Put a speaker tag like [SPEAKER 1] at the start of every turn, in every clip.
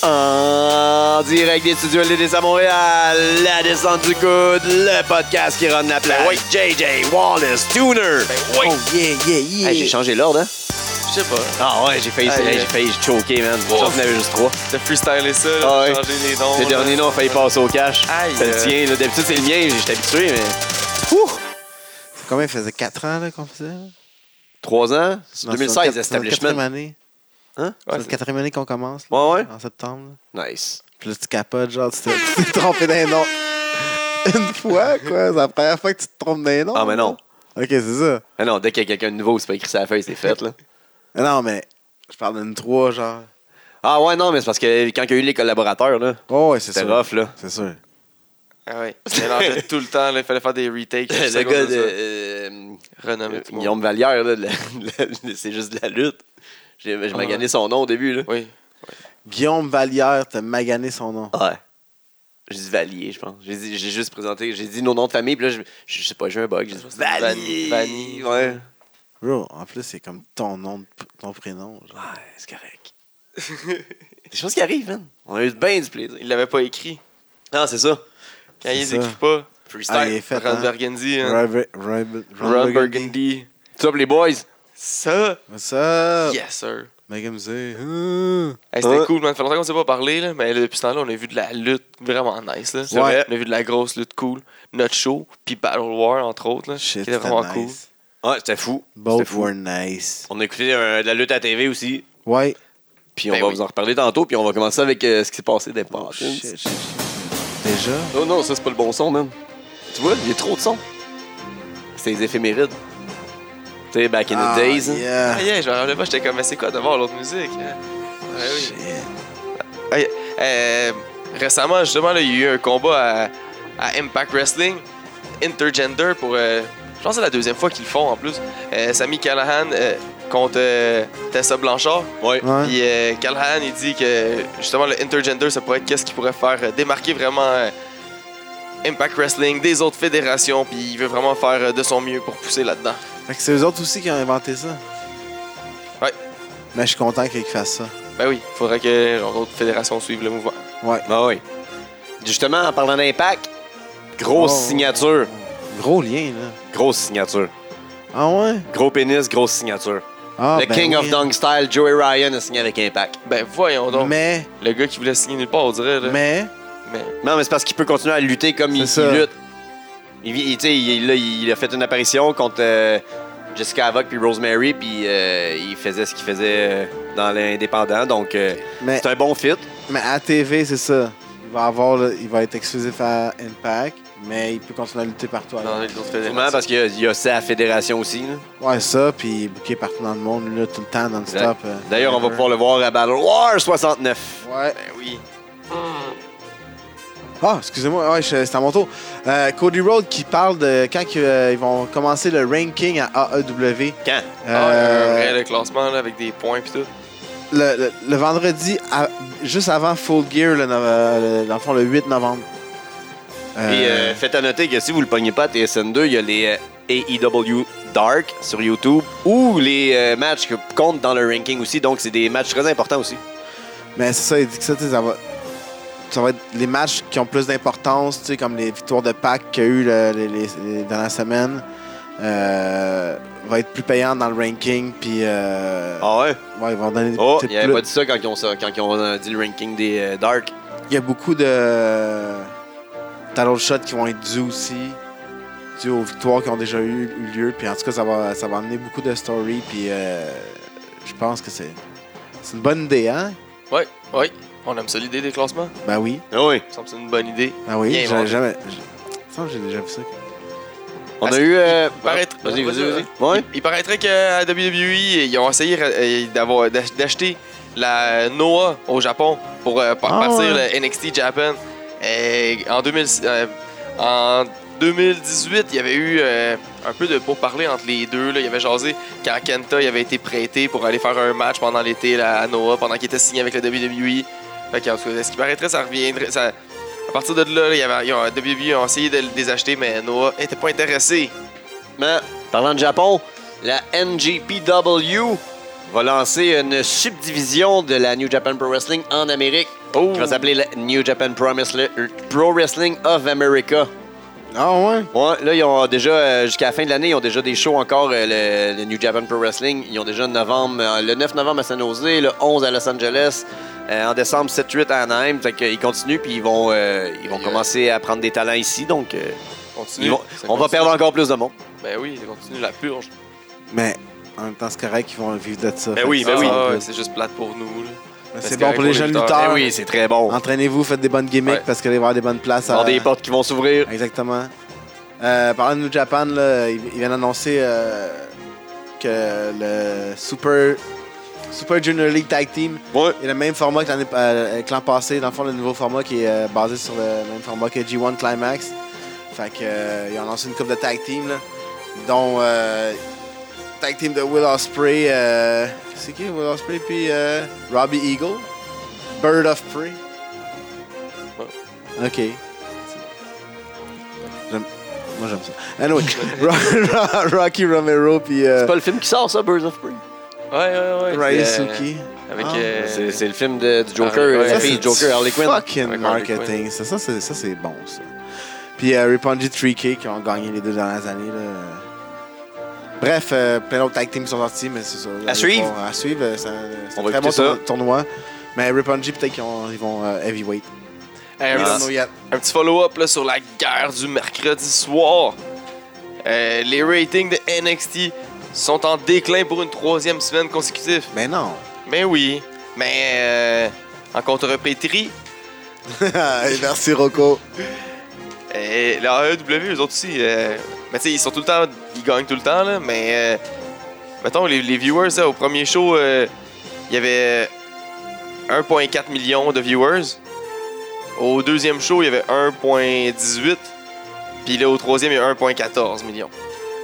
[SPEAKER 1] En direct des studios LDDC à Montréal, la descente du coude, le podcast qui rend la place.
[SPEAKER 2] oui.
[SPEAKER 1] JJ Wallace Tuner.
[SPEAKER 2] oui.
[SPEAKER 1] Oh yeah, yeah, yeah. Hey, j'ai changé l'ordre, hein?
[SPEAKER 2] Je sais pas.
[SPEAKER 1] Ah ouais, j'ai failli,
[SPEAKER 2] Hey,
[SPEAKER 1] hey,
[SPEAKER 2] euh,
[SPEAKER 1] j'ai failli choquer, man.
[SPEAKER 2] Wow.
[SPEAKER 1] J'en avais juste trois.
[SPEAKER 2] T'as freestylé ça, là,
[SPEAKER 1] Ah ouais.
[SPEAKER 2] changer les noms.
[SPEAKER 1] Le dernier nom a failli passer au cash.
[SPEAKER 2] Aïe,
[SPEAKER 1] C'est le
[SPEAKER 2] euh.
[SPEAKER 1] tien, là. D'habitude, c'est le mien, j'étais habitué, mais.
[SPEAKER 3] Combien il faisait 4 ans là, qu'on faisait là?
[SPEAKER 1] Trois ans, c'est
[SPEAKER 3] Non, sur le quat-
[SPEAKER 1] 2016,
[SPEAKER 3] sur le quatrième
[SPEAKER 1] establishment.
[SPEAKER 3] année.
[SPEAKER 1] Hein?
[SPEAKER 3] C'est la quatrième année qu'on commence. là,
[SPEAKER 1] Ouais, ouais.
[SPEAKER 3] En septembre. là.
[SPEAKER 1] Nice.
[SPEAKER 3] Puis là, tu capotes, genre, tu t'es tu t'es trompé d'un nom. Une fois, quoi. C'est la première fois que tu te trompes d'un nom.
[SPEAKER 1] Ah, mais non.
[SPEAKER 3] Ok, c'est ça.
[SPEAKER 1] Ah non, dès qu'il y a quelqu'un de nouveau, c'est pas écrit sur la feuille, c'est fait, là.
[SPEAKER 3] Mais Non, mais je parle d'une 3, genre.
[SPEAKER 1] Ah ouais, non, mais c'est parce que quand il y a eu les collaborateurs, là,
[SPEAKER 3] Oh, ouais, c'est
[SPEAKER 1] c'était
[SPEAKER 3] sûr.
[SPEAKER 1] rough, là.
[SPEAKER 3] C'est sûr.
[SPEAKER 2] Ah ouais. Je mélangeais tout le temps, là. Il fallait faire des retakes. juste à
[SPEAKER 1] le
[SPEAKER 2] cause
[SPEAKER 1] gars de.
[SPEAKER 2] ça.
[SPEAKER 1] euh,
[SPEAKER 2] Renommé. tout le monde.
[SPEAKER 1] Guillaume Vallière, là, de la- de la- c'est juste de la lutte. J'ai- Je
[SPEAKER 2] Ah.
[SPEAKER 1] m'ai gagné son nom au début, là.
[SPEAKER 2] Oui.
[SPEAKER 3] Guillaume Vallière t'a magané son nom.
[SPEAKER 1] Ouais. J'ai dit Valier, je pense. J'ai dit- j'ai juste présenté, j'ai dit nos noms de famille, puis là, je, je sais pas, j'ai eu un bug. J'ai dit Valier.
[SPEAKER 2] Vanille- Vanille.
[SPEAKER 1] Ouais.
[SPEAKER 3] Bro, en plus, c'est comme ton nom, de p- ton prénom. Genre.
[SPEAKER 1] Ouais, c'est correct. Des choses qui arrivent, man. On a eu bien du plaisir.
[SPEAKER 2] Il l'avait pas écrit.
[SPEAKER 1] Non, c'est ça.
[SPEAKER 2] Quand
[SPEAKER 3] C'est
[SPEAKER 2] il les
[SPEAKER 3] ça.
[SPEAKER 2] écrit pas,
[SPEAKER 3] Ah, il est
[SPEAKER 1] Freestyle.
[SPEAKER 3] fait,
[SPEAKER 2] Ron
[SPEAKER 3] hein?
[SPEAKER 2] Burgundy, hein.
[SPEAKER 3] Robert- Robert-
[SPEAKER 2] Ron
[SPEAKER 3] Robert-
[SPEAKER 2] Burgundy.
[SPEAKER 1] What's up, les boys?
[SPEAKER 2] Ça,
[SPEAKER 3] What's up?
[SPEAKER 2] yes, sir.
[SPEAKER 3] Megan Zay. Hum.
[SPEAKER 2] Hey, c'était
[SPEAKER 1] Ouais.
[SPEAKER 2] cool, man. Ça fait longtemps qu'on s'est pas parlé, là, mais là, depuis ce temps-là, on a vu de la lutte vraiment nice. Là.
[SPEAKER 3] C'est vrai.
[SPEAKER 2] On a vu de la grosse lutte cool. Notre show, puis Battle War, entre autres, là,
[SPEAKER 3] Shit,
[SPEAKER 2] qui était vraiment
[SPEAKER 3] c'était
[SPEAKER 2] cool.
[SPEAKER 3] nice.
[SPEAKER 1] Ouais, c'était fou. C'était
[SPEAKER 3] Both
[SPEAKER 1] fou.
[SPEAKER 3] were nice.
[SPEAKER 1] On a écouté euh, de la lutte à TV aussi.
[SPEAKER 3] Ouais.
[SPEAKER 1] Puis on
[SPEAKER 2] Ben
[SPEAKER 1] va
[SPEAKER 2] oui.
[SPEAKER 1] vous en reparler tantôt, puis on va commencer avec euh, ce qui s'est passé des Parsons.
[SPEAKER 3] Oh, Shit, shit, shit. Déjà?
[SPEAKER 1] Non, non, ça c'est pas le bon son, man. Tu vois, il y a trop de son. C'est les éphémérides. Tu sais, back in the
[SPEAKER 3] Ah,
[SPEAKER 1] days. hein.
[SPEAKER 3] yeah.
[SPEAKER 2] Ah, yeah, je me rappelais pas, j'étais comme, mais c'est quoi d'abord l'autre musique? hein? Ouais, oui.
[SPEAKER 3] Shit.
[SPEAKER 2] Euh, récemment, justement, là, il y a eu un combat à, à Impact Wrestling Intergender pour. euh, je pense que c'est la deuxième fois qu'ils le font en plus. Euh, Sami Callahan euh, contre euh, Tessa Blanchard.
[SPEAKER 1] Ouais.
[SPEAKER 3] Ouais.
[SPEAKER 2] Puis euh, Callahan, il dit que justement le intergender, ça pourrait être qu'est-ce qui pourrait faire euh, démarquer vraiment euh, Impact Wrestling des autres fédérations. Puis il veut vraiment faire euh, de son mieux pour pousser là-dedans.
[SPEAKER 3] Fait que c'est eux autres aussi qui ont inventé ça.
[SPEAKER 2] Ouais.
[SPEAKER 3] Mais je suis content qu'ils fassent ça.
[SPEAKER 2] Ben oui, il faudrait que genre, d'autres fédérations suivent le mouvement.
[SPEAKER 3] Ouais.
[SPEAKER 1] Ah oui. Justement, en parlant d'impact, grosse
[SPEAKER 3] Oh.
[SPEAKER 1] signature.
[SPEAKER 3] Gros lien, là.
[SPEAKER 1] Grosse signature.
[SPEAKER 3] Ah ouais?
[SPEAKER 1] Gros pénis, grosse signature.
[SPEAKER 3] Ah,
[SPEAKER 1] le
[SPEAKER 3] ben
[SPEAKER 1] King of
[SPEAKER 3] oui.
[SPEAKER 1] Dunk Style, Joey Ryan, a signé avec Impact.
[SPEAKER 2] Ben voyons donc.
[SPEAKER 3] Mais,
[SPEAKER 2] Le gars qui voulait signer nulle part, on dirait. Là.
[SPEAKER 3] mais,
[SPEAKER 2] Mais-
[SPEAKER 1] Non, mais c'est parce qu'il peut continuer à lutter comme il,
[SPEAKER 3] C'est
[SPEAKER 1] il
[SPEAKER 3] ça.
[SPEAKER 1] lutte. Il, vit- il- tu sais, il- là, il a fait une apparition contre euh, Jessica Havoc puis Rosemary, puis euh, il faisait ce qu'il faisait euh, dans l'indépendant. Donc, euh,
[SPEAKER 3] mais,
[SPEAKER 1] c'est un bon fit.
[SPEAKER 3] mais à TV, c'est ça. Il va avoir, le- il va être exclusif à Impact, mais il peut continuer à lutter partout.
[SPEAKER 2] dans
[SPEAKER 3] ailleurs.
[SPEAKER 2] les autres
[SPEAKER 1] Sûrement
[SPEAKER 2] fédérations.
[SPEAKER 1] parce qu'il y a- il y a ça à la fédération aussi. là.
[SPEAKER 3] Ouais, ça, puis booker partout dans le monde, là, tout le temps, non-stop. euh,
[SPEAKER 1] D'ailleurs, on va
[SPEAKER 3] forever.
[SPEAKER 1] pouvoir le voir à Battle War 69.
[SPEAKER 3] Ouais.
[SPEAKER 2] Ben oui.
[SPEAKER 3] Hmm. Ah, excusez-moi, ouais, je- c'est à mon tour. Euh, Cody Rhodes qui parle de quand qu'ils, euh, ils vont commencer le ranking à AEW.
[SPEAKER 1] Quand?
[SPEAKER 2] Ah,
[SPEAKER 3] Euh,
[SPEAKER 2] un vrai le classement là, avec des points pis tout.
[SPEAKER 3] le, le- le vendredi, à- juste avant Full Gear, le, no- euh, le- dans le fond, le 8 novembre. Euh,
[SPEAKER 1] Et euh, faites à noter que si vous le pognez pas à TSN2, il y a les euh, AEW Dark sur YouTube ou les euh, matchs que comptent dans le ranking aussi. Donc, c'est des matchs très importants aussi.
[SPEAKER 3] mais c'est ça, il dit que ça, tu sais, ça va, ça va être les matchs qui ont plus d'importance, tu sais, comme les victoires de Pâques qu'il y a eu le- les, les- les- dans la semaine, euh, va être plus payant dans le ranking. Puis, euh,
[SPEAKER 1] Ah ouais?
[SPEAKER 3] ouais, ils vont donner des
[SPEAKER 1] Oh,
[SPEAKER 3] petites
[SPEAKER 1] il avait
[SPEAKER 3] plus-
[SPEAKER 1] pas dit ça quand ils ont, ça- quand ils ont euh, dit le ranking des euh, Dark.
[SPEAKER 3] Il y a beaucoup de talons de shot qui vont être dus aussi, dus aux victoires qui ont déjà eu, eu lieu. Puis en tout cas, ça va, ça va amener beaucoup de story. Puis euh, je pense que c'est c'est une bonne idée, hein?
[SPEAKER 2] Ouais, ouais. On aime ça l'idée des classements.
[SPEAKER 3] Ben oui,
[SPEAKER 1] Ah oui.
[SPEAKER 2] Ça me semble que c'est une bonne idée.
[SPEAKER 3] ben oui,
[SPEAKER 2] Bien
[SPEAKER 3] j'avais
[SPEAKER 2] vendu.
[SPEAKER 3] jamais. je- Il me semble que j'ai déjà vu ça.
[SPEAKER 1] On
[SPEAKER 2] Parce
[SPEAKER 1] a eu. euh,
[SPEAKER 2] paraître-
[SPEAKER 1] Vas-y, vas-y, vas-y.
[SPEAKER 2] vas-y.
[SPEAKER 1] Ouais.
[SPEAKER 2] Il paraîtrait qu'à WWE, E, ils ont essayé euh, d'avoir- d'ach- d'acheter la Noah au Japon pour euh, par-
[SPEAKER 3] Ah
[SPEAKER 2] partir
[SPEAKER 3] ouais.
[SPEAKER 2] le NXT Japan. Et en, 2000 euh, en 2018, il y avait eu euh, un peu de pourparlers entre les deux. Là. Il y avait jasé quand Kenta il avait été prêté pour aller faire un match pendant l'été là, à Noah, pendant qu'il était signé avec la WWE. E. Fait qu'en tout cas, ce qui paraîtrait, ça reviendrait. ça- à partir de là, il y avait, ils ont- WWE ont essayé de les acheter, mais Noah n'était pas intéressé.
[SPEAKER 1] Mais, parlant de Japon, la NJPW va lancer une subdivision de la New Japan Pro Wrestling en Amérique
[SPEAKER 2] Oh!
[SPEAKER 1] qui va s'appeler la New Japan Pro Wrestling, Pro Wrestling of America.
[SPEAKER 3] Ah ouais?
[SPEAKER 1] Ouais, là, ils ont déjà, euh, jusqu'à la fin de l'année, ils ont déjà des shows encore, euh, le, le New Japan Pro Wrestling. Ils ont déjà novembre, euh, le 9 novembre à San Jose, le 11 à Los Angeles, euh, en décembre 7-8 à Anaheim. Fait qu'ils continuent, puis ils vont, euh, ils vont
[SPEAKER 2] Et, euh,
[SPEAKER 1] commencer à prendre des talents ici, donc euh,
[SPEAKER 2] Continue.
[SPEAKER 1] ils vont-
[SPEAKER 2] Ça
[SPEAKER 1] on va
[SPEAKER 2] continue.
[SPEAKER 1] perdre encore plus de monde.
[SPEAKER 2] Ben oui, ça continue la purge.
[SPEAKER 3] Mais en même temps, c'est correct qu'ils vont vivre de ça.
[SPEAKER 1] Ben oui, ben
[SPEAKER 2] Ah,
[SPEAKER 1] oui.
[SPEAKER 2] ouais, c'est juste plate pour nous. là.
[SPEAKER 3] Mais
[SPEAKER 2] c'est
[SPEAKER 3] C'est bon
[SPEAKER 2] correct
[SPEAKER 3] pour les
[SPEAKER 2] pour
[SPEAKER 3] jeunes
[SPEAKER 2] les lutteurs.
[SPEAKER 3] lutteurs.
[SPEAKER 1] Ben oui, c'est très bon.
[SPEAKER 3] Entraînez-vous, faites des bonnes gimmicks
[SPEAKER 2] Ouais.
[SPEAKER 3] parce qu'il va y avoir des bonnes places.
[SPEAKER 1] Dans
[SPEAKER 3] à-
[SPEAKER 1] des portes qui vont s'ouvrir.
[SPEAKER 3] Exactement. Euh, parlant de New Japan, là, ils ils viennent d'annoncer euh, que le Super, Super Junior League Tag Team
[SPEAKER 1] Ouais.
[SPEAKER 3] est le même format que l'année- euh, que l'an passé. Dans le fond, le nouveau format qui est euh, basé sur le même format que G1 Climax. Fait que, euh, ils ont lancé une coupe de tag team, là, dont euh, tag team de Will Ospreay. euh, C'est qui Will Ospreay? Puis euh, Robbie Eagle. Bird of Prey. Ok. J'aime- Moi j'aime ça. Anyway, Ro- Ro- Rocky Romero puis euh,
[SPEAKER 1] C'est pas le film qui sort, ça, Birds of Prey?
[SPEAKER 2] Ouais, ouais, ouais. c'est, euh,
[SPEAKER 3] Raizuki.
[SPEAKER 2] Avec.
[SPEAKER 3] Ah.
[SPEAKER 2] euh,
[SPEAKER 1] C'est c'est le film de, du Joker,
[SPEAKER 2] Ah, ouais.
[SPEAKER 1] euh, la
[SPEAKER 2] Ça,
[SPEAKER 1] fille
[SPEAKER 2] c'est
[SPEAKER 1] du Joker, Harley Quinn.
[SPEAKER 3] Fucking
[SPEAKER 2] Avec Harley
[SPEAKER 3] marketing. Ça, ça, c'est, ça, c'est bon, ça. Puis euh, Riponji 3K qui ont gagné les deux dernières années. Là. Bref, euh, plein d'autres tag teams sont sortis, mais c'est ça. Allez
[SPEAKER 1] suivre.
[SPEAKER 3] voir. À suivre. euh, C'est un, c'est
[SPEAKER 1] On
[SPEAKER 3] un
[SPEAKER 1] va
[SPEAKER 3] très bon
[SPEAKER 1] écouter ça.
[SPEAKER 3] tour- tournoi. Mais Riponji, peut-être qu'ils ont- ils vont euh, heavyweight.
[SPEAKER 2] un,
[SPEAKER 3] We don't
[SPEAKER 2] petit,
[SPEAKER 3] know yet.
[SPEAKER 2] un petit follow-up là, sur la guerre du mercredi soir. Euh, les ratings de NXT sont en déclin pour une troisième semaine consécutive.
[SPEAKER 3] Mais non.
[SPEAKER 2] Mais oui. Mais euh, en contre-pétrie,
[SPEAKER 3] Merci Rocco.
[SPEAKER 2] Et euh, la AEW, eux autres aussi. euh, mais tu sais, ils sont tout le temps. Ils gagnent tout le temps, là. Mais. euh, mettons, les, les viewers, là, au premier show, euh, il y avait 1,4 million de viewers. Au deuxième show, il y avait 1,18. Puis là, au troisième, il y a 1,14 million.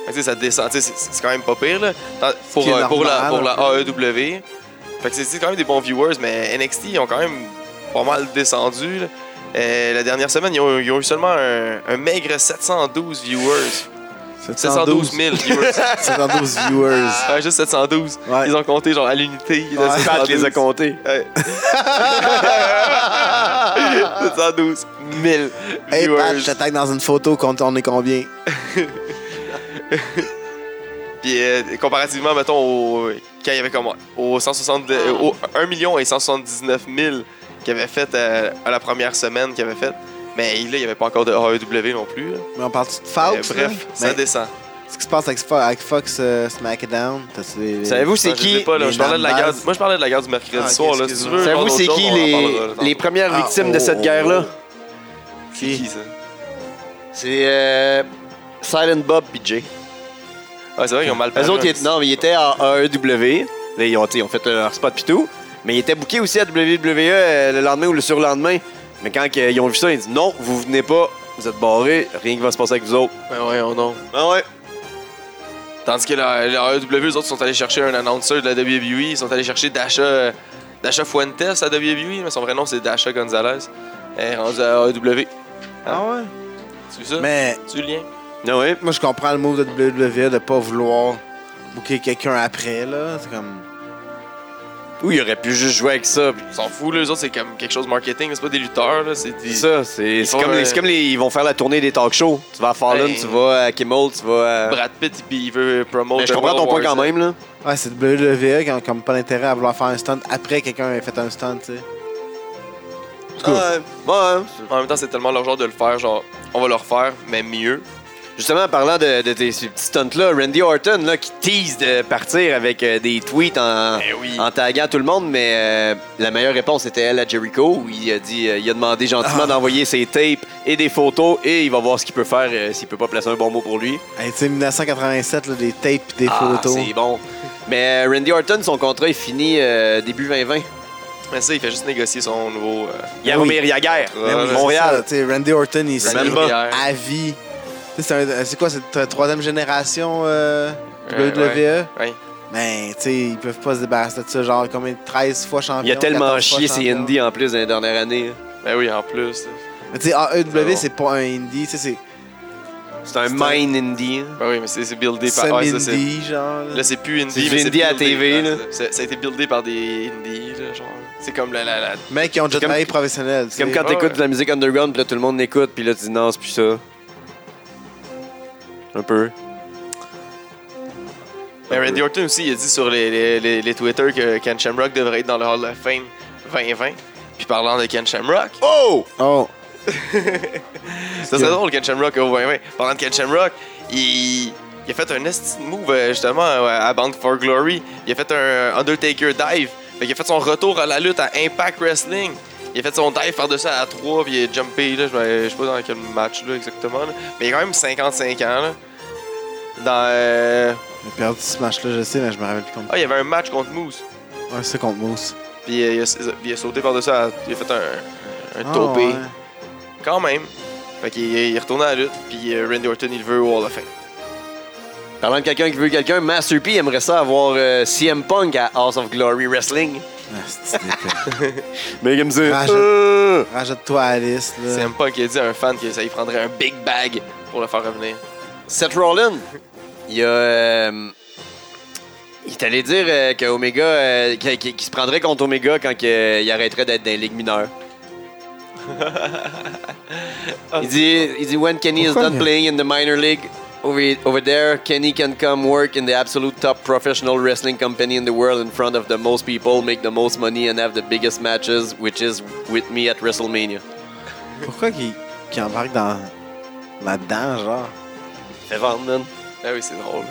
[SPEAKER 2] Fait que, tu sais, ça descend. Tu sais, c'est c'est quand même pas pire, là. Tant- Pour,
[SPEAKER 3] qui est
[SPEAKER 2] euh, pour, la,
[SPEAKER 3] normal,
[SPEAKER 2] pour la
[SPEAKER 3] un
[SPEAKER 2] AEW. Fait que c'est- c'est quand même des bons viewers, mais NXT, ils ont quand même pas mal descendu, là. Euh, la dernière semaine, ils ont, ils ont eu seulement un, un maigre 712 viewers. 712 000 viewers.
[SPEAKER 3] 712 viewers.
[SPEAKER 2] Ouais, juste 712.
[SPEAKER 3] Ouais.
[SPEAKER 2] Ils ont compté genre à l'unité. il y en a
[SPEAKER 3] Ouais.
[SPEAKER 1] Ah, Pat
[SPEAKER 2] 712.
[SPEAKER 1] les a comptés.
[SPEAKER 2] Ouais. 712 000
[SPEAKER 3] Hey Pat,
[SPEAKER 2] viewers.
[SPEAKER 3] je t'attaque dans une photo quand on est combien?
[SPEAKER 2] Puis euh, comparativement, mettons, au, quand il y avait comme au, 160, euh, au 1 million et 179 000 qu'ils avaient fait euh, à la première semaine qu'ils avaient fait. Mais là, il n'y avait pas encore de AEW non plus. là.
[SPEAKER 3] Mais on parle de
[SPEAKER 2] Mais
[SPEAKER 3] Fox?
[SPEAKER 2] bref,
[SPEAKER 3] là?
[SPEAKER 2] ça
[SPEAKER 3] hein. Mais
[SPEAKER 2] descend.
[SPEAKER 3] ce qui se passe avec, Fo- avec Fox euh, SmackDown, t'as
[SPEAKER 1] Savez-vous c'est
[SPEAKER 2] Non, je l'ai
[SPEAKER 1] qui
[SPEAKER 2] pas, là.
[SPEAKER 3] les
[SPEAKER 2] Je parlais de la
[SPEAKER 3] Lambas?
[SPEAKER 2] guerre. Moi, je parlais de la guerre du mercredi
[SPEAKER 3] Ah,
[SPEAKER 2] soir. Là, si tu
[SPEAKER 3] excuse-moi.
[SPEAKER 2] veux,
[SPEAKER 1] Savez-vous
[SPEAKER 2] parle
[SPEAKER 1] c'est
[SPEAKER 2] d'autre
[SPEAKER 1] qui
[SPEAKER 2] chose, on en
[SPEAKER 1] les,
[SPEAKER 2] parlera tantôt.
[SPEAKER 1] les premières
[SPEAKER 3] Ah,
[SPEAKER 1] victimes de
[SPEAKER 3] oh,
[SPEAKER 1] cette
[SPEAKER 3] oh,
[SPEAKER 1] guerre-là?
[SPEAKER 2] C'est qui ça
[SPEAKER 1] C'est euh, Silent Bob et Jay.
[SPEAKER 2] Ah, c'est vrai qu'ils ont mal parlé.
[SPEAKER 1] Eux autres, ils étaient- non, mais ils étaient en AEW. Là, ils ont, tu sais, ils ont fait leur spot pis tout. Mais ils étaient bookés aussi à WWE euh, le lendemain ou le surlendemain. Mais quand qu'ils- ils ont vu ça, ils disent non, vous venez pas, vous êtes barrés, rien qui va se passer avec vous autres.
[SPEAKER 2] Ben ouais, on non.
[SPEAKER 1] Ah ouais?
[SPEAKER 2] Tandis que la, la AEW, les autres sont allés chercher un annonceur de la WWE. Ils sont allés chercher Dasha, euh, Dasha Fuentes à WWE. E. Mais son vrai nom, c'est Dasha Gonzalez. Elle est rendue à AEW.
[SPEAKER 3] Ah ouais?
[SPEAKER 2] Tu vois ça
[SPEAKER 3] oh. Mais
[SPEAKER 2] Tu le lien
[SPEAKER 1] Non, Ah ouais.
[SPEAKER 3] moi, je comprends le move de WWE de pas vouloir booker quelqu'un après, là. C'est comme.
[SPEAKER 1] Ou ils auraient pu juste jouer avec ça. pis
[SPEAKER 2] Ils s'en foutent, les autres, c'est comme quelque chose de marketing. C'est pas des lutteurs, là. C'est
[SPEAKER 1] C'est
[SPEAKER 2] des.
[SPEAKER 1] ça, c'est c'est
[SPEAKER 2] font,
[SPEAKER 1] comme, les-
[SPEAKER 2] euh,
[SPEAKER 1] c'est comme les, ils vont faire la tournée des talk shows. Tu vas à Fallon,
[SPEAKER 2] Ben,
[SPEAKER 1] tu vas à Kimmel, tu vas à.
[SPEAKER 2] Brad Pitt, il- il veut promouvoir.
[SPEAKER 1] Mais je comprends ton point quand même, là.
[SPEAKER 3] Ouais, c'est WWE qui ont comme pas l'intérêt à vouloir faire un stunt après quelqu'un ait fait un stunt, tu sais. tout cas.
[SPEAKER 1] ouais. ouais.
[SPEAKER 2] En même temps, c'est tellement leur genre de le faire. Genre, on va le refaire, mais mieux.
[SPEAKER 1] Justement, en parlant de, de, tes- ces petits stunts-là, Randy Orton là, qui tease de partir avec euh, des tweets en,
[SPEAKER 2] Eh oui.
[SPEAKER 1] en taguant tout le monde, mais euh, la meilleure réponse était elle à Jericho, où il a, dit, euh, il a demandé gentiment
[SPEAKER 3] Ah.
[SPEAKER 1] d'envoyer ses tapes et des photos, et il va voir ce qu'il peut faire euh, s'il peut pas placer un bon mot pour lui.
[SPEAKER 3] Hey, tu sais, 1987, là, des tapes pis des
[SPEAKER 1] Ah,
[SPEAKER 3] photos.
[SPEAKER 1] c'est bon. Mais euh, Randy Orton, son contrat est fini euh, début 2020.
[SPEAKER 2] Mais ça, il fait juste négocier son nouveau. euh,
[SPEAKER 1] Yaromir Yaguer,
[SPEAKER 3] Mais Ben oui, c'est ça,
[SPEAKER 1] Montréal.
[SPEAKER 3] tu sais, Randy Orton, il
[SPEAKER 1] Randy
[SPEAKER 3] signe
[SPEAKER 1] Orton.
[SPEAKER 2] Rivière.
[SPEAKER 3] à vie. Tu sais, C'est un- c'est quoi, c'est ta troisième génération euh, E?
[SPEAKER 2] Euh,
[SPEAKER 3] WWE?
[SPEAKER 2] ouais.
[SPEAKER 3] Mais, Ben, tu sais, ils peuvent pas se débarrasser de ça. Genre, combien 13 fois champion.
[SPEAKER 1] Il a tellement
[SPEAKER 3] 14 fois
[SPEAKER 1] chié ses
[SPEAKER 3] champion.
[SPEAKER 1] indies en plus dans les dernières années. hein.
[SPEAKER 2] Ben oui, en plus.
[SPEAKER 3] Mais, tu sais, AEW,
[SPEAKER 2] C'est bon.
[SPEAKER 3] c'est pas un indie. Tu sais, c'est.
[SPEAKER 1] C'est un
[SPEAKER 3] C'est
[SPEAKER 1] mine indie. hein.
[SPEAKER 2] Ben oui, mais c'est c'est buildé par. ouais, ça, c'est-
[SPEAKER 3] Samedi, genre. là.
[SPEAKER 2] Là, c'est plus indie.
[SPEAKER 1] C'est du
[SPEAKER 2] mais
[SPEAKER 1] indie à
[SPEAKER 2] buildé,
[SPEAKER 1] TV, là.
[SPEAKER 2] Ça ça a été buildé par des indies, là, genre. C'est comme la. la, la...
[SPEAKER 3] Mec, ils ont déjà
[SPEAKER 1] C'est comme-
[SPEAKER 3] travaillé professionnel.
[SPEAKER 1] C'est comme
[SPEAKER 3] tu sais.
[SPEAKER 1] quand
[SPEAKER 2] ouais.
[SPEAKER 1] t'écoutes de la musique underground, puis là tout le monde l'écoute, puis là tu dis non, c'est plus ça. Un peu.
[SPEAKER 2] Ben, Randy Orton aussi, il a dit sur les, les, les, les Twitter que Ken Shamrock devrait être dans le Hall of Fame 2020. Puis parlant de Ken Shamrock,
[SPEAKER 1] Oh!
[SPEAKER 3] Oh,
[SPEAKER 2] ça c'est drôle, Ken Shamrock au 2020. Parlant de Ken Shamrock, il, il a fait un esti de move euh, justement à à Bound for Glory. Il a fait un Undertaker dive. Fait qu'il a fait son retour à la lutte à Impact Wrestling. Il a fait son dive par-dessus à la 3 puis il a jumpé. Là, je me- je sais pas dans quel match là, exactement. là. Mais il a quand même 55 ans. Là. Dans, euh,
[SPEAKER 3] j'ai perdu ce match-là, je sais, mais je me rappelle plus contre.
[SPEAKER 2] Ah, il y avait un match contre Moose.
[SPEAKER 3] Ouais, c'est contre Moose.
[SPEAKER 2] Puis euh, il, a, il a sauté par-dessus, à- il a fait un, un
[SPEAKER 3] Ah,
[SPEAKER 2] topé.
[SPEAKER 3] ouais.
[SPEAKER 2] Quand même. Fait qu'il il est retourné à la lutte, puis euh, Randy Orton, il veut au Hall of Fame.
[SPEAKER 1] Parlant de quelqu'un qui veut quelqu'un, Master P aimerait ça avoir euh, CM Punk à House of Glory Wrestling.
[SPEAKER 3] Ah, c'est débile.
[SPEAKER 1] Mais comme ça.
[SPEAKER 3] Ah, je-
[SPEAKER 1] euh,
[SPEAKER 3] Rajoute-toi à la liste, là.
[SPEAKER 2] C'est même pas qu'il a dit à un fan que ça lui prendrait un big bag pour le faire revenir.
[SPEAKER 1] Seth Rollins, il a. euh, il est allé dire euh, que Omega. euh, qu'il qu'il se prendrait contre Omega quand que, euh, il arrêterait d'être dans les ligues mineures. il, dit, il dit When Kenny is
[SPEAKER 3] Pourquoi
[SPEAKER 1] done
[SPEAKER 3] il-
[SPEAKER 1] playing in the minor league. Over, over there, Kenny can come work in the absolute top professional wrestling company in the world in front of the most people, make the most money, and have the biggest matches, which is with me at WrestleMania.
[SPEAKER 3] Pourquoi qu'il qu'il embarque dans... là-dedans, genre?
[SPEAKER 1] Fait vendre, man.
[SPEAKER 2] Ah oui, c'est drôle.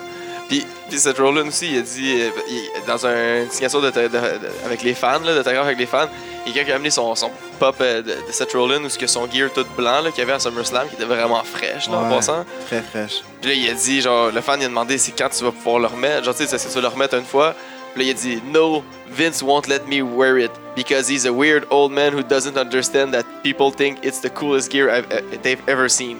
[SPEAKER 2] Puis, puis Seth Rollins aussi, il a dit, euh, il- dans un- une signature de, ta- de- de- avec les fans, là, d'autographe avec les fans, il y a quelqu'un qui a amené son, son pop euh, de, de Seth Rollins, ou ce que son gear tout blanc là, qu'il y avait à SummerSlam, qui était vraiment fraîche là, en
[SPEAKER 3] Ouais.
[SPEAKER 2] passant.
[SPEAKER 3] Très fraîche.
[SPEAKER 2] Puis là, il a dit, genre, le fan, il a demandé c'est quand tu vas pouvoir le remettre. Genre, tu sais, est-ce que tu vas le remettre une fois? Puis là, il a dit, No, Vince won't let me wear it because he's a weird old man who doesn't understand that people think it's the coolest gear I've, eh, they've ever seen.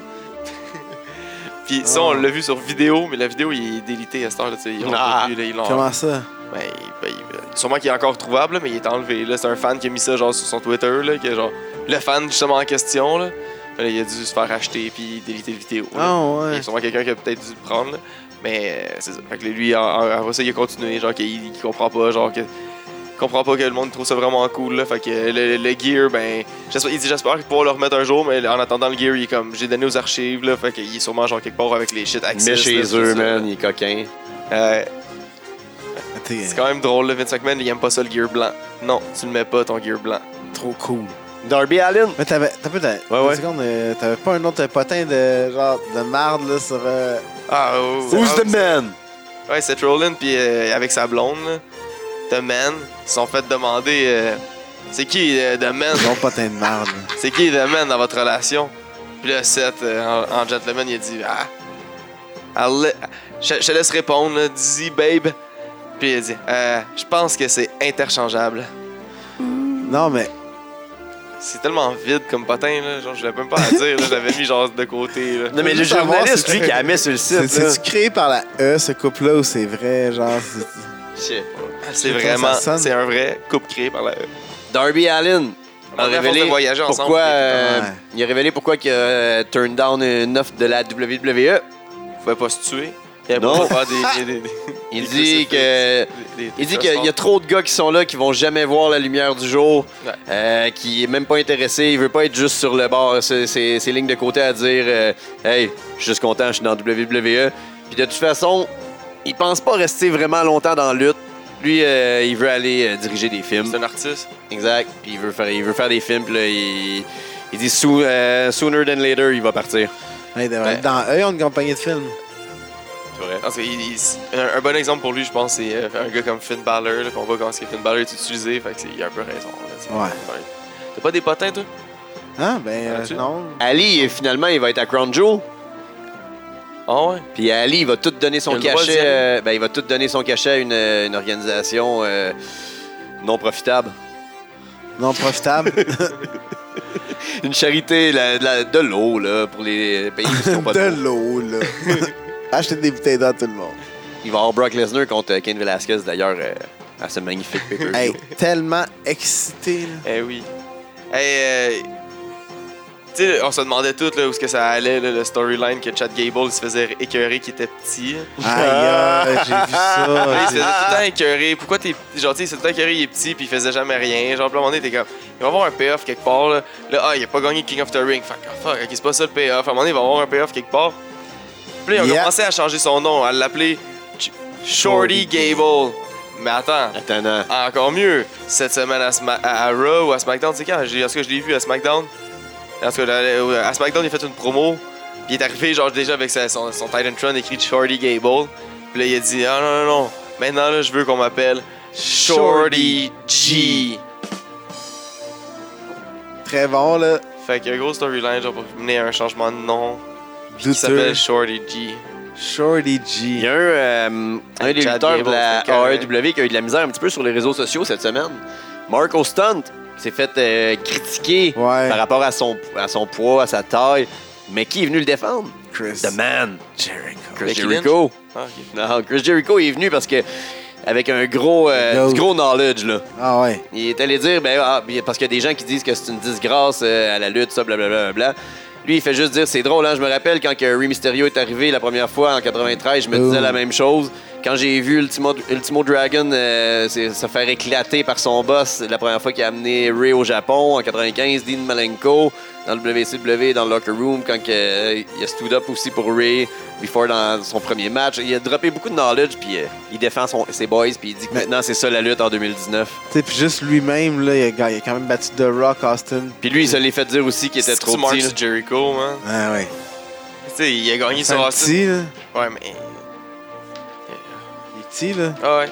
[SPEAKER 2] Puis ça, on
[SPEAKER 3] Ah.
[SPEAKER 2] l'a vu sur vidéo, mais la vidéo, il est délité à cette heure. Là, tu sais, ils l'ont
[SPEAKER 1] Ah.
[SPEAKER 2] pas vu, là, ils l'ont-
[SPEAKER 3] Comment ça?
[SPEAKER 2] Ben, il- ben, il- sûrement qu'il est encore trouvable, là, mais il est enlevé. Là, c'est un fan qui a mis ça genre, sur son Twitter, là, que, genre, le fan justement en question, là, ben, là, il a dû se faire acheter puis déliter la vidéo. là.
[SPEAKER 3] Ah,
[SPEAKER 2] Il y
[SPEAKER 3] ouais.
[SPEAKER 2] a sûrement quelqu'un qui a peut-être dû le prendre, là. mais euh, c'est ça. Fait que lui, en- en- après ça, il a continué, genre qu'il il comprend pas, genre que il comprend pas que le monde trouve ça vraiment cool, là. Fait que euh, le, le gear, ben, j'espère- il dit j'espère pouvoir le remettre un jour, mais en attendant le gear, il est comme j'ai donné aux archives, là. Fait qu'il est sûrement genre quelque part avec les shit access.
[SPEAKER 1] Mais
[SPEAKER 2] là,
[SPEAKER 1] chez
[SPEAKER 2] tout
[SPEAKER 1] eux,
[SPEAKER 2] ça.
[SPEAKER 1] man, il est coquin.
[SPEAKER 2] Euh,
[SPEAKER 3] Ah, T'es
[SPEAKER 2] c'est quand même drôle, le 25 man, il aime pas ça le gear blanc. Non, tu le mets pas ton gear blanc.
[SPEAKER 3] trop cool.
[SPEAKER 1] Darby Allin.
[SPEAKER 3] Mais t'avais... T'as pas... T'as
[SPEAKER 1] Ouais, ouais.
[SPEAKER 3] une seconde, euh, t'avais pas un autre potin de... genre... de marde, là, sur... euh,
[SPEAKER 2] Ah, oh,
[SPEAKER 1] Who's
[SPEAKER 2] ah,
[SPEAKER 1] the man?
[SPEAKER 2] Ouais, Seth Rollins puis euh, avec sa blonde, là, The Man, ils se sont fait demander euh, c'est qui euh, The Man
[SPEAKER 3] Gros potin de marde. là.
[SPEAKER 2] C'est qui The Man dans votre relation Puis là, Seth, euh, en, en gentleman, il a dit Ah, I'll let- je, je te laisse répondre, là. dis-y, babe. Puis il a dit Euh, Je pense que c'est interchangeable.
[SPEAKER 3] Non, mais...
[SPEAKER 2] C'est tellement vide comme potin, là. Genre, je l'avais même pas à dire, là. Je l'avais mis genre de côté, là.
[SPEAKER 1] Non, mais
[SPEAKER 3] Je
[SPEAKER 1] le
[SPEAKER 3] veux savoir,
[SPEAKER 1] journaliste,
[SPEAKER 3] c'est-
[SPEAKER 1] lui, qui a mis sur le
[SPEAKER 3] C'est-
[SPEAKER 1] site. là.
[SPEAKER 3] C'est-tu créé par la E, ce couple-là, ou c'est vrai, genre... c'est-
[SPEAKER 1] Shit.
[SPEAKER 2] C'est
[SPEAKER 3] Putain,
[SPEAKER 2] vraiment,
[SPEAKER 3] ça sonne.
[SPEAKER 2] c'est un vrai couple créé par la.
[SPEAKER 1] Darby Allin a
[SPEAKER 2] On a
[SPEAKER 1] révélé
[SPEAKER 2] de voyager ensemble.
[SPEAKER 1] pourquoi euh,
[SPEAKER 3] Ouais.
[SPEAKER 1] il a révélé pourquoi il a euh, turn down une offre de la E. WWE.
[SPEAKER 2] On pouvait pas se tuer. Il y avait
[SPEAKER 1] Non.
[SPEAKER 2] pas des- des- des-
[SPEAKER 1] Il dit
[SPEAKER 2] des crucifix,
[SPEAKER 1] que
[SPEAKER 2] des- des-
[SPEAKER 1] il
[SPEAKER 2] des
[SPEAKER 1] dit qu'il y a
[SPEAKER 2] sortes.
[SPEAKER 1] trop de gars qui sont là qui vont jamais voir la lumière du jour,
[SPEAKER 2] Ouais.
[SPEAKER 1] euh, qui est même pas intéressé, il veut pas être juste sur le bord, c'est c'est- c'est ligne de côté à dire euh, hey, je suis juste content, je suis dans WWE. Puis de toute façon, il pense pas rester vraiment longtemps dans la lutte. Lui, euh, il veut aller euh, diriger des films.
[SPEAKER 2] C'est un artiste.
[SPEAKER 1] Exact. Puis il veut faire, il veut faire des films. Puis là, il, il dit soo- euh, sooner than later, il va partir.
[SPEAKER 3] Ouais, il devrait
[SPEAKER 2] Ben-
[SPEAKER 3] être dans eux, ils ont une compagnie de films.
[SPEAKER 1] C'est vrai.
[SPEAKER 2] Parce que il- il- c'est- un, un bon exemple pour lui, je pense, c'est euh, un gars comme Finn Balor. là, qu'on voit comment est-ce que Finn Balor est utilisé. Fait que c'est- il a un peu raison. là, tu sais.
[SPEAKER 3] Ouais.
[SPEAKER 2] T'as pas des potins, toi?
[SPEAKER 3] Ah, ben, euh,
[SPEAKER 2] Là-dessus?
[SPEAKER 3] non.
[SPEAKER 1] Ali, et finalement, il va être à Crown Jewel.
[SPEAKER 2] Ah ouais?
[SPEAKER 1] Puis Ali, il va tout donner
[SPEAKER 2] Il a
[SPEAKER 1] son
[SPEAKER 2] le droit d'y
[SPEAKER 1] cachet.
[SPEAKER 2] aller.
[SPEAKER 1] euh, ben, il va tout donner son cachet à une, euh, une organisation euh, non profitable.
[SPEAKER 3] Non profitable.
[SPEAKER 1] Une charité la- de la- de l'eau, là, pour les pays qui sont pas de
[SPEAKER 3] de l'eau, là. Acheter des bouteilles d'eau à tout le monde.
[SPEAKER 1] Il va avoir Brock Lesnar contre euh, Ken Velasquez, d'ailleurs, euh, à ce magnifique pay-per-view.
[SPEAKER 3] Hey, tellement excité, là.
[SPEAKER 2] Eh oui. Eh, euh, tu sais, on se demandait tout là, où est-ce que ça allait, là, le storyline que Chad Gable il se faisait écœurer qui était petit.
[SPEAKER 1] Ah.
[SPEAKER 3] Aïe, aïe, j'ai vu
[SPEAKER 2] Là, il se faisait
[SPEAKER 3] ça.
[SPEAKER 2] tout le temps écœurer. Pourquoi t'es. Genre, tu sais, il se faisait tout le temps écœurer, il est petit, puis il faisait jamais rien. Genre, puis à un moment donné, t'es comme. Il va avoir un payoff quelque part, là. Là, ah, il a pas gagné King of the Ring. Fait que, fuck, ok, c'est pas ça le payoff. À un moment donné, il va avoir un payoff quelque part. Puis là, ils ont
[SPEAKER 3] Yeah.
[SPEAKER 2] commencé à changer son nom, à l'appeler Ch- Shorty
[SPEAKER 3] Shorty
[SPEAKER 2] Gable. Mais attends.
[SPEAKER 1] Attends, non.
[SPEAKER 2] Encore mieux, cette semaine à, Sma- à- à Raw ou à SmackDown, tu sais quand? J'ai- Est-ce que je l'ai vu à SmackDown? En tout cas, là, euh, à SmackDown, il a fait une promo. Puis il est arrivé, genre, déjà avec sa- son, son Titan Tron écrit Shorty Gable. Puis là, il a dit, ah non, non, non, maintenant, là, je veux qu'on m'appelle Shorty G.
[SPEAKER 3] Très bon, là.
[SPEAKER 2] Fait qu'il y a un gros storyline, genre, pour mener à un changement de nom. Qui
[SPEAKER 3] Douteux.
[SPEAKER 2] s'appelle Shorty G.
[SPEAKER 3] Shorty
[SPEAKER 1] Il y
[SPEAKER 3] G.
[SPEAKER 1] a un, euh, un des
[SPEAKER 2] Chad
[SPEAKER 1] lutteurs de la
[SPEAKER 2] Gable, c'est
[SPEAKER 1] AEW qui a eu de la misère un petit peu sur les réseaux sociaux cette semaine. Marco Stunt s'est fait euh, critiquer
[SPEAKER 3] Ouais.
[SPEAKER 1] par rapport à son, à son poids, à sa taille. Mais qui est venu le défendre?
[SPEAKER 3] Chris
[SPEAKER 1] The Man,
[SPEAKER 3] Jericho.
[SPEAKER 1] Chris
[SPEAKER 2] Becky
[SPEAKER 1] Jericho.
[SPEAKER 2] Ah, ok.
[SPEAKER 1] Non, Chris Jericho est venu parce que avec un gros, euh,
[SPEAKER 3] Yo.
[SPEAKER 1] du gros knowledge là.
[SPEAKER 3] Ah ouais.
[SPEAKER 1] Il est allé dire, ben, ah, bien, parce qu'il y a des gens qui disent que c'est une disgrâce euh, à la lutte, ça, blablabla. bla. Lui, il fait juste dire, c'est drôle, hein, je me rappelle quand que Rey Mysterio est arrivé la première fois en 93, je me disais
[SPEAKER 3] Oh.
[SPEAKER 1] la même chose. Quand j'ai vu Ultimo, Ultimo Dragon euh, c'est- se faire éclater par son boss la première fois qu'il a amené Ray au Japon en 95, Dean Malenko dans le WCW, dans le locker room, quand que, euh, il a stood up aussi pour Ray before dans son premier match. Il a droppé beaucoup de knowledge, puis euh, il défend son- ses boys, puis il dit que
[SPEAKER 3] Mais-
[SPEAKER 1] maintenant c'est ça la lutte en 2019.
[SPEAKER 3] Tu sais, puis juste lui-même, là, il a, ga- il a quand même battu The Rock, Austin.
[SPEAKER 1] Puis lui, il se l'est fait dire aussi qu'il était
[SPEAKER 2] C'est-tu
[SPEAKER 1] trop
[SPEAKER 2] Mark
[SPEAKER 1] petit. là.
[SPEAKER 2] Jericho, man.
[SPEAKER 3] Ah ouais.
[SPEAKER 2] Tu sais, il a gagné
[SPEAKER 3] C'est
[SPEAKER 2] sur
[SPEAKER 3] un
[SPEAKER 2] Austin.
[SPEAKER 3] petit, là.
[SPEAKER 2] Ouais, mais.
[SPEAKER 3] Il est petit, là.
[SPEAKER 2] Ah ouais.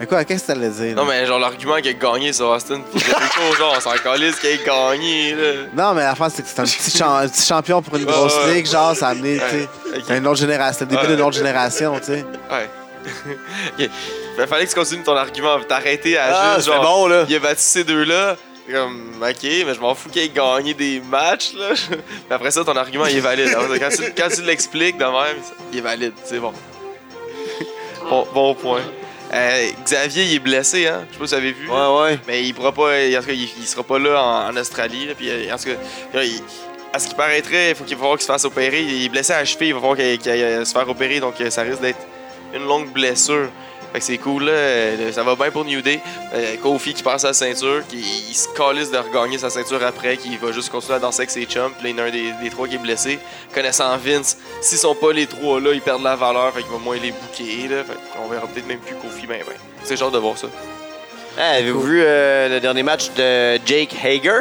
[SPEAKER 3] Mais quoi, qu'est-ce que t'allais dire? là?
[SPEAKER 2] Non, mais genre l'argument qu'il a gagné sur Austin, pis Jericho, genre, on s'en calisse qu'il a gagné, là.
[SPEAKER 3] Non, mais la fin, c'est que c'est un petit, champ- un petit champion pour une grosse
[SPEAKER 2] Ouais, ouais.
[SPEAKER 3] ligue. Genre, ça a amené, tu sais,
[SPEAKER 2] Ok.
[SPEAKER 3] une autre génération. C'est le début
[SPEAKER 2] Ouais.
[SPEAKER 3] d'une autre génération, tu sais.
[SPEAKER 2] Ouais. Ok. Ben, fallait que tu continues ton argument. T'as arrêté à juste,
[SPEAKER 1] c'est
[SPEAKER 2] genre,
[SPEAKER 1] Ah, bon, là.
[SPEAKER 2] il a battu ces deux-là. T'es Comme, ok, mais je m'en fous qu'il ait gagné des matchs, là. Mais après ça, ton argument, il est valide. Alors, Quand tu, quand tu l'expliques de même, il est valide, c'est bon. bon. Bon point. Euh, Xavier, il est blessé, hein. Je sais pas si vous avez vu. là.
[SPEAKER 1] Ouais, ouais.
[SPEAKER 2] Mais il pourra pas. En tout cas, il, il sera pas là en, en Australie. là, puis, euh, en tout cas, là, il- à ce qui paraîtrait, il faut qu'il va falloir qu'il se fasse opérer. Il est blessé à la cheville, il va falloir qu'il qu'il aille euh, se faire opérer. Donc, euh, ça risque d'être une longue blessure. Fait que c'est cool, là. euh, Ça va bien pour New Day. Euh, Kofi qui perd sa ceinture, qui il se calisse de regagner sa ceinture après, qui va juste continuer à danser avec ses chums. Puis là, il y en a un des, des trois qui est blessé. Connaissant Vince, s'ils sont pas les trois là, ils perdent la valeur. Fait qu'il va moins les bouquer, là. Fait qu'on verra peut-être même plus Kofi, ben ben. C'est genre de voir ça.
[SPEAKER 1] Ah, Avez-vous vu euh, le dernier match de Jake Hager?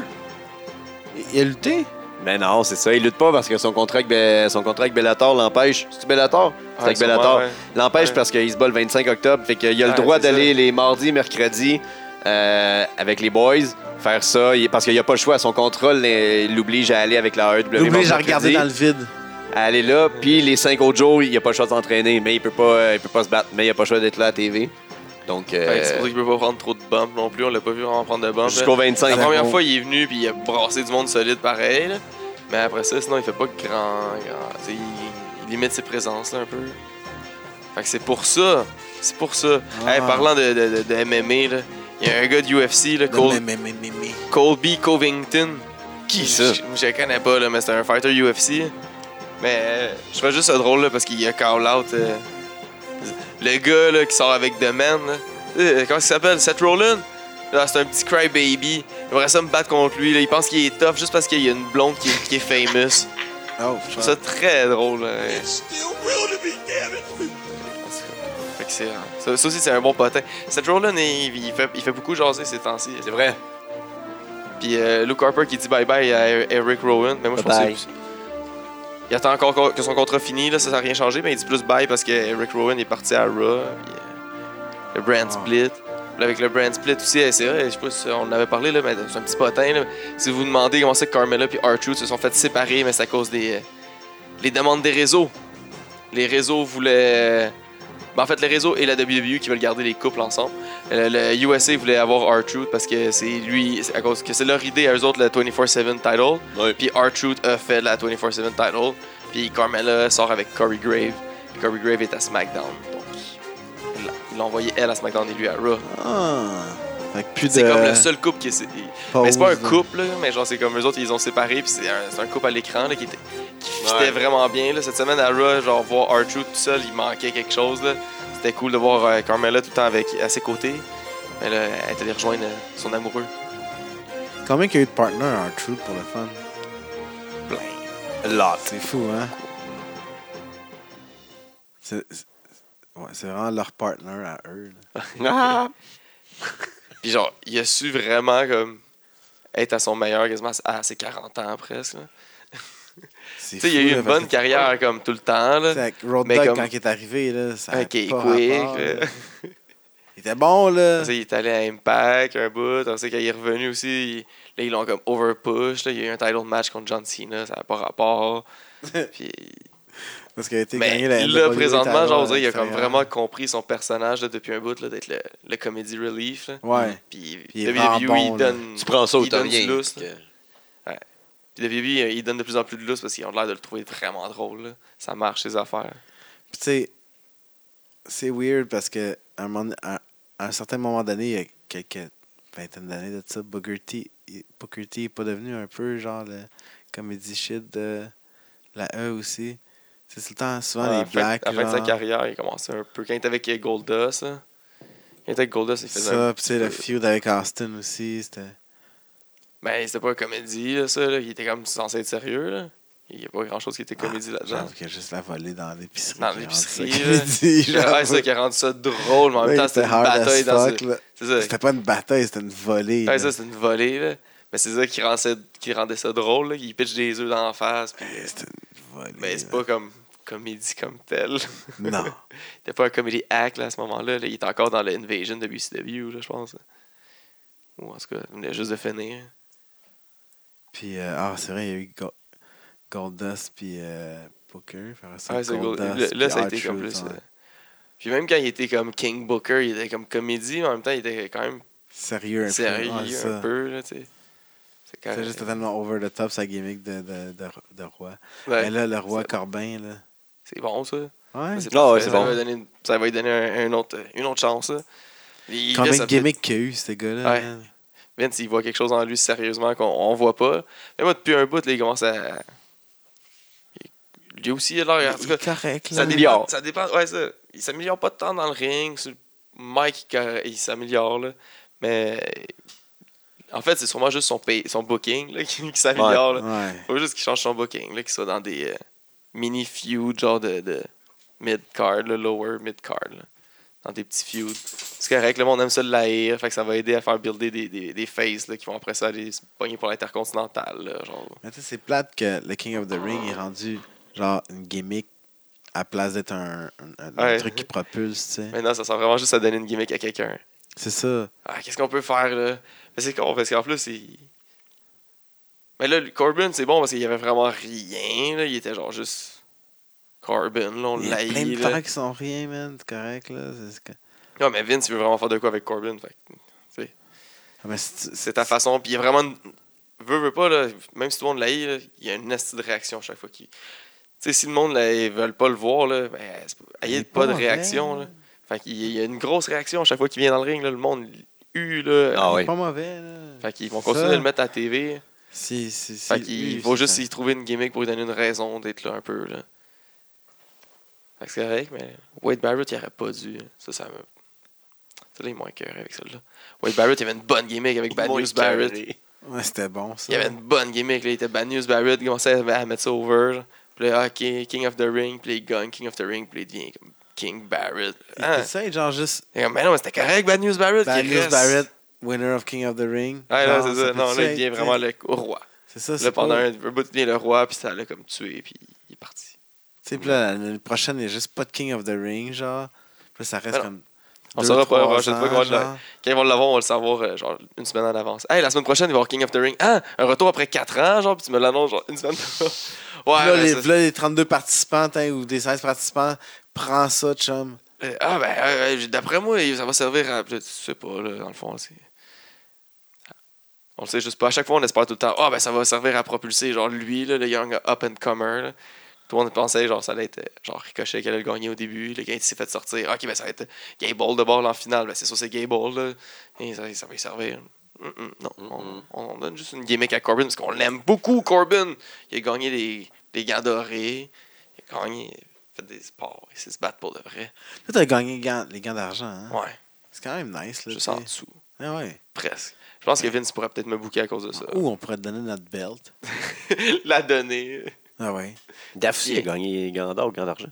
[SPEAKER 3] Il a lutté?
[SPEAKER 1] Mais non, c'est ça. Il lutte pas parce que son contrat avec, Be- son contrat avec Bellator l'empêche. C'est-tu Bellator? C'est avec
[SPEAKER 2] Ouais,
[SPEAKER 1] Bellator.
[SPEAKER 2] sûrement, ouais.
[SPEAKER 1] L'empêche
[SPEAKER 2] Ouais.
[SPEAKER 1] parce qu'il se bat le 25 octobre. Fait qu'il a le
[SPEAKER 2] Ouais,
[SPEAKER 1] droit
[SPEAKER 2] c'est
[SPEAKER 1] d'aller
[SPEAKER 2] ça.
[SPEAKER 1] les mardis, mercredis euh, avec les boys, faire ça. Il- Parce qu'il a pas le choix. Son contrat l'est- l'oblige à aller avec la AEW.
[SPEAKER 3] L'oublie, j'ai
[SPEAKER 1] mardi, mercredi,
[SPEAKER 3] regardé dans le vide.
[SPEAKER 1] à aller là. Puis les cinq autres jours, il a pas le choix d'entraîner. Mais il peut pas, euh, il peut pas se battre. Mais il a pas le choix d'être là à TV. Donc,
[SPEAKER 2] Fait que Ben, C'est
[SPEAKER 1] euh,
[SPEAKER 2] pour ça qu'il hein. peut pas prendre trop de bumps non plus. On l'a pas vu vraiment prendre de bumps.
[SPEAKER 1] jusqu'au
[SPEAKER 2] La
[SPEAKER 1] 25.
[SPEAKER 2] première
[SPEAKER 3] bon.
[SPEAKER 2] fois, il est venu puis il a brassé du monde solide pareil. là. Mais après ça, sinon, il fait pas grand. grand- tu sais, il, il limite ses présences là, un peu. Fait que c'est pour ça. C'est pour ça.
[SPEAKER 3] Ah.
[SPEAKER 2] Hey, parlant de, de, de- de MMA, là, il y a un gars du UFC, là, Col-
[SPEAKER 3] Mais, mais, mais, mais, mais.
[SPEAKER 2] Colby Covington.
[SPEAKER 1] Qui ça?
[SPEAKER 2] Je, je le connais pas, là, mais c'est un fighter UFC. Mais euh, je trouve juste ça drôle là, parce qu'il y a call out. euh, le gars là, qui sort avec The Man. là. Euh, comment il s'appelle Seth Rollin Là, C'est un petit crybaby. Il aimerait ça me battre contre lui. là. Il pense qu'il est tough juste parce qu'il y a une blonde qui, qui est famous.
[SPEAKER 3] Oh,
[SPEAKER 2] Je trouve ça très drôle. là.
[SPEAKER 4] still real to me, damn it!
[SPEAKER 2] Fait que c'est- euh, ça, ça aussi, c'est un bon potin. Seth Rollin, il, il fait, il fait beaucoup jaser ces temps-ci.
[SPEAKER 1] C'est vrai.
[SPEAKER 2] Puis euh, Luke Harper qui dit bye-bye à E- Eric Rowan. Mais moi, je pense que
[SPEAKER 1] Bye-bye.
[SPEAKER 2] c'est- il attend encore co- que son contrat finisse. Là, ça n'a rien changé, mais il dit plus bye parce que Eric Rowan est parti à Raw. puis, euh, le brand
[SPEAKER 3] Ah.
[SPEAKER 2] split. Puis avec le brand split aussi, eh, c'est vrai, je sais pas si on en avait parlé, là, mais c'est un petit potin. là. Si vous vous demandez comment c'est que Carmella et R-Truth se sont fait séparer, mais c'est à cause des euh, les demandes des réseaux. Les réseaux voulaient. Ben, en fait, les réseaux et la WWE qui veulent garder les couples ensemble. Le, le USA voulait avoir R-Truth parce que c'est lui, c'est à cause que c'est leur idée à eux autres, le 24-7 title.
[SPEAKER 1] Ouais.
[SPEAKER 2] Puis R-Truth a fait la 24-7 title. Puis Carmella sort avec Corey Grave. Corey Grave est à SmackDown. Donc, il l'a- il l'a envoyé elle à SmackDown et lui à Raw.
[SPEAKER 3] Ah. Fait que plus
[SPEAKER 2] C'est
[SPEAKER 3] de
[SPEAKER 2] comme le seul couple qui est.
[SPEAKER 3] pause.
[SPEAKER 2] Mais c'est pas un couple, là, mais genre c'est comme eux autres, ils ont séparé, puis c'est un, c'est un couple à l'écran là, qui, était, qui fitait
[SPEAKER 1] Ouais.
[SPEAKER 2] vraiment bien. Là. Cette semaine à Raw, genre voir r tout seul, il manquait quelque chose. là. C'était cool de voir euh, Carmella tout le temps avec, à ses côtés. Mais là, elle est allée rejoindre euh, son amoureux.
[SPEAKER 3] Combien qu'il y a eu de partners en Truth pour le fun?
[SPEAKER 1] Lot.
[SPEAKER 3] C'est fou, hein? C'est c'est- ouais, c'est vraiment leur partner à eux. là.
[SPEAKER 1] Ah!
[SPEAKER 2] Puis genre, il a su vraiment comme être à son meilleur quasiment à ses 40 ans presque. là.
[SPEAKER 3] C'est
[SPEAKER 2] Tu sais, il a
[SPEAKER 3] fou,
[SPEAKER 2] eu
[SPEAKER 3] là,
[SPEAKER 2] une
[SPEAKER 3] parce
[SPEAKER 2] bonne
[SPEAKER 3] que-
[SPEAKER 2] carrière comme tout le temps.
[SPEAKER 3] Tu sais,
[SPEAKER 2] Là.
[SPEAKER 3] Avec Road
[SPEAKER 2] Mais
[SPEAKER 3] Dogg,
[SPEAKER 2] comme-
[SPEAKER 3] quand il est arrivé, là, ça a
[SPEAKER 2] Ok, quick.
[SPEAKER 3] pas rapport,
[SPEAKER 2] là.
[SPEAKER 3] là. Il était bon, là.
[SPEAKER 2] Tu sais, il est allé à Impact un bout. On sait qu'il est revenu aussi. il- Là, ils l'ont comme overpush. Là. Il y a eu un title match contre John Cena. Ça n'a pas rapport. Puis,
[SPEAKER 3] Parce qu'il a été
[SPEAKER 2] mais
[SPEAKER 3] gagné la
[SPEAKER 2] là,
[SPEAKER 3] NWA
[SPEAKER 2] présentement,
[SPEAKER 3] title
[SPEAKER 2] genre, on dirait,
[SPEAKER 3] à
[SPEAKER 2] il a comme
[SPEAKER 3] l'extérieur.
[SPEAKER 2] vraiment compris son personnage là, depuis un bout là, d'être le, le comedy relief. Là.
[SPEAKER 3] Ouais.
[SPEAKER 2] Puis,
[SPEAKER 3] il est
[SPEAKER 2] WWE,
[SPEAKER 3] vraiment bon,
[SPEAKER 2] il
[SPEAKER 3] là.
[SPEAKER 2] donne.
[SPEAKER 1] Tu prends ça au
[SPEAKER 2] il donne
[SPEAKER 1] Tom
[SPEAKER 2] du
[SPEAKER 1] Yang.
[SPEAKER 2] lousse, là. Puis, WWE, il donne de plus en plus de lousse parce qu'ils ont l'air de le trouver vraiment drôle. là. Ça marche, ses affaires.
[SPEAKER 3] Puis, tu sais, c'est weird parce que à un, moment- à- à un certain moment donné, il y a quelques vingtaines d'années de ça, Booker T, il- Booker T est pas devenu un peu genre le comédie shit de la E aussi. Tu sais, C'est le temps, souvent,
[SPEAKER 2] Ah, à la
[SPEAKER 3] les
[SPEAKER 2] fin-
[SPEAKER 3] blacks.
[SPEAKER 2] à la fin de sa
[SPEAKER 3] genre,
[SPEAKER 2] carrière, il commençait un peu. Quand il était avec euh, Goldust, là. quand il était avec Goldust, il faisait un
[SPEAKER 3] Ça, puis tu sais, le feud avec Austin aussi, c'était.
[SPEAKER 2] Ben, c'était pas une comédie, là, ça. Là. Il était comme censé être sérieux. Là. Il n'y a pas grand chose qui était comédie
[SPEAKER 3] Ah,
[SPEAKER 2] là-dedans.
[SPEAKER 3] J'avoue qu'il a juste la volée dans
[SPEAKER 2] Dans
[SPEAKER 3] l'épicerie. qui a rendu
[SPEAKER 2] l'épicerie,
[SPEAKER 3] ça
[SPEAKER 2] là.
[SPEAKER 3] comédie,
[SPEAKER 2] C'est ouais,
[SPEAKER 3] j'avoue.
[SPEAKER 2] ça qui a rendu ça drôle, mais en même
[SPEAKER 3] Ouais,
[SPEAKER 2] temps,
[SPEAKER 3] c'était
[SPEAKER 2] c'était une
[SPEAKER 3] hard as
[SPEAKER 2] bataille dans
[SPEAKER 3] fuck,
[SPEAKER 2] ce-
[SPEAKER 3] là.
[SPEAKER 2] C'est ça.
[SPEAKER 3] C'était pas une bataille, c'était une volée.
[SPEAKER 2] Ouais,
[SPEAKER 3] là.
[SPEAKER 2] ça, c'était une volée, là. Mais c'est ça qui rendait, ça- qui rendait ça drôle, là. Il pitch des œufs dans la face. puis-
[SPEAKER 3] Ouais, C'était une volée.
[SPEAKER 2] Mais c'est
[SPEAKER 3] là.
[SPEAKER 2] pas comme comédie comme telle.
[SPEAKER 3] Non.
[SPEAKER 2] C'était pas un comedy act, là, à ce moment-là. là. Il était encore dans le Invasion de WCW, là, je pense. Ou en tout cas, il venait juste de finir.
[SPEAKER 3] Puis, euh, ah, c'est vrai, il y a eu Go- Goldust puis euh, Booker. Puis après ça,
[SPEAKER 2] Ah, c'est cool.
[SPEAKER 3] Goldust,
[SPEAKER 2] Là, là,
[SPEAKER 3] puis
[SPEAKER 2] ça a été
[SPEAKER 3] R-Truth,
[SPEAKER 2] comme plus.
[SPEAKER 3] ouais.
[SPEAKER 2] euh, Puis même quand il était comme King Booker, il était comme comédie, mais en même temps, il était quand même
[SPEAKER 3] Sérieux un
[SPEAKER 2] sérieux
[SPEAKER 3] peu. ouais, c'est
[SPEAKER 2] un
[SPEAKER 3] ça.
[SPEAKER 2] peu, là, tu sais. C'est quand
[SPEAKER 3] C'est juste totalement over the top, sa gimmick de, de, de, de roi.
[SPEAKER 2] Ouais,
[SPEAKER 3] Mais là, le roi
[SPEAKER 2] c'est-
[SPEAKER 3] Corbin, là.
[SPEAKER 2] C'est bon, ça. C'est
[SPEAKER 3] Ouais.
[SPEAKER 1] Ah
[SPEAKER 2] parfait,
[SPEAKER 1] ouais, c'est
[SPEAKER 2] ça,
[SPEAKER 1] bon.
[SPEAKER 2] va donner, une- ça va lui donner un, un autre, euh, une autre chance, ça. Il,
[SPEAKER 3] Combien
[SPEAKER 2] Vince,
[SPEAKER 3] de
[SPEAKER 2] a fait-
[SPEAKER 3] gimmicks qu'il y a eu, ce gars-là.
[SPEAKER 2] Ouais.
[SPEAKER 3] man?
[SPEAKER 2] Vince, il voit quelque chose en lui sérieusement qu'on on voit pas. Mais moi, depuis un bout, là, il commence à. il- Lui aussi, il a l'air. en tout
[SPEAKER 3] Il
[SPEAKER 2] cas,
[SPEAKER 3] est correct, là.
[SPEAKER 2] Ça dépend,
[SPEAKER 1] Milliard.
[SPEAKER 2] ça dépend. Ouais, ça. Il s'améliore pas de temps dans le ring. sur- Mike, il ca- il s'améliore, là. Mais. En fait, c'est sûrement juste son, pay- son booking là, qui, qui s'améliore. là.
[SPEAKER 3] Ouais.
[SPEAKER 2] Faut juste qu'il change son booking, là, qu'il soit dans des euh, mini feuds, genre de, de mid-card, là, lower mid-card. là. Dans des petits feuds. C'est correct, le monde aime ça de l'haïr, fait que ça va aider à faire builder des, des, des faces là, qui vont après ça aller se pogner pour l'intercontinental. là, genre.
[SPEAKER 3] Mais tu sais, c'est plate que le King of the Ring est rendu genre une gimmick à place d'être un, un- un
[SPEAKER 2] Ouais.
[SPEAKER 3] truc qui propulse, tu sais.
[SPEAKER 2] Maintenant, ça sent vraiment juste à donner une gimmick à quelqu'un.
[SPEAKER 3] C'est ça.
[SPEAKER 2] Ah, qu'est-ce qu'on peut faire là? Mais c'est con parce qu'en plus, il. Mais là, le Corbin, c'est bon parce qu'il y avait vraiment rien. Là. Il était genre juste. Corbin, là, on
[SPEAKER 3] Il y a
[SPEAKER 2] l'a
[SPEAKER 3] plein de talents qui sont rien, man. C'est correct, là. C'est- c'est co-
[SPEAKER 2] Non, mais Vince, il veut vraiment faire de quoi avec Corbin. Fait que
[SPEAKER 3] Ah, mais si tu-
[SPEAKER 2] c'est ta façon. Puis il y a vraiment. une- Veut, veut pas, là, même si tout le monde l'haït, là, il y a une nasty de réaction chaque fois qu'il. Tu sais, si le monde, là, ils veulent pas le voir, là, ben, c'est pas-
[SPEAKER 3] Il
[SPEAKER 2] il y a
[SPEAKER 3] est
[SPEAKER 2] pas
[SPEAKER 3] pas
[SPEAKER 2] de
[SPEAKER 3] mauvais.
[SPEAKER 2] réaction. Là. Fait qu'il y a une grosse réaction à chaque fois qu'il vient dans le ring. Là, le monde hue, là.
[SPEAKER 1] Ah
[SPEAKER 3] il est
[SPEAKER 1] oui.
[SPEAKER 3] pas mauvais, là.
[SPEAKER 2] Fait qu'ils vont continuer
[SPEAKER 3] Ça.
[SPEAKER 2] de le mettre à la TV.
[SPEAKER 3] Si, si, si.
[SPEAKER 2] Fait qu'il
[SPEAKER 3] lui,
[SPEAKER 2] faut
[SPEAKER 3] c'est
[SPEAKER 2] juste
[SPEAKER 3] ça.
[SPEAKER 2] y trouver une gimmick pour lui donner une raison d'être là un peu. Là. Fait que c'est correct, mais Wade Barrett, il aurait pas dû. hein. Ça, ça me. Ça, là, il m'a écoeuré avec celle-là. Wade Barrett, il avait une bonne gimmick avec Bad News Barrett.
[SPEAKER 3] Ouais, c'était bon, ça.
[SPEAKER 2] Il avait une bonne gimmick, là. Il était Bad News Barrett, il commençait à à mettre ça over. genre. Puis là, ok, King of the Ring, puis là, il gagne King of the Ring, puis là, il devient comme King Barrett.
[SPEAKER 3] Il
[SPEAKER 2] Hein?
[SPEAKER 3] essaie, genre, juste.
[SPEAKER 2] Il est comme, mais non, mais c'était correct, Bad News Barrett.
[SPEAKER 3] Bad
[SPEAKER 2] il
[SPEAKER 3] News
[SPEAKER 2] reste.
[SPEAKER 3] Barrett, winner of King of the Ring.
[SPEAKER 2] Ouais, là,
[SPEAKER 3] Genre,
[SPEAKER 2] c'est ça. Non,
[SPEAKER 3] peut-tu
[SPEAKER 2] là, il devient
[SPEAKER 3] être-
[SPEAKER 2] vraiment le roi.
[SPEAKER 3] C'est ça, c'est
[SPEAKER 2] Là, pendant
[SPEAKER 3] pas-
[SPEAKER 2] un, un bout, il devient le roi, puis ça l'a comme tué, puis il est parti.
[SPEAKER 3] Tu sais, puis là, l'année prochaine, il n'y a juste pas de King of the Ring, genre. Puis là, ça reste
[SPEAKER 2] Ben non.
[SPEAKER 3] comme.
[SPEAKER 2] On
[SPEAKER 3] deux,
[SPEAKER 2] saura pas la
[SPEAKER 3] trois
[SPEAKER 2] prochaine
[SPEAKER 3] ans,
[SPEAKER 2] fois qu'on va le-
[SPEAKER 3] genre.
[SPEAKER 2] Quand ils vont l'avoir, on va le savoir euh, genre une semaine en avance. Hey, la semaine prochaine, il va y avoir King of the Ring. Ah, un retour après 4 ans, genre, puis tu me l'annonces genre une semaine. ouais,
[SPEAKER 3] Puis là,
[SPEAKER 2] ben,
[SPEAKER 3] les,
[SPEAKER 2] ça-
[SPEAKER 3] puis là, les 32 participants hein, ou des 16 participants, prends ça, chum.
[SPEAKER 2] euh, ah, ben, euh, euh, d'après moi, ça va servir à. Je sais pas, là, dans le fond, c'est. On le sait juste pas. À chaque fois, on espère tout le temps. Ah, ben, ça va servir à propulser, genre, lui, là, le young up and comer. là. Tout le monde pensait genre ça allait être euh, genre Ricochet qui allait le gagner au début. Le gars il s'est fait sortir. Ah, Ok, ben ça va être Gable de ball en finale. Ben, c'est sûr, c'est Gable. Là. Et ça, ça va y servir. Mm, mm, non,
[SPEAKER 1] Mm-mm.
[SPEAKER 2] on, on donne juste une gimmick à Corbin parce qu'on l'aime beaucoup, Corbin. Il a gagné les, les gants dorés. Il a gagné, il a fait des sports. Il sait se battre pour de vrai.
[SPEAKER 3] Toi, t'as gagné les gants- les gants d'argent. Hein?
[SPEAKER 2] Ouais,
[SPEAKER 3] C'est quand même nice. Là,
[SPEAKER 2] juste en
[SPEAKER 3] tu sais.
[SPEAKER 2] dessous.
[SPEAKER 3] Ah ouais.
[SPEAKER 2] Presque. Je pense que Vince pourrait peut-être me bouquer à cause de ça.
[SPEAKER 3] Ou on pourrait te donner notre belt.
[SPEAKER 2] La donnée.
[SPEAKER 3] Ah ouais.
[SPEAKER 1] Daf aussi a gagné Grand d'or ou Grand d'argent.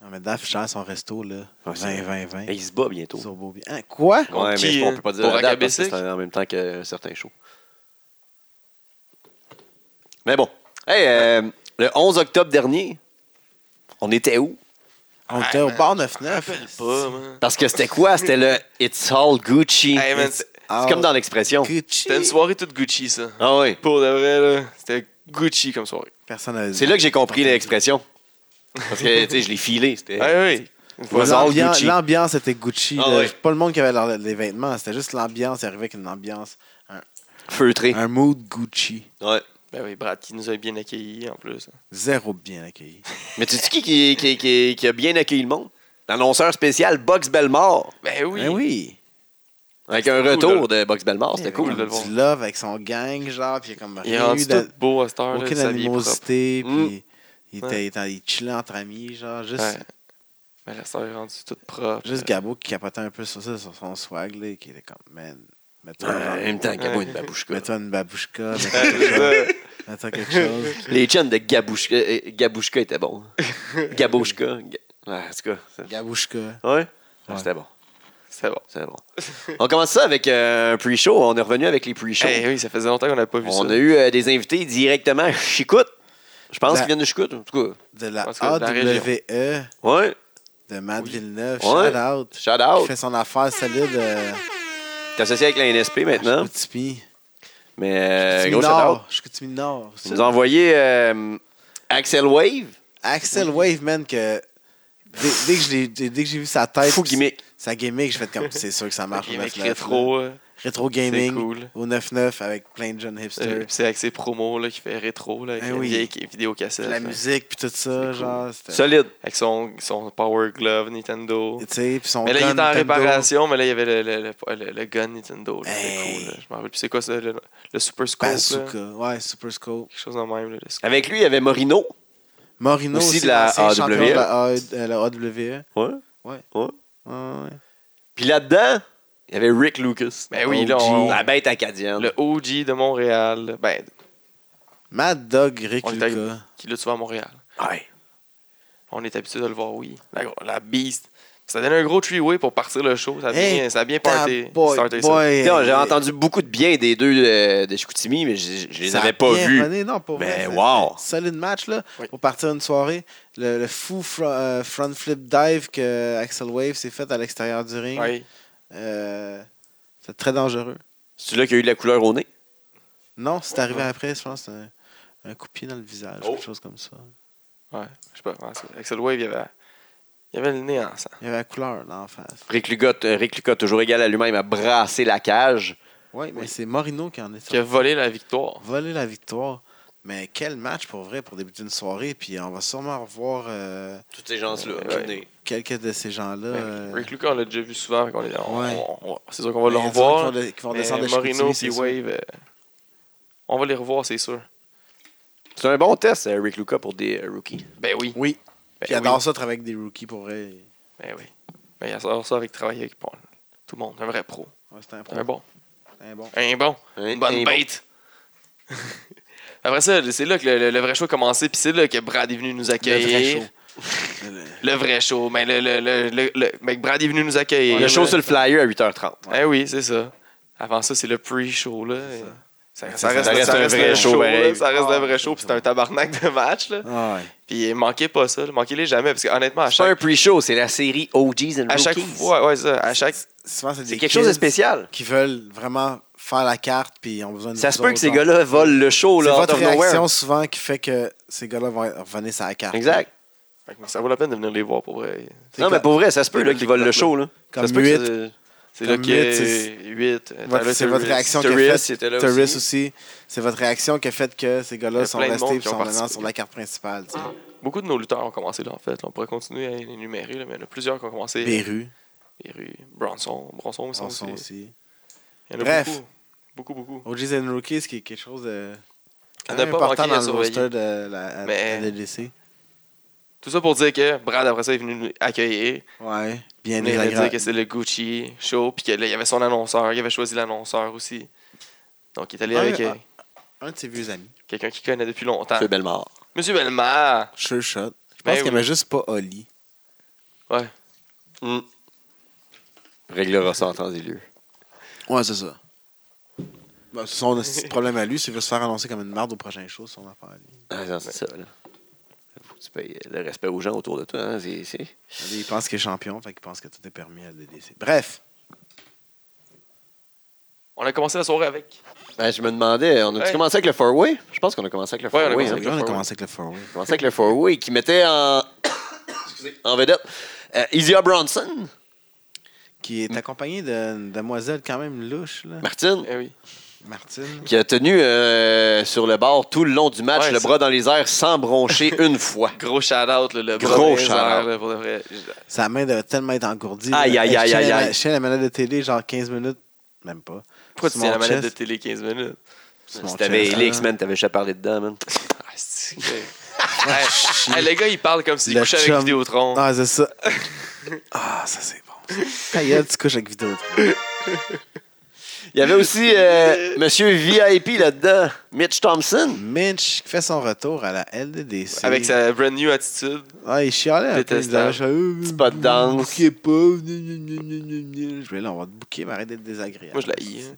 [SPEAKER 3] On met Daf cher son resto, là.
[SPEAKER 1] Ouais, c'est
[SPEAKER 3] 20-20-20.
[SPEAKER 1] Et il se bat bientôt.
[SPEAKER 3] Sur Bobby. Hein, quoi?
[SPEAKER 2] Contre
[SPEAKER 1] Ouais,
[SPEAKER 2] qui,
[SPEAKER 1] mais on peut pas
[SPEAKER 2] euh,
[SPEAKER 1] dire
[SPEAKER 2] pour
[SPEAKER 1] la date parce que
[SPEAKER 2] Akabesic?
[SPEAKER 1] c'est en même temps que certains shows. Mais bon. Hey, euh, le 11 octobre dernier, on était où?
[SPEAKER 3] On
[SPEAKER 2] Ouais,
[SPEAKER 3] était au
[SPEAKER 2] man,
[SPEAKER 3] bar
[SPEAKER 2] Rappelle pas,
[SPEAKER 3] 9-9.
[SPEAKER 2] man.
[SPEAKER 1] Parce que c'était quoi? C'était le It's all Gucci.
[SPEAKER 2] Hey, man,
[SPEAKER 1] c'est
[SPEAKER 2] c'est-
[SPEAKER 3] all
[SPEAKER 1] comme dans l'expression.
[SPEAKER 3] Gucci.
[SPEAKER 2] C'était une soirée toute Gucci, ça.
[SPEAKER 1] Ah oui.
[SPEAKER 2] Pour de vrai, là, c'était Gucci comme soirée.
[SPEAKER 3] Personne n'avait
[SPEAKER 1] C'est là que j'ai compris l'expression. Parce que, tu sais, je l'ai filé. C'était.
[SPEAKER 2] Ouais, Eh oui. Une fois,
[SPEAKER 1] Ouais, ça- all
[SPEAKER 3] L'ambiance
[SPEAKER 1] Gucci.
[SPEAKER 3] l'ambiance était Gucci.
[SPEAKER 1] Ah
[SPEAKER 3] là.
[SPEAKER 1] ouais.
[SPEAKER 3] C'est Pas le monde qui avait leur- les vêtements, c'était juste l'ambiance. Il arrivait avec une ambiance,
[SPEAKER 1] Feutré.
[SPEAKER 3] un mood Gucci.
[SPEAKER 1] Ouais.
[SPEAKER 2] Ben oui, Brad qui nous a bien accueillis en plus.
[SPEAKER 3] Zéro bien accueilli.
[SPEAKER 1] Mais tu sais qui, qui, qui, qui- qui a bien accueilli le monde? L'annonceur spécial Box Belmore.
[SPEAKER 2] Ben oui.
[SPEAKER 3] Ben oui.
[SPEAKER 1] Avec un
[SPEAKER 2] cool,
[SPEAKER 1] retour de Box Belmore. C'était
[SPEAKER 3] Avec
[SPEAKER 1] cool.
[SPEAKER 2] de le voir.
[SPEAKER 3] Du love avec son gang, genre, puis il a comme
[SPEAKER 2] Il est
[SPEAKER 3] rien
[SPEAKER 2] rendu
[SPEAKER 3] eu d'a-
[SPEAKER 2] tout beau à cette heure. là,
[SPEAKER 3] aucune
[SPEAKER 2] sa vie est propre.
[SPEAKER 3] animosité,
[SPEAKER 1] Mm.
[SPEAKER 3] puis il était,
[SPEAKER 2] Ouais.
[SPEAKER 3] il était- il chillait entre amis, genre, juste,
[SPEAKER 2] Ouais. Ben la sœur est rendue toute propre.
[SPEAKER 3] juste Gabo qui capotait un peu sur ça, sur son swag, là, qui était comme, man, mets-toi
[SPEAKER 1] Ouais, en
[SPEAKER 3] un-
[SPEAKER 1] même temps, Gabo une babouchka.
[SPEAKER 3] mets-toi une
[SPEAKER 2] Ouais,
[SPEAKER 3] babouchka, mets-toi quelque
[SPEAKER 2] Euh, c'est
[SPEAKER 3] chose,
[SPEAKER 2] ça.
[SPEAKER 3] mets-toi quelque chose.
[SPEAKER 1] Les chants de Gabouchka, euh, Gabouchka étaient bons. hein. Gabouchka. Ga- Ouais, en tout cas. ça-
[SPEAKER 3] Gabouchka.
[SPEAKER 1] Ouais? Ah, C'était bon.
[SPEAKER 2] C'est bon.
[SPEAKER 1] C'était bon. On commence ça avec euh, un pre-show. On est revenu avec les pre-shows.
[SPEAKER 2] Eh oui, ça faisait longtemps qu'on n'a pas vu ça.
[SPEAKER 1] On a eu euh, des invités directement à Chicoute. Je pense
[SPEAKER 3] La-
[SPEAKER 1] qu'ils viennent de Chicoute. En tout cas,
[SPEAKER 3] De la
[SPEAKER 2] En tout cas, de la
[SPEAKER 3] AWE
[SPEAKER 1] ouais.
[SPEAKER 3] de Matt
[SPEAKER 2] Oui.
[SPEAKER 3] Villeneuve,
[SPEAKER 1] Ouais.
[SPEAKER 3] shout out.
[SPEAKER 1] Shout
[SPEAKER 3] Qui
[SPEAKER 1] out.
[SPEAKER 3] fait son affaire solide euh,
[SPEAKER 1] T'es associé avec la NSP maintenant.
[SPEAKER 3] au Tipeee.
[SPEAKER 1] Mais Hein? euh, gros shout out.
[SPEAKER 3] Nord. Chicoutimi Nord.
[SPEAKER 1] Ils nous ont envoyé euh, Axel Wave.
[SPEAKER 3] Axel Wave, man, que dès, dès que je l'ai- dès dès que j'ai vu sa tête,
[SPEAKER 1] Fou gimmick.
[SPEAKER 3] sa gimmick, je fais comme c'est sûr que ça marche
[SPEAKER 2] Il
[SPEAKER 3] au
[SPEAKER 2] m'a
[SPEAKER 3] 9-9.
[SPEAKER 2] écrit rétro. euh,
[SPEAKER 3] là. Rétro
[SPEAKER 2] C'est
[SPEAKER 3] gaming
[SPEAKER 2] cool.
[SPEAKER 3] au 9-9 avec plein de jeunes hipsters.
[SPEAKER 2] Euh, puis c'est Eh avec ses promos là, qui fait rétro, là, avec
[SPEAKER 3] Ben
[SPEAKER 2] une
[SPEAKER 3] oui.
[SPEAKER 2] vieille qui- vidéocassette. là.
[SPEAKER 3] la musique, puis tout ça,
[SPEAKER 2] cool.
[SPEAKER 3] genre. c'était-
[SPEAKER 1] Solide.
[SPEAKER 2] Avec son, son Power Glove Nintendo.
[SPEAKER 3] Tu sais, puis son
[SPEAKER 2] Mais là, il
[SPEAKER 3] gun
[SPEAKER 2] était en
[SPEAKER 3] Nintendo.
[SPEAKER 2] réparation, mais là, il y avait le, le, le- le- le gun Nintendo. là,
[SPEAKER 3] Hey.
[SPEAKER 2] C'était cool. là. Je m'en rappelle plus c'est quoi ça, le, le Super Scope. là. Quelque
[SPEAKER 3] Bazooka. Ouais, Super Scope.
[SPEAKER 2] chose de même. Là, le scope.
[SPEAKER 1] Avec lui, il y avait Morino.
[SPEAKER 3] Morino
[SPEAKER 1] Aussi
[SPEAKER 3] aussi,
[SPEAKER 1] de la
[SPEAKER 3] l'ancien champion
[SPEAKER 1] AWE.
[SPEAKER 3] de la, A- euh, la AWE.
[SPEAKER 1] Ouais.
[SPEAKER 3] Ouais.
[SPEAKER 1] ouais.
[SPEAKER 3] Ouais, ouais.
[SPEAKER 1] Puis là-dedans, il y avait Rick Lucas.
[SPEAKER 2] Ben oui,
[SPEAKER 1] OG,
[SPEAKER 2] là, on-
[SPEAKER 1] La bête acadienne.
[SPEAKER 2] Le OG de Montréal. Ben,
[SPEAKER 3] Mad Dog, Rick
[SPEAKER 2] On est allé-
[SPEAKER 3] Lucas.
[SPEAKER 2] qui l'a souvent à Montréal.
[SPEAKER 1] Ouais.
[SPEAKER 2] On est habitué de le voir, oui. La, gro- la beast. Ça donne un gros three-way pour partir le show. Ça a bien,
[SPEAKER 3] Hey,
[SPEAKER 2] ça a bien
[SPEAKER 3] Ta
[SPEAKER 2] parté.
[SPEAKER 3] boy,
[SPEAKER 2] starté ça.
[SPEAKER 3] boy.
[SPEAKER 1] Tu sais, J'ai entendu beaucoup de bien des deux euh, de Chicoutimi, mais je, je les
[SPEAKER 3] Ça a
[SPEAKER 1] avais pas
[SPEAKER 3] bien
[SPEAKER 1] vus.
[SPEAKER 3] runné, non, pour
[SPEAKER 1] Mais
[SPEAKER 3] vrai, c'est-
[SPEAKER 1] wow!
[SPEAKER 3] solide match là,
[SPEAKER 2] Oui.
[SPEAKER 3] pour partir une soirée. Le, le fou fro- euh, front flip dive que Axel Wave s'est fait à l'extérieur du ring.
[SPEAKER 2] Ouais.
[SPEAKER 3] Euh, c'est très dangereux.
[SPEAKER 1] C'est là qu'il y a eu de la couleur au nez.
[SPEAKER 3] Non, c'est arrivé après, je pense, un, un coup de pied dans le visage,
[SPEAKER 1] Oh.
[SPEAKER 3] quelque chose comme ça.
[SPEAKER 2] Ouais. Je sais pas. ouais, c'est- Axel Wave, il y avait, il y avait le nez en sang.
[SPEAKER 3] Il y avait la couleur là en face.
[SPEAKER 1] Rick Lucas, euh, Rick Lucas, toujours égal à lui-même, a brassé la cage.
[SPEAKER 3] Oui, mais
[SPEAKER 2] Oui.
[SPEAKER 3] c'est Morino qui en est
[SPEAKER 2] Qui a
[SPEAKER 3] sorti.
[SPEAKER 2] volé la victoire.
[SPEAKER 3] Voler la victoire. Mais quel match pour vrai pour débuter une soirée. Puis on va sûrement revoir euh,
[SPEAKER 1] Toutes ces gens-là.
[SPEAKER 2] Ouais.
[SPEAKER 1] amenés.
[SPEAKER 3] quelques de ces gens-là.
[SPEAKER 2] Ben,
[SPEAKER 3] euh, Ben,
[SPEAKER 2] Rick Lucas, on l'a déjà vu souvent. fait qu'on est- on-
[SPEAKER 3] Ouais.
[SPEAKER 2] on- on- C'est sûr qu'on va le
[SPEAKER 3] mais
[SPEAKER 2] revoir.
[SPEAKER 3] disons qu'ils vont de- qu'ils vont
[SPEAKER 2] Mais
[SPEAKER 3] descendre de
[SPEAKER 2] Morino
[SPEAKER 3] Chicoutimi, c'est
[SPEAKER 2] et
[SPEAKER 3] sûr.
[SPEAKER 2] Wave, euh, on va les revoir, c'est sûr.
[SPEAKER 1] C'est un bon test, euh, Rick Lucas, pour des euh, rookies.
[SPEAKER 2] Ben oui.
[SPEAKER 3] Oui.
[SPEAKER 2] Ben
[SPEAKER 3] Puis il
[SPEAKER 2] oui.
[SPEAKER 3] adore ça travailler avec des rookies pour vrai.
[SPEAKER 2] Ben oui. Ben, il adore ça avec travailler avec Paul. Tout le monde, un vrai pro.
[SPEAKER 3] Ouais, c'était un pro.
[SPEAKER 2] Un bon.
[SPEAKER 3] c'était un bon.
[SPEAKER 2] Un bon.
[SPEAKER 1] Un-
[SPEAKER 2] Une bonne
[SPEAKER 1] un bon.
[SPEAKER 2] bête. Après ça, c'est là que le, le- le vrai show a commencé, puis c'est là que Brad est venu nous accueillir. Le vrai show. Mais le, le, le, le- le- mais que Brad est venu nous accueillir.
[SPEAKER 1] Le show sur le flyer à 8h30.
[SPEAKER 2] Eh oui, c'est ça. Avant ça, c'est le pre-show, là. Ça, ça
[SPEAKER 3] Ça
[SPEAKER 2] reste,
[SPEAKER 1] reste
[SPEAKER 2] ça
[SPEAKER 1] un
[SPEAKER 2] reste
[SPEAKER 1] vrai
[SPEAKER 2] le
[SPEAKER 1] show,
[SPEAKER 2] show,
[SPEAKER 1] pareil.
[SPEAKER 2] là. Ça reste
[SPEAKER 3] Ah,
[SPEAKER 2] un vrai show, puis c'est un tabarnak de match, là.
[SPEAKER 3] Ah ouais.
[SPEAKER 2] Puis manquez pas ça, là. manquez-les jamais, parce que honnêtement, à
[SPEAKER 1] C'est pas
[SPEAKER 2] chaque,
[SPEAKER 1] un pre-show, c'est la série OGs and
[SPEAKER 2] à chaque
[SPEAKER 1] Rookies.
[SPEAKER 2] fois, ouais, ça, à chaque,
[SPEAKER 3] Souvent, c'est
[SPEAKER 1] C'est
[SPEAKER 3] des
[SPEAKER 1] quelque chose de
[SPEAKER 3] kids
[SPEAKER 1] spécial.
[SPEAKER 3] qui veulent vraiment faire la carte puis ils ont besoin de
[SPEAKER 1] Ça
[SPEAKER 3] vous
[SPEAKER 1] se peut
[SPEAKER 3] autres,
[SPEAKER 1] que ces
[SPEAKER 3] genre.
[SPEAKER 1] gars-là volent le show,
[SPEAKER 3] C'est
[SPEAKER 1] là, out
[SPEAKER 3] votre
[SPEAKER 1] of
[SPEAKER 3] réaction
[SPEAKER 1] nowhere.
[SPEAKER 3] souvent qui fait que ces gars-là vont revenir sur la carte.
[SPEAKER 1] Exact.
[SPEAKER 2] Fait que ça vaut la peine de venir les voir pour vrai.
[SPEAKER 1] Non, mais pour vrai, ça se peut là, qu'ils volent le show. Là.
[SPEAKER 3] Comme
[SPEAKER 1] ça se peut que
[SPEAKER 3] huit.
[SPEAKER 1] ça-
[SPEAKER 2] C'est là
[SPEAKER 3] Comme
[SPEAKER 2] que euh, 8,
[SPEAKER 3] huit,
[SPEAKER 2] 8
[SPEAKER 3] c'est- Votre- C'est votre réaction qui a
[SPEAKER 1] Turris,
[SPEAKER 3] fait.
[SPEAKER 1] c'était là
[SPEAKER 3] Turris
[SPEAKER 1] aussi.
[SPEAKER 3] aussi. C'est votre réaction qui a fait que ces
[SPEAKER 2] Il y
[SPEAKER 3] gars-là
[SPEAKER 2] a
[SPEAKER 3] sont
[SPEAKER 2] plein de monde
[SPEAKER 3] restés et
[SPEAKER 2] qui ont
[SPEAKER 3] sont maintenant
[SPEAKER 2] participé. Ah.
[SPEAKER 3] sur la carte principale. tu sais.
[SPEAKER 2] Beaucoup de nos lutteurs ont commencé là, en fait. là. on pourrait continuer à énumérer, là, mais il y en a plusieurs qui ont commencé.
[SPEAKER 3] Beru,
[SPEAKER 2] Beru, Bronson, Bronson, aussi.
[SPEAKER 3] Sanson
[SPEAKER 2] aussi.
[SPEAKER 3] aussi.
[SPEAKER 2] Il y en a
[SPEAKER 3] Bref.
[SPEAKER 2] beaucoup. Beaucoup, beaucoup.
[SPEAKER 3] OGs and Rookies, qui est quelque chose de.
[SPEAKER 2] On
[SPEAKER 3] quand
[SPEAKER 2] n'a
[SPEAKER 3] même
[SPEAKER 2] pas
[SPEAKER 3] Ah,
[SPEAKER 2] manqué
[SPEAKER 3] important
[SPEAKER 2] à
[SPEAKER 3] dans le
[SPEAKER 2] surveiller.
[SPEAKER 3] roster de la,
[SPEAKER 2] Mais-
[SPEAKER 3] la LDC.
[SPEAKER 2] Tout ça pour dire que Brad, après ça, est venu nous accueillir.
[SPEAKER 3] Ouais. Bien
[SPEAKER 2] Il a
[SPEAKER 3] désagréable.
[SPEAKER 2] dit que c'est le Gucci show, puis qu'il y avait son annonceur. Il avait choisi l'annonceur aussi. Donc, il est allé
[SPEAKER 3] Ah,
[SPEAKER 2] avec
[SPEAKER 3] ah.
[SPEAKER 2] euh,
[SPEAKER 3] Un de ses vieux amis.
[SPEAKER 2] quelqu'un qu'il connaît depuis longtemps.
[SPEAKER 1] C'est Bellemare.
[SPEAKER 2] Monsieur Bellemare!
[SPEAKER 3] Sure shot. Je pense
[SPEAKER 2] Ben
[SPEAKER 3] qu'il
[SPEAKER 2] oui.
[SPEAKER 3] aimait juste pas Oli.
[SPEAKER 1] Réglera ça en temps et lieu.
[SPEAKER 3] Ouais, c'est ça. Bah, son petit problème à lui, c'est qu'il veut se faire annoncer comme une merde au prochain show, son affaire. à lui.
[SPEAKER 1] Ah, non, c'est ça, là. Faut que tu payes euh, le respect aux gens autour de toi. Hein? C'est, c'est...
[SPEAKER 3] Lui, Il pense qu'il est champion, fait qu'il pense que tout est permis à la LDC. Bref.
[SPEAKER 2] On a commencé la soirée avec.
[SPEAKER 1] Ben, je me demandais, on a-tu
[SPEAKER 2] Ouais.
[SPEAKER 1] commencé avec le four-way? Je pense qu'on a commencé avec le
[SPEAKER 2] Ouais, on a
[SPEAKER 1] four-way.
[SPEAKER 2] commencé
[SPEAKER 1] hein.
[SPEAKER 2] avec
[SPEAKER 3] on a
[SPEAKER 2] le
[SPEAKER 3] commencé avec le four
[SPEAKER 1] On a commencé avec le four-way qui mettait en, en vedette euh, Izzy Bronson,
[SPEAKER 3] Qui
[SPEAKER 2] Mm.
[SPEAKER 3] est accompagné d'une demoiselle quand même louche, là.
[SPEAKER 1] Martine,
[SPEAKER 2] Eh oui.
[SPEAKER 3] Martine.
[SPEAKER 1] qui a tenu euh, sur le bord tout le long du match,
[SPEAKER 2] Ouais,
[SPEAKER 1] le
[SPEAKER 2] ça-
[SPEAKER 1] bras dans les airs, sans broncher une fois.
[SPEAKER 2] Gros shout-out, là, le
[SPEAKER 1] Gros
[SPEAKER 2] bras dans les
[SPEAKER 1] shout-out.
[SPEAKER 2] airs, là, pour de vrai. Je-
[SPEAKER 3] Sa main devait tellement être engourdie. là.
[SPEAKER 1] Aïe, aïe,
[SPEAKER 3] Elle
[SPEAKER 1] aïe,
[SPEAKER 3] chien
[SPEAKER 1] aïe,
[SPEAKER 3] la-
[SPEAKER 1] aïe.
[SPEAKER 3] chien la manette de télé, genre 15 minutes. Même pas.
[SPEAKER 2] Pourquoi tu
[SPEAKER 3] Sur
[SPEAKER 2] tiens la
[SPEAKER 3] mon
[SPEAKER 2] manette de
[SPEAKER 3] chest.
[SPEAKER 2] télé 15 minutes?
[SPEAKER 3] Sur
[SPEAKER 1] Si
[SPEAKER 3] mon
[SPEAKER 1] t'avais
[SPEAKER 3] chest, hein.
[SPEAKER 1] les
[SPEAKER 3] là.
[SPEAKER 1] X-Men, t'avais déjà parlé dedans, man.
[SPEAKER 2] Ah, c'est- Hey, hey, le gars, il parle comme s'il
[SPEAKER 3] Le
[SPEAKER 2] couchait avec
[SPEAKER 3] chum.
[SPEAKER 2] Vidéotron.
[SPEAKER 3] Ah, c'est ça. ah, ça, c'est bon. Ta gueule, tu couches avec vidéo.
[SPEAKER 1] Il y avait aussi euh, Monsieur VIP là-dedans, Mitch Thompson.
[SPEAKER 3] Minch qui fait son retour à la LDDC.
[SPEAKER 2] Avec sa brand new attitude.
[SPEAKER 3] Ah, il chialait un peu. Il
[SPEAKER 2] Détestable.
[SPEAKER 3] disait, euh,
[SPEAKER 1] Petit pas de danse.
[SPEAKER 3] bouquez pas. gna, gna, gna, gna, gna, gna. Je vais là, on va te bouquer, mais arrête d'être désagréable.
[SPEAKER 2] Moi, je la hais, hein.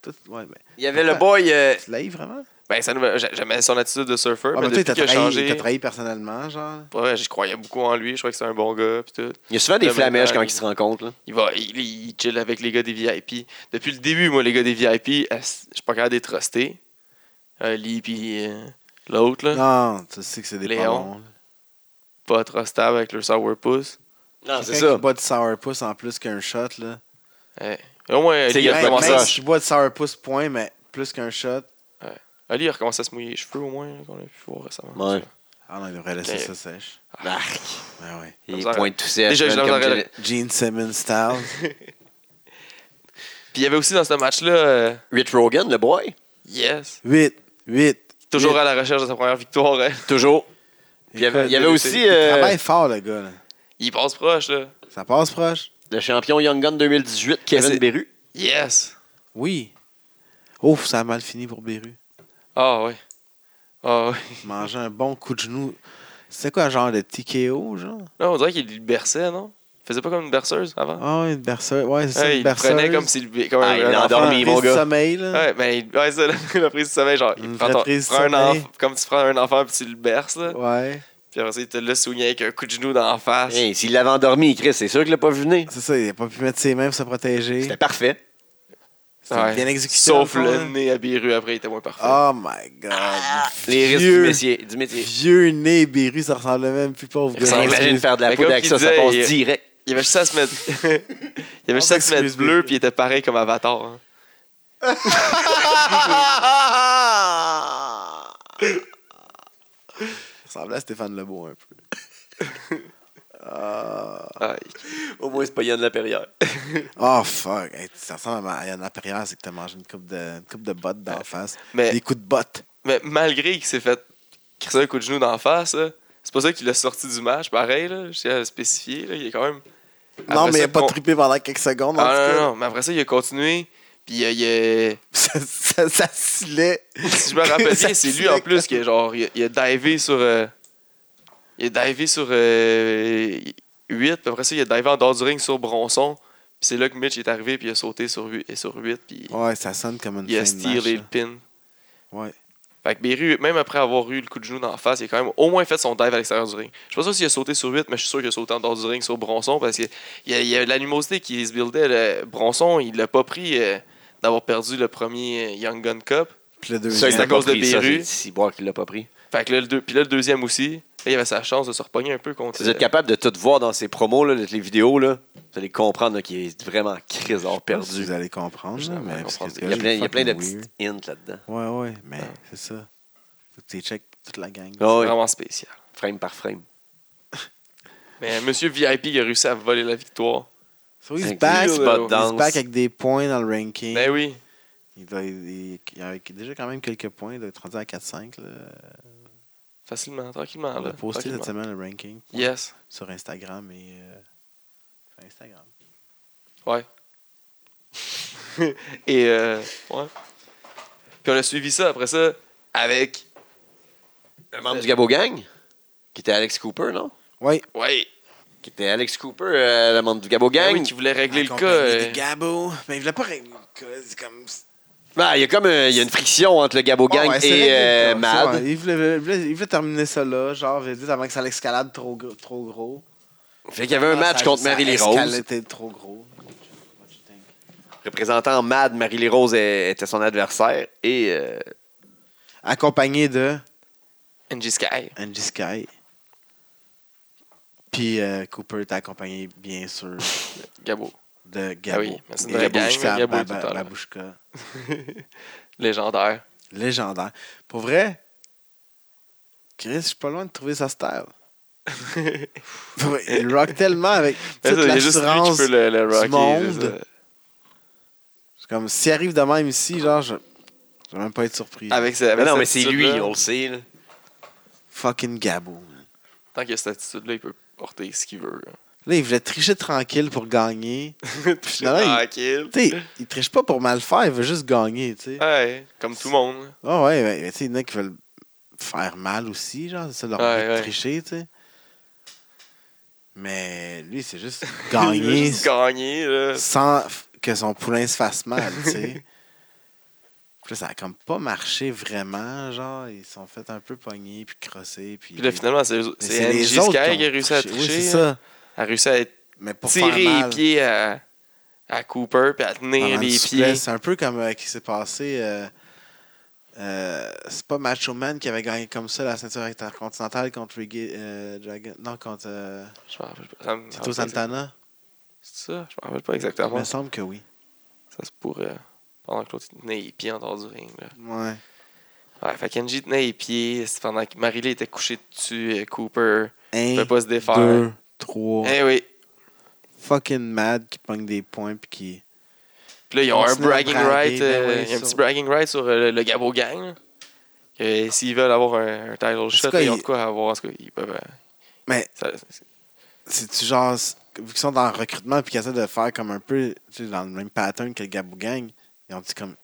[SPEAKER 3] Tout, ouais, mais
[SPEAKER 1] Il y avait le boy. euh,
[SPEAKER 3] tu la hais vraiment?
[SPEAKER 2] Ben, ça nous- j'a- j'aimais son attitude de surfer,
[SPEAKER 3] Ah,
[SPEAKER 2] mais
[SPEAKER 3] mais toi, il
[SPEAKER 2] depuis
[SPEAKER 3] t'a
[SPEAKER 2] qu'il a
[SPEAKER 3] trahi, il t'a
[SPEAKER 2] changé,
[SPEAKER 3] trahi personnellement, genre.
[SPEAKER 2] ouais, je croyais beaucoup en lui. Je croyais que c'était un bon gars, puis tout.
[SPEAKER 1] il y a souvent des
[SPEAKER 2] Le
[SPEAKER 1] flamèches
[SPEAKER 2] meneur,
[SPEAKER 1] quand
[SPEAKER 2] il-
[SPEAKER 1] ils se rencontrent. là.
[SPEAKER 2] Il va, il, il chill avec les gars des VIP. Depuis le début, moi, les gars des VIP, euh, je suis pas capable d'être trusté. Euh, Lee, puis euh, l'autre, là,
[SPEAKER 3] Non, tu sais que c'est des pas
[SPEAKER 2] Léon.
[SPEAKER 3] bons. là.
[SPEAKER 2] pas trustable avec leur sourpuss.
[SPEAKER 1] Non,
[SPEAKER 3] Quelqu'un qui boit du sourpuss en plus qu'un shot, là.
[SPEAKER 2] Au moins,
[SPEAKER 1] C'est
[SPEAKER 2] Lee a
[SPEAKER 1] grave,
[SPEAKER 3] Même,
[SPEAKER 1] commencé
[SPEAKER 2] recommencé
[SPEAKER 3] même
[SPEAKER 1] à-
[SPEAKER 3] si je bois de sourpuss, point, mais plus qu'un shot.
[SPEAKER 2] Ah, lui, il a recommencé à se mouiller les cheveux au moins, là, qu'on a pu voir récemment.
[SPEAKER 1] Ouais.
[SPEAKER 3] Ah non, il devrait laisser
[SPEAKER 2] Ok.
[SPEAKER 3] ça sèche. Ben ouais.
[SPEAKER 1] Il
[SPEAKER 2] Comme ça,
[SPEAKER 1] pointe tout sèche.
[SPEAKER 2] Déjà,
[SPEAKER 1] man,
[SPEAKER 2] je
[SPEAKER 1] comme
[SPEAKER 2] l'aurais-
[SPEAKER 1] Janet-
[SPEAKER 3] Gene Simmons style.
[SPEAKER 2] Puis il y avait aussi dans ce match-là, euh,
[SPEAKER 1] Rich Rogan, le boy.
[SPEAKER 2] yes,
[SPEAKER 3] 8, 8.
[SPEAKER 2] toujours à la recherche de sa première victoire. hein.
[SPEAKER 1] Toujours. Puis Il y avait, il y avait aussi euh,
[SPEAKER 3] Il travaille fort, le gars. là.
[SPEAKER 2] Il passe proche, là.
[SPEAKER 3] Ça passe proche?
[SPEAKER 1] euh, le champion Young Gun 2018, Kevin
[SPEAKER 3] Ah,
[SPEAKER 2] c'est-
[SPEAKER 1] Beru.
[SPEAKER 2] Yes!
[SPEAKER 3] Oui. Ouf, ça a mal fini pour Beru.
[SPEAKER 2] Ah ouais. Ah ouais.
[SPEAKER 3] Manger un bon coup de genou. C'était quoi, genre de TKO, genre?
[SPEAKER 2] Là, on dirait qu'il le berçait, non? Il faisait pas comme une berceuse avant.
[SPEAKER 3] Ah ouais, une berceuse. Ouais, c'est ça,
[SPEAKER 2] Ouais,
[SPEAKER 3] une
[SPEAKER 2] il
[SPEAKER 3] berceuse.
[SPEAKER 2] prenait comme s'il comme
[SPEAKER 1] Ah, il
[SPEAKER 2] un
[SPEAKER 1] l'a
[SPEAKER 2] enfant.
[SPEAKER 1] endormi,
[SPEAKER 3] Une
[SPEAKER 1] mon
[SPEAKER 3] prise de
[SPEAKER 1] gars.
[SPEAKER 3] sommeil, là.
[SPEAKER 2] Ouais, ben, il- ouais, ça, la prise du sommeil, genre,
[SPEAKER 3] Une
[SPEAKER 2] prends
[SPEAKER 3] vraie
[SPEAKER 2] ton-
[SPEAKER 3] prise du
[SPEAKER 2] prends un
[SPEAKER 3] sommeil.
[SPEAKER 2] enfant, comme tu prends un enfant puis tu le berces, là.
[SPEAKER 3] Ouais.
[SPEAKER 2] Puis après ça, il te l'a souligné avec un coup de genou dans la face.
[SPEAKER 1] Hey, S'il l'avait endormi, Chris, c'est sûr qu'il l'a pas vu venir.
[SPEAKER 3] C'est ça, il n'a pas pu mettre ses mains pour se protéger.
[SPEAKER 1] C'était parfait.
[SPEAKER 3] C'était
[SPEAKER 2] Ouais.
[SPEAKER 3] bien exécuté.
[SPEAKER 2] Sauf
[SPEAKER 3] dans le fond,
[SPEAKER 2] le Ah!
[SPEAKER 3] hein.
[SPEAKER 2] nez à Biru, après, il était moins parfait.
[SPEAKER 3] Oh my god.
[SPEAKER 1] Les risques du
[SPEAKER 3] Vieux-
[SPEAKER 1] métier. Du métier.
[SPEAKER 3] Vieux nez Beru, ça ressemblait même plus pauvre.
[SPEAKER 2] Ça
[SPEAKER 3] gars.
[SPEAKER 1] Imagine faire de la
[SPEAKER 2] Mais
[SPEAKER 1] poudre
[SPEAKER 2] comme
[SPEAKER 1] avec
[SPEAKER 2] il
[SPEAKER 1] ça, ça
[SPEAKER 2] disait,
[SPEAKER 1] passe
[SPEAKER 2] il-
[SPEAKER 1] direct.
[SPEAKER 2] Il y avait juste à se mettre. il y
[SPEAKER 3] Ah,
[SPEAKER 2] avait juste à se mettre
[SPEAKER 3] s'excuse, mais-
[SPEAKER 2] bleu, puis il était pareil comme Avatar. hein.
[SPEAKER 3] Ça ressemblait à Stéphane Lebeau un peu.
[SPEAKER 2] Ah,
[SPEAKER 1] Au moins, c'est pas Yann Laperrière.
[SPEAKER 3] Oh fuck, Hey, ça ressemble à Marianne Laperrière, c'est que t'as mangé une coupe de, une coupe de bottes d'en face.
[SPEAKER 2] mais,
[SPEAKER 3] Des coups de bottes.
[SPEAKER 2] mais malgré qu'il s'est fait crisser un coup de genou dans la face, là, c'est pas ça qu'il a sorti du match, pareil, là, je tiens à le spécifier. là, il est quand même.
[SPEAKER 3] non,
[SPEAKER 2] Après
[SPEAKER 3] mais il
[SPEAKER 2] ça,
[SPEAKER 3] a pas
[SPEAKER 2] con-
[SPEAKER 3] trippé pendant quelques secondes. en
[SPEAKER 2] Ah,
[SPEAKER 3] tout
[SPEAKER 2] non,
[SPEAKER 3] cas.
[SPEAKER 2] non, non, mais après ça, il a continué. Puis euh, il a-
[SPEAKER 3] ça, ça, ça scellait.
[SPEAKER 2] si je me rappelle bien,
[SPEAKER 3] Ça
[SPEAKER 2] c'est lui en
[SPEAKER 3] clique.
[SPEAKER 2] plus qui est genre. Il a, il a divé sur. euh, il a divé sur euh, 8, puis après ça, il a divé en dehors du ring sur Bronson. Puis c'est là que Mitch est arrivé, puis il a sauté sur 8, et sur 8 puis
[SPEAKER 3] Ouais, ça sonne comme une
[SPEAKER 2] il a
[SPEAKER 3] fin de match,
[SPEAKER 2] stealé le
[SPEAKER 3] là.
[SPEAKER 2] pin.
[SPEAKER 3] Ouais.
[SPEAKER 2] Fait que Beru, même après avoir eu le coup de genou dans la face, il a quand même au moins fait son dive à l'extérieur du ring. Je sais pas sûr s'il a sauté sur 8, mais je suis sûr qu'il a sauté en dehors du ring sur Bronson parce qu'il y a, il y a de l'animosité qui se buildait. là. Bronson, il l'a pas pris euh, d'avoir perdu le premier euh, Young Gun Cup.
[SPEAKER 3] Puis le
[SPEAKER 1] Ça,
[SPEAKER 3] deuxième.
[SPEAKER 1] il
[SPEAKER 2] C'est à
[SPEAKER 1] l'a
[SPEAKER 2] cause
[SPEAKER 1] pas
[SPEAKER 2] de
[SPEAKER 1] pris. ça,
[SPEAKER 2] Beru.
[SPEAKER 1] C'est si boire qu'il l'a pas pris.
[SPEAKER 2] Fait que là, le deux, puis là, le deuxième aussi, là, il avait sa chance de se repogner un peu contre.
[SPEAKER 1] Si vous êtes
[SPEAKER 2] euh,
[SPEAKER 1] capable de tout voir dans ses promos, là, les vidéos, là, vous allez comprendre là, qu'il est vraiment Chris hors perdu.
[SPEAKER 3] Vous allez comprendre.
[SPEAKER 2] Je
[SPEAKER 3] là,
[SPEAKER 2] sais pas
[SPEAKER 3] mais parce que
[SPEAKER 2] comprendre.
[SPEAKER 3] c'est
[SPEAKER 1] Il y a plein, il y a plein de
[SPEAKER 3] fucking
[SPEAKER 1] petits
[SPEAKER 3] weird.
[SPEAKER 1] hints là-dedans.
[SPEAKER 3] Ouais, ouais, mais
[SPEAKER 2] Ouais.
[SPEAKER 3] c'est ça. Faut que tu checkes toute la gang.
[SPEAKER 1] Ah oui.
[SPEAKER 2] Vraiment spécial.
[SPEAKER 1] frame par frame.
[SPEAKER 2] Mais Monsieur VIP il a réussi à voler la victoire.
[SPEAKER 3] So he's
[SPEAKER 1] Thank
[SPEAKER 3] back,
[SPEAKER 1] you,
[SPEAKER 3] he's
[SPEAKER 1] Spot Dance.
[SPEAKER 3] back avec des points dans le ranking.
[SPEAKER 2] Ben oui.
[SPEAKER 3] Il, doit, il, il a déjà quand même quelques points, il doit être rendu à 4-5. là.
[SPEAKER 2] Facilement,
[SPEAKER 1] Ah
[SPEAKER 2] tranquillement.
[SPEAKER 3] On
[SPEAKER 2] là,
[SPEAKER 3] a posté
[SPEAKER 2] tranquillement.
[SPEAKER 3] cette semaine le ranking
[SPEAKER 2] Yes.
[SPEAKER 3] sur Instagram et euh, sur Instagram.
[SPEAKER 2] Ouais. Et euh, ouais. Puis on a suivi ça après ça avec.
[SPEAKER 1] Le membre du Gabo Gang, qui était Alex Cooper, non?
[SPEAKER 3] Oui,
[SPEAKER 2] Ouais.
[SPEAKER 1] Qui était Alex Cooper, euh, le membre du Gabo Gang.
[SPEAKER 2] Ah oui, qui voulait régler le cas. euh,
[SPEAKER 3] Gabo. Mais il voulait pas régler le cas. C'est comme.
[SPEAKER 1] Ben, il y a comme euh, il y a une friction entre le Gabo Gang
[SPEAKER 3] Ah Ouais, ouais, c'est
[SPEAKER 1] et
[SPEAKER 3] réglé le
[SPEAKER 1] euh,
[SPEAKER 3] cas, c'est
[SPEAKER 1] Mad.
[SPEAKER 3] bon. Il voulait, il, voulait, il voulait terminer ça là, genre, vite, avant que ça l'escalade trop, gr- trop gros. Ah,
[SPEAKER 1] Fait qu'il y avait un match contre Marie-Lee Rose.
[SPEAKER 3] était trop gros.
[SPEAKER 1] Représentant Mad, Marie-Lee Rose euh, était son adversaire. Et euh,
[SPEAKER 3] Accompagné de
[SPEAKER 2] NG Sky.
[SPEAKER 3] Angie Sky. Puis euh, Cooper était accompagné, bien sûr,
[SPEAKER 2] Gabo.
[SPEAKER 3] de Gabo.
[SPEAKER 2] Ah oui, mais c'est
[SPEAKER 3] Et
[SPEAKER 2] dans la gang,
[SPEAKER 3] Babushka,
[SPEAKER 2] Gabo
[SPEAKER 3] Baba-
[SPEAKER 2] tout à l'heure.
[SPEAKER 3] Babushka.
[SPEAKER 2] Légendaire.
[SPEAKER 3] Légendaire. Pour vrai, Chris, je suis pas loin de trouver sa style. Pour vrai, Il rock tellement avec toute
[SPEAKER 2] Il y a juste lui qui
[SPEAKER 3] l'assurance.
[SPEAKER 2] peut le, le rocker.
[SPEAKER 3] monde.
[SPEAKER 2] c'est ça.
[SPEAKER 3] C'est Comme s'il arrive de même ici, genre, je je vais même pas être surpris.
[SPEAKER 2] Avec, ce- avec
[SPEAKER 1] Ben non,
[SPEAKER 2] cette
[SPEAKER 1] mais c'est lui,
[SPEAKER 2] attitude-là.
[SPEAKER 1] on le sait. là.
[SPEAKER 3] Fucking Gabo. man.
[SPEAKER 2] Tant qu'il a cette attitude-là, il peut porter ce qu'il veut.
[SPEAKER 3] Là, il voulait tricher tranquille pour gagner. finalement, il-
[SPEAKER 2] Tranquille.
[SPEAKER 3] Tu sais, il triche pas pour mal faire, il veut juste gagner, tu sais.
[SPEAKER 2] Ouais, comme tout le monde.
[SPEAKER 3] Ah ouais, ouais, tu sais, il y en a qui veulent faire mal aussi, genre, c'est ça leur
[SPEAKER 2] Ouais,
[SPEAKER 3] but de
[SPEAKER 2] ouais.
[SPEAKER 3] tricher, tu sais. Mais lui, c'est juste
[SPEAKER 2] Il veut
[SPEAKER 3] gagner
[SPEAKER 2] juste Gagner, là.
[SPEAKER 3] sans f- que son poulain se fasse mal, tu sais. Puis là, ça a comme pas marché vraiment, genre, ils se sont fait un peu pogner, puis crosser, puis...
[SPEAKER 2] Puis là, finalement, c'est
[SPEAKER 3] Mais
[SPEAKER 2] c'est NG
[SPEAKER 3] les autres
[SPEAKER 2] Sky qui a
[SPEAKER 3] ont
[SPEAKER 2] réussi à
[SPEAKER 3] triché.
[SPEAKER 2] tricher.
[SPEAKER 3] Oui, c'est
[SPEAKER 2] là.
[SPEAKER 3] ça.
[SPEAKER 2] Elle a réussi à être
[SPEAKER 3] Mais pour faire
[SPEAKER 2] tirer les
[SPEAKER 3] mal.
[SPEAKER 2] pieds à, à Cooper puis à tenir
[SPEAKER 3] Pendant le
[SPEAKER 2] les pieds.
[SPEAKER 3] souplesse. C'est un peu comme euh, qui s'est passé. euh, euh, c'est pas Macho Man qui avait gagné comme ça la ceinture intercontinentale contre Reggae, euh, Dragon. Non, contre euh,
[SPEAKER 2] Je m'en rappelle pas. Ça me-
[SPEAKER 3] Tito Santana.
[SPEAKER 2] C'est ça, je me rappelle pas
[SPEAKER 3] Il
[SPEAKER 2] exactement.
[SPEAKER 3] me semble que oui.
[SPEAKER 2] Ça se pourrait. Pendant que l'autre il tenait les pieds en dehors du ring. Là.
[SPEAKER 3] Ouais.
[SPEAKER 2] Ouais, fait qu'Angie tenait les pieds c'est pendant que Marilyn était couchée dessus et Cooper ne
[SPEAKER 3] Un,
[SPEAKER 2] pouvait pas se défaire.
[SPEAKER 3] deux, trois.
[SPEAKER 2] Eh oui.
[SPEAKER 3] Fucking mad qui pogne des points puis qui.
[SPEAKER 2] Puis là, ils ont un
[SPEAKER 3] Continuer à
[SPEAKER 2] bragging
[SPEAKER 3] braguer,
[SPEAKER 2] right.
[SPEAKER 3] ben
[SPEAKER 2] euh,
[SPEAKER 3] oui,
[SPEAKER 2] il y a un
[SPEAKER 3] sur-
[SPEAKER 2] petit bragging right sur euh, le, le Gabo Gang. là. Que S'ils veulent avoir un, un title shot,
[SPEAKER 3] quoi,
[SPEAKER 2] là, ils ont
[SPEAKER 3] il-
[SPEAKER 2] de quoi avoir. en tout cas, ils peuvent, euh,
[SPEAKER 3] Mais
[SPEAKER 2] ça-
[SPEAKER 3] c'est-tu genre. c'est- Vu qu'ils sont dans le recrutement puis qu'ils essaient de faire comme un peu. Tu sais, dans le même pattern que le Gabou Gang, ils ont dit comme.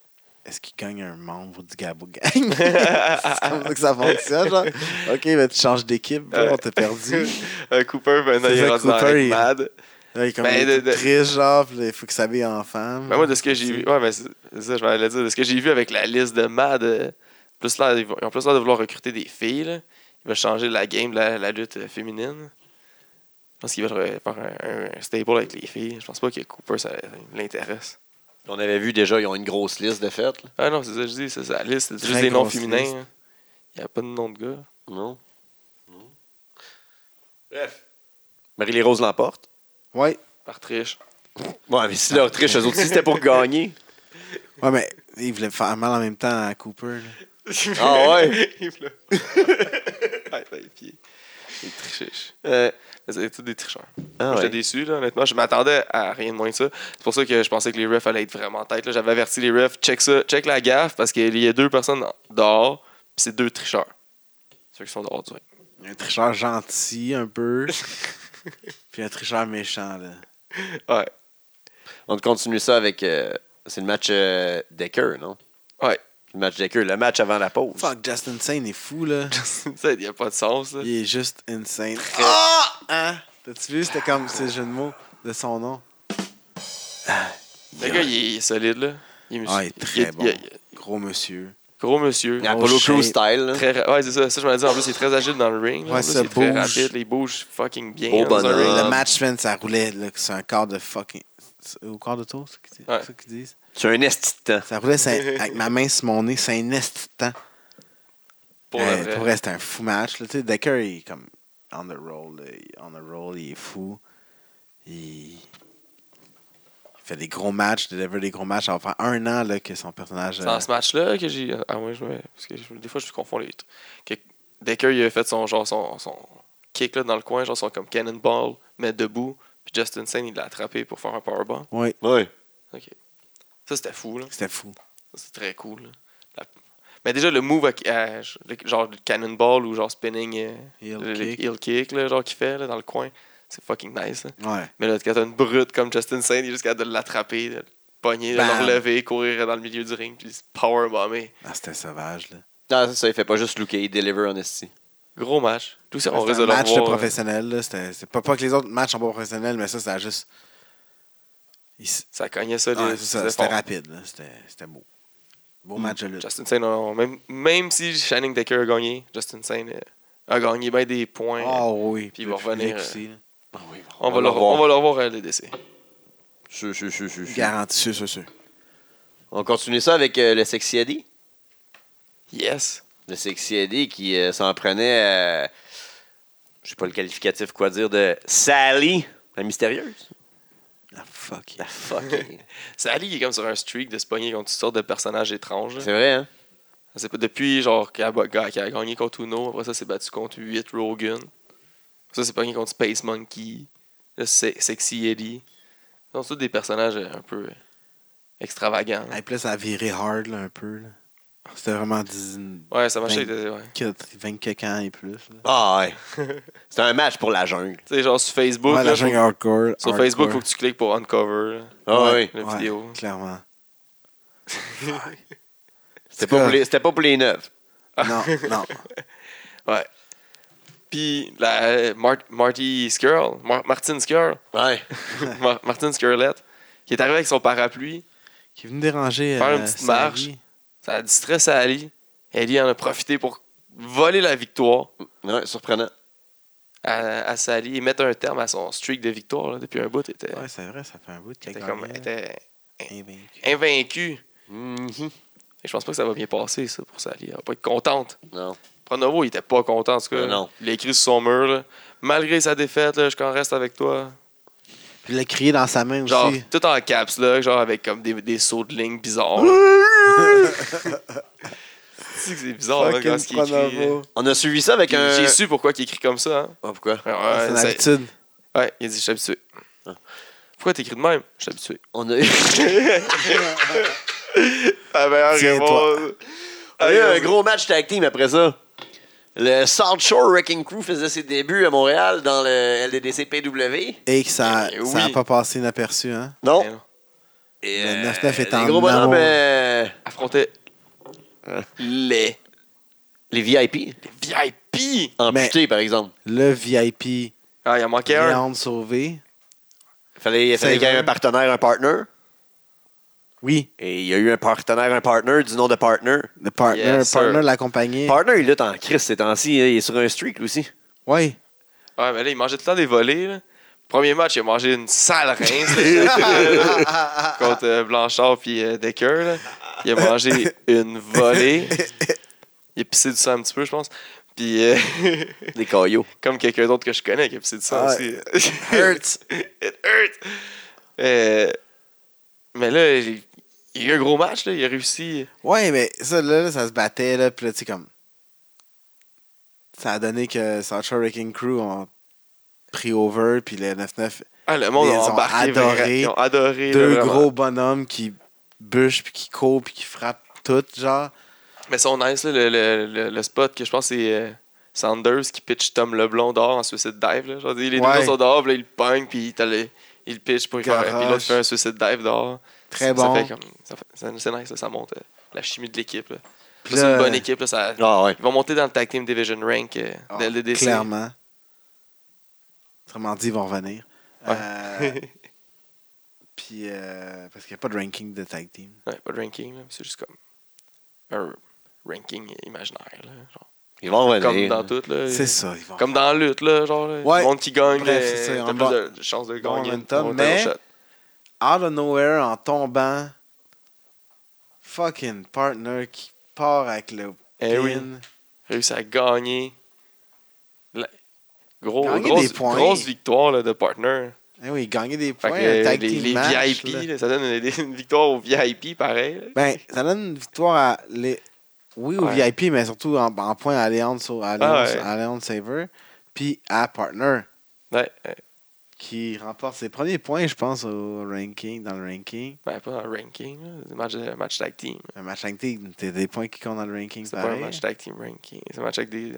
[SPEAKER 3] Est-ce qu'ils gagnent un membre du Gabou Gang? c'est comme ça que ça fonctionne, genre. Ok, mais tu changes d'équipe, bro, on t'a perdu.
[SPEAKER 2] Euh, Cooper, maintenant,
[SPEAKER 3] C'est
[SPEAKER 2] il est
[SPEAKER 3] ça,
[SPEAKER 2] rendu dans
[SPEAKER 3] Cooper,
[SPEAKER 2] Red
[SPEAKER 3] il-
[SPEAKER 2] Mad.
[SPEAKER 3] Là, il est comme
[SPEAKER 2] Ben,
[SPEAKER 3] il est
[SPEAKER 2] de- de-
[SPEAKER 3] tout triste, genre, puis là, il faut qu'il s'habille en femme.
[SPEAKER 2] Ben, moi, de ce que j'ai vu, ouais, mais c'est c'est ça, je m'en allais dire. De ce que j'ai vu avec la liste de Mad, euh, plus l'air- ils vont- ils ont plus l'air de vouloir recruter des filles. Là. Ils veulent changer la game de la, la lutte euh, féminine. Je pense qu'ils veulent euh, faire un, un- un stable avec les filles. Je pense pas que Cooper, ça l'intéresse.
[SPEAKER 1] On avait vu déjà, ils ont une grosse liste de fêtes. là.
[SPEAKER 2] Ah non, c'est ça que je dis, c'est ça, la liste. C'est juste
[SPEAKER 3] Très
[SPEAKER 2] des noms
[SPEAKER 3] grosse liste.
[SPEAKER 2] féminins. hein. Il n'y a pas de nom de gars.
[SPEAKER 1] Non? Non. Bref. Marie-Lee Rose l'emporte.
[SPEAKER 3] Ouais.
[SPEAKER 2] Par triche.
[SPEAKER 1] Ouais, mais si leur triche, eux autres, si c'était pour gagner.
[SPEAKER 3] ouais, mais il voulait faire mal en même temps à Cooper. là.
[SPEAKER 1] Ah ouais?
[SPEAKER 2] Il pleut. Ouais, t'as les pieds. Les tricheurs.
[SPEAKER 1] Euh,
[SPEAKER 2] C'était tous des tricheurs.
[SPEAKER 1] ah
[SPEAKER 2] Moi,
[SPEAKER 1] ouais.
[SPEAKER 2] J'étais déçu, là, honnêtement. Je m'attendais à rien de moins que ça. C'est pour ça que je pensais que les refs allaient être vraiment en tête. là. J'avais averti les refs, check ça, check la gaffe, parce qu'il y a deux personnes dehors, puis c'est deux tricheurs. Ceux qui sont dehors du ring.
[SPEAKER 3] Un tricheur gentil, un peu. puis un tricheur méchant, là.
[SPEAKER 2] Ouais.
[SPEAKER 1] On continue ça avec. euh, c'est le match euh, Decker, non?
[SPEAKER 2] Ouais.
[SPEAKER 1] Le match Decker, le match avant la pause.
[SPEAKER 3] Fuck, Justin Sane est fou, là.
[SPEAKER 2] ça, il n'y a pas de sens, là.
[SPEAKER 3] Il est juste insane. Ah! Hein? T'as-tu vu? C'était comme ce jeu de mots de son nom.
[SPEAKER 2] Le gars, il est, il est solide, là. Il est, mus-
[SPEAKER 3] Ah, il est très
[SPEAKER 2] il est-
[SPEAKER 3] bon.
[SPEAKER 2] il est- il est-
[SPEAKER 3] Gros monsieur.
[SPEAKER 2] gros monsieur.
[SPEAKER 1] Mais Apollo
[SPEAKER 3] Oh, shit.
[SPEAKER 1] Crew style. là.
[SPEAKER 2] Très ra- ouais, c'est ça. Ça, je me l'ai dit. En plus, il est très agile dans le ring.
[SPEAKER 3] Ouais,
[SPEAKER 2] En plus,
[SPEAKER 3] ça
[SPEAKER 2] il est très
[SPEAKER 3] bouge.
[SPEAKER 2] rapide. là, Il bouge fucking bien.
[SPEAKER 1] Beau
[SPEAKER 2] là, dans un
[SPEAKER 1] bonhomme.
[SPEAKER 2] ring.
[SPEAKER 3] Le match, man, ça roulait, là. C'est un quart de fucking. c'est Au quart de tour, c'est ce qu'ils
[SPEAKER 2] Ouais.
[SPEAKER 3] c'est ce qu'ils disent?
[SPEAKER 1] Tu as un esti de temps.
[SPEAKER 3] Ça roulait c'est- avec ma main sur mon nez, c'est un esti de temps.
[SPEAKER 2] Pour
[SPEAKER 3] Ouais,
[SPEAKER 2] le vrai.
[SPEAKER 3] pour vrai, c'était un fou match. Là. Tu sais, Decker, il est comme on the roll. là. Il- On the roll, il est fou. Il, il fait des gros matchs, délivre des gros matchs. Ça va faire un an là, que son personnage.
[SPEAKER 2] C'est
[SPEAKER 3] euh,
[SPEAKER 2] dans ce match-là que j'ai. Ah ouais, je me. Parce que je- des fois, je confonds les trucs. Que Decker, il a fait son, genre, son, son kick là, dans le coin, genre son comme cannonball, mais debout. Puis Justin Sane, il l'a attrapé pour faire un powerball.
[SPEAKER 3] Oui,
[SPEAKER 1] Oui.
[SPEAKER 2] Ça, c'était fou, là.
[SPEAKER 3] c'était fou.
[SPEAKER 2] Ça, C'est très cool. là. La- Mais déjà, le move, à- à- le- genre le cannonball ou genre spinning, euh,
[SPEAKER 3] Heel
[SPEAKER 2] le- le
[SPEAKER 3] kick.
[SPEAKER 2] heel kick, là, genre qu'il fait là, dans le coin, c'est fucking nice. là.
[SPEAKER 3] Ouais.
[SPEAKER 2] Mais là, quand t'as une brute comme Justin Saint, il est juste capable de l'attraper, de le pogner, de
[SPEAKER 3] Bam.
[SPEAKER 2] le relever, courir dans le milieu du ring, puis se powerbomber.
[SPEAKER 3] Ah, c'était sauvage, là.
[SPEAKER 1] Non, Ah, ça, ça, il fait pas juste looker, il deliver honesty.
[SPEAKER 2] Gros match. Tout ça, on
[SPEAKER 3] C'était
[SPEAKER 2] risque de
[SPEAKER 3] un
[SPEAKER 2] le
[SPEAKER 3] match de
[SPEAKER 2] revoir. euh,
[SPEAKER 3] professionnel, là. C'était- C'est pas, pas que les autres matchs sont pas professionnels, mais ça, ça a juste. Il s-
[SPEAKER 2] Ça cognait ça.
[SPEAKER 3] Ah,
[SPEAKER 2] les-
[SPEAKER 3] c'est ça,
[SPEAKER 2] c'était
[SPEAKER 3] c'était
[SPEAKER 2] fort. Mm.
[SPEAKER 3] rapide, là. C'était c'était beau. Beau match de lutte.
[SPEAKER 2] Justin Saint, non, même, même si Shannon Decker a gagné, Justin Saint euh, a gagné bien des points.
[SPEAKER 3] Oh oui.
[SPEAKER 2] Puis il
[SPEAKER 3] le
[SPEAKER 2] va
[SPEAKER 3] public
[SPEAKER 2] revenir, euh,
[SPEAKER 3] aussi, là.
[SPEAKER 1] Ah
[SPEAKER 2] on, va le revoir. on va le revoir à l'EDC.
[SPEAKER 1] Je- je- je- je- je-
[SPEAKER 3] Garanti, sûr, sûr, sûr.
[SPEAKER 1] On continue ça avec euh, le Sexy Eddie.
[SPEAKER 2] Yes.
[SPEAKER 1] Le Sexy Eddie qui euh, s'en prenait à. Je sais pas le qualificatif quoi dire de Sally, la mystérieuse.
[SPEAKER 3] Ah, fuck.
[SPEAKER 1] La fucking.
[SPEAKER 2] Sally est comme sur un streak de se pogner contre toutes sortes de personnages étranges. là.
[SPEAKER 1] C'est vrai, hein?
[SPEAKER 2] C'est pas- depuis genre qu'elle a, ga- qu'elle a gagné contre Uno, après ça c'est battu contre 8 Rogan. Ça c'est pogné contre Space Monkey, le Se- Sexy Eddie. Donc tous des personnages euh, un peu euh, extravagants. là.
[SPEAKER 3] Et puis là, ça a viré hard, là, un peu, là. C'était vraiment 10
[SPEAKER 2] Ouais, ça marchait.
[SPEAKER 3] Ben-
[SPEAKER 2] euh, ouais.
[SPEAKER 3] 20 quelques ans et plus, là.
[SPEAKER 1] Ah ouais. C'est un match pour la jungle.
[SPEAKER 2] Tu sais, genre sur Facebook,
[SPEAKER 3] ouais,
[SPEAKER 2] là,
[SPEAKER 3] la
[SPEAKER 2] faut-
[SPEAKER 3] jungle hardcore.
[SPEAKER 2] sur
[SPEAKER 3] hardcore.
[SPEAKER 2] Facebook, faut que tu cliques pour Uncover, là,
[SPEAKER 1] Ah
[SPEAKER 3] Ouais.
[SPEAKER 1] oui.
[SPEAKER 2] la
[SPEAKER 3] Ouais,
[SPEAKER 2] vidéo.
[SPEAKER 3] Clairement.
[SPEAKER 1] C'était pas, pour les- c'était pas pour les neufs.
[SPEAKER 3] Non, non.
[SPEAKER 2] Ah, Ouais. Puis la euh, Mar- Marty Skirl, Mar- Martin Skirl,
[SPEAKER 1] Ouais.
[SPEAKER 2] Mar- Martin Skirlette, qui est arrivé avec son parapluie,
[SPEAKER 3] Qui est venu déranger.
[SPEAKER 2] Faire une
[SPEAKER 3] euh,
[SPEAKER 2] petite
[SPEAKER 3] Sally.
[SPEAKER 2] marche. Ça a distrait Sally. Ellie en a profité pour voler la victoire
[SPEAKER 1] Ouais, surprenant.
[SPEAKER 2] à, à Sally et mettre un terme à son streak de victoire. là. Depuis un bout, elle était,
[SPEAKER 3] Ouais, c'est vrai, ça fait un bout de
[SPEAKER 2] elle
[SPEAKER 3] quelques
[SPEAKER 2] était, comme, elle
[SPEAKER 3] années,
[SPEAKER 2] était
[SPEAKER 3] là. Invaincu.
[SPEAKER 2] invaincue.
[SPEAKER 1] Mhm.
[SPEAKER 2] Et je pense pas que ça va bien passer, ça, pour Sally. Elle va pas être contente.
[SPEAKER 1] Non.
[SPEAKER 2] Pronovo, il était pas content, en tout cas.
[SPEAKER 1] Non, Ah non.
[SPEAKER 2] Il a écrit sur son mur, là, Malgré sa défaite, là, je qu'en reste avec toi.
[SPEAKER 3] Puis il l'a crié dans sa main
[SPEAKER 2] Genre,
[SPEAKER 3] aussi.
[SPEAKER 2] tout en caps, là, genre avec comme des, des sauts de ligne bizarres. c'est que c'est bizarre, là, quand oh, ce qu'il écrit. euh,
[SPEAKER 3] Pronovo.
[SPEAKER 1] On a suivi ça avec
[SPEAKER 2] Puis
[SPEAKER 1] un.
[SPEAKER 2] J'ai su pourquoi il écrit comme ça. hein.
[SPEAKER 1] Ah, pourquoi?
[SPEAKER 2] Ouais,
[SPEAKER 3] C'est
[SPEAKER 2] ouais,
[SPEAKER 3] une
[SPEAKER 2] ça-
[SPEAKER 3] habitude.
[SPEAKER 2] Ouais, il a dit, je suis habitué.
[SPEAKER 1] Ah.
[SPEAKER 2] Pourquoi t'écris de même? Je suis habitué.
[SPEAKER 1] On a eu,
[SPEAKER 2] Ah ben, Ah,
[SPEAKER 1] on
[SPEAKER 3] Tiens-toi.
[SPEAKER 1] Ah, a eu un gros match tag team après ça. Le South Shore Wrecking Crew faisait ses débuts à Montréal dans le LDDC PW.
[SPEAKER 3] Et que ça
[SPEAKER 2] Eh oui.
[SPEAKER 3] n'a pas passé inaperçu, hein.
[SPEAKER 1] Non.
[SPEAKER 2] Eh non.
[SPEAKER 1] Et, euh,
[SPEAKER 3] Le 9-9 est
[SPEAKER 1] les
[SPEAKER 3] en
[SPEAKER 1] gros bonhommes,
[SPEAKER 3] amour.
[SPEAKER 1] euh,
[SPEAKER 2] Affrontait les
[SPEAKER 1] les VIP.
[SPEAKER 2] VIP.
[SPEAKER 1] Amputés, par exemple.
[SPEAKER 3] Le VIP,
[SPEAKER 2] Ah, il en manquait un.
[SPEAKER 3] Léon Sauvé.
[SPEAKER 1] Fallait,
[SPEAKER 3] C'est
[SPEAKER 1] fallait qu'il y ait
[SPEAKER 3] vrai.
[SPEAKER 1] un partenaire, un partner.
[SPEAKER 3] Oui,
[SPEAKER 1] Et il y a eu un partenaire, un partner du nom de partner.
[SPEAKER 3] le partner,
[SPEAKER 2] Yes, sir.
[SPEAKER 3] partner de la compagnie.
[SPEAKER 1] Partner, il lutte en crise ces temps-ci. hein. Il est sur un streak, lui aussi.
[SPEAKER 3] oui.
[SPEAKER 2] Ouais, mais là, il mangeait tout le temps des volets. là. Premier match, il a mangé une sale rince là, contre euh, Blanchard puis euh, Decker. là. Il a mangé une volée. Il a pissé du sang un petit peu, je pense. Puis, euh,
[SPEAKER 1] Des caillots.
[SPEAKER 2] comme quelqu'un d'autre que je connais qui a pissé du sang
[SPEAKER 3] Ah,
[SPEAKER 2] aussi.
[SPEAKER 3] Hurts.
[SPEAKER 2] It hurt. Euh, mais là, il il y a eu un gros match, là. il a réussi.
[SPEAKER 3] Ouais, mais ça, là, là, ça se battait, là, puis là, tu sais, comme... Ça a donné que Sacha Wrecking Crew ont pris over, puis le 9-9,
[SPEAKER 2] Ah, le monde
[SPEAKER 3] Ils
[SPEAKER 2] a
[SPEAKER 3] ont
[SPEAKER 2] embarqué.
[SPEAKER 3] adoré.
[SPEAKER 2] vra- Ils ont adoré.
[SPEAKER 3] deux
[SPEAKER 2] là, vraiment.
[SPEAKER 3] gros bonhommes qui bûchent, puis qui courent, puis qui frappent tout, genre.
[SPEAKER 2] Mais son nice, là, le, le, le, le spot que je pense c'est euh, Sanders qui pitch Tom Leblond dehors en suicide dive. Là. Genre, les deux
[SPEAKER 3] Ouais.
[SPEAKER 2] gars sont dehors, puis là, il le pogne, puis t'as le- il le pitch pour y faire. Puis l'autre
[SPEAKER 3] Garoche.
[SPEAKER 2] fait un suicide dive dehors.
[SPEAKER 3] Très
[SPEAKER 2] Ça-
[SPEAKER 3] bon.
[SPEAKER 2] Ça fait comme, ça fait- ça- c'est nice, là, ça monte euh, la chimie de l'équipe. là.
[SPEAKER 3] Puis
[SPEAKER 2] Ça, C'est une
[SPEAKER 3] là,
[SPEAKER 2] bonne équipe. Là, ça,
[SPEAKER 1] Ah ouais.
[SPEAKER 2] Ils vont monter dans le Tag Team Division Rank euh,
[SPEAKER 3] ah,
[SPEAKER 2] de LDDC.
[SPEAKER 3] Clairement. Autrement dit, ils vont revenir. Euh, puis, euh, parce qu'il n'y a pas de ranking de tag team.
[SPEAKER 2] Ouais, pas de ranking, là, mais c'est juste comme un ranking imaginaire. Là, genre.
[SPEAKER 1] Ils vont revenir.
[SPEAKER 2] Comme dans tout. Là,
[SPEAKER 3] C'est ça, ils vont
[SPEAKER 2] Comme dans la lutte, là, genre. là,
[SPEAKER 3] Ouais.
[SPEAKER 2] Le monde qui gagne,
[SPEAKER 3] Bref,
[SPEAKER 2] euh,
[SPEAKER 3] c'est ça,
[SPEAKER 2] t'as
[SPEAKER 3] on
[SPEAKER 2] plus
[SPEAKER 3] va-
[SPEAKER 2] de chances de
[SPEAKER 3] bon
[SPEAKER 2] gagner.
[SPEAKER 3] momentum,
[SPEAKER 2] Bon,
[SPEAKER 3] mais-
[SPEAKER 2] title shot.
[SPEAKER 3] out of nowhere en tombant. Fucking partner qui part avec le
[SPEAKER 2] Eh oui.
[SPEAKER 3] pin.
[SPEAKER 2] Réussi à gagner. La- Gros,
[SPEAKER 3] Gagner
[SPEAKER 2] grosse,
[SPEAKER 3] des points.
[SPEAKER 2] grosse victoire là, de partner.
[SPEAKER 3] Eh oui, il gagnait des
[SPEAKER 2] Fait
[SPEAKER 3] points.
[SPEAKER 2] que les-
[SPEAKER 3] un tag
[SPEAKER 2] les,
[SPEAKER 3] team
[SPEAKER 2] les
[SPEAKER 3] match,
[SPEAKER 2] VIP,
[SPEAKER 3] là.
[SPEAKER 2] là, ça donne une, une victoire aux VIP, pareil. là.
[SPEAKER 3] Ben, ça donne une victoire à les Oui, au
[SPEAKER 2] Ouais.
[SPEAKER 3] VIP, mais surtout en, en point à Allianz, sur- à Allianz,
[SPEAKER 2] Ah ouais.
[SPEAKER 3] Allianz Saver. Puis à Partner,
[SPEAKER 2] Ouais, ouais.
[SPEAKER 3] qui remporte ses premiers points, je pense, au ranking, dans le ranking. Euh,
[SPEAKER 2] Ben, pas un ranking, là. C'est un match, un match tag team.
[SPEAKER 3] Un match avec tes- t'as des points qui comptent dans le ranking.
[SPEAKER 2] C'est pas un
[SPEAKER 3] pareil.
[SPEAKER 2] match tag team ranking. C'est un match avec des.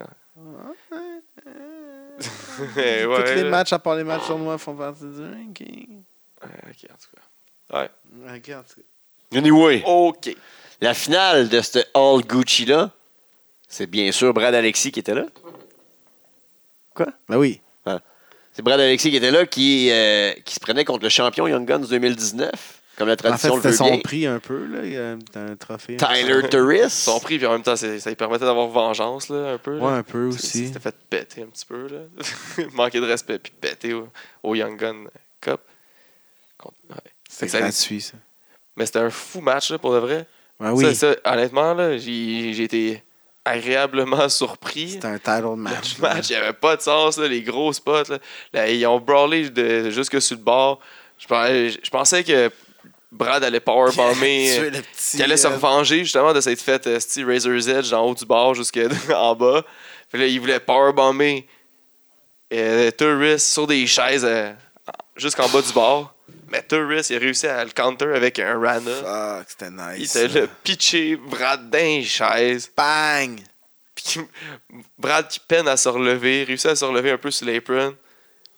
[SPEAKER 3] Tous
[SPEAKER 2] Eh ouais,
[SPEAKER 3] les
[SPEAKER 2] là.
[SPEAKER 3] matchs, à part les matchs tournois, font partie du ranking.
[SPEAKER 2] Euh, ok, en tout cas.
[SPEAKER 3] Regarde.
[SPEAKER 1] Anyway,
[SPEAKER 2] Ok.
[SPEAKER 1] la finale de ce All Gucci-là, c'est bien sûr Brad Alexis qui était là.
[SPEAKER 3] Ben oui.
[SPEAKER 1] C'est Brad Alexis qui était là qui, euh, qui se prenait contre le champion Young Guns 2019, comme la
[SPEAKER 3] En fait,
[SPEAKER 1] tradition
[SPEAKER 3] c'était
[SPEAKER 1] le veut
[SPEAKER 3] son
[SPEAKER 1] bien.
[SPEAKER 3] prix un peu, là. Il y a un- t'as un trophée.
[SPEAKER 1] Tyler Turris.
[SPEAKER 2] Son prix, puis en même temps, c'est- ça lui permettait d'avoir vengeance, là, un peu. là.
[SPEAKER 3] Ouais, un peu
[SPEAKER 2] C'est-
[SPEAKER 3] aussi.
[SPEAKER 2] C'était fait péter un petit peu, là. Manquer de respect, puis péter au, au Young Gun Cup. Contre- ouais.
[SPEAKER 3] C'est
[SPEAKER 2] que ça-
[SPEAKER 3] gratuit, ça.
[SPEAKER 2] Mais c'était un fou match, là, pour de vrai.
[SPEAKER 3] Ben
[SPEAKER 2] Ça,
[SPEAKER 3] oui.
[SPEAKER 2] ça, honnêtement, là, j'ai j'ai été agréablement surpris.
[SPEAKER 3] C'était un title match.
[SPEAKER 2] Le
[SPEAKER 3] là.
[SPEAKER 2] match, il n'y avait pas de sens, là, les gros spots. Là. Là, ils ont brawlé de, jusque sur le bord. Je, pensais- je pensais que Brad allait powerbomber. euh, qui allait se venger justement de s'être fait euh, sti, Razor's Edge en haut du bar jusqu'en bas. Puis là, il voulait powerbomber euh, Turris sur des chaises euh, jusqu'en bas du bar. Mais Turris, il a réussi à le counter avec un Rana.
[SPEAKER 3] Fuck, c'était
[SPEAKER 2] hein. Il
[SPEAKER 3] nice.
[SPEAKER 2] était le pitché Brad dans les chaises.
[SPEAKER 3] Bang!
[SPEAKER 2] Puis qui- Brad qui peine à se relever, réussit à se relever un peu sur l'apron.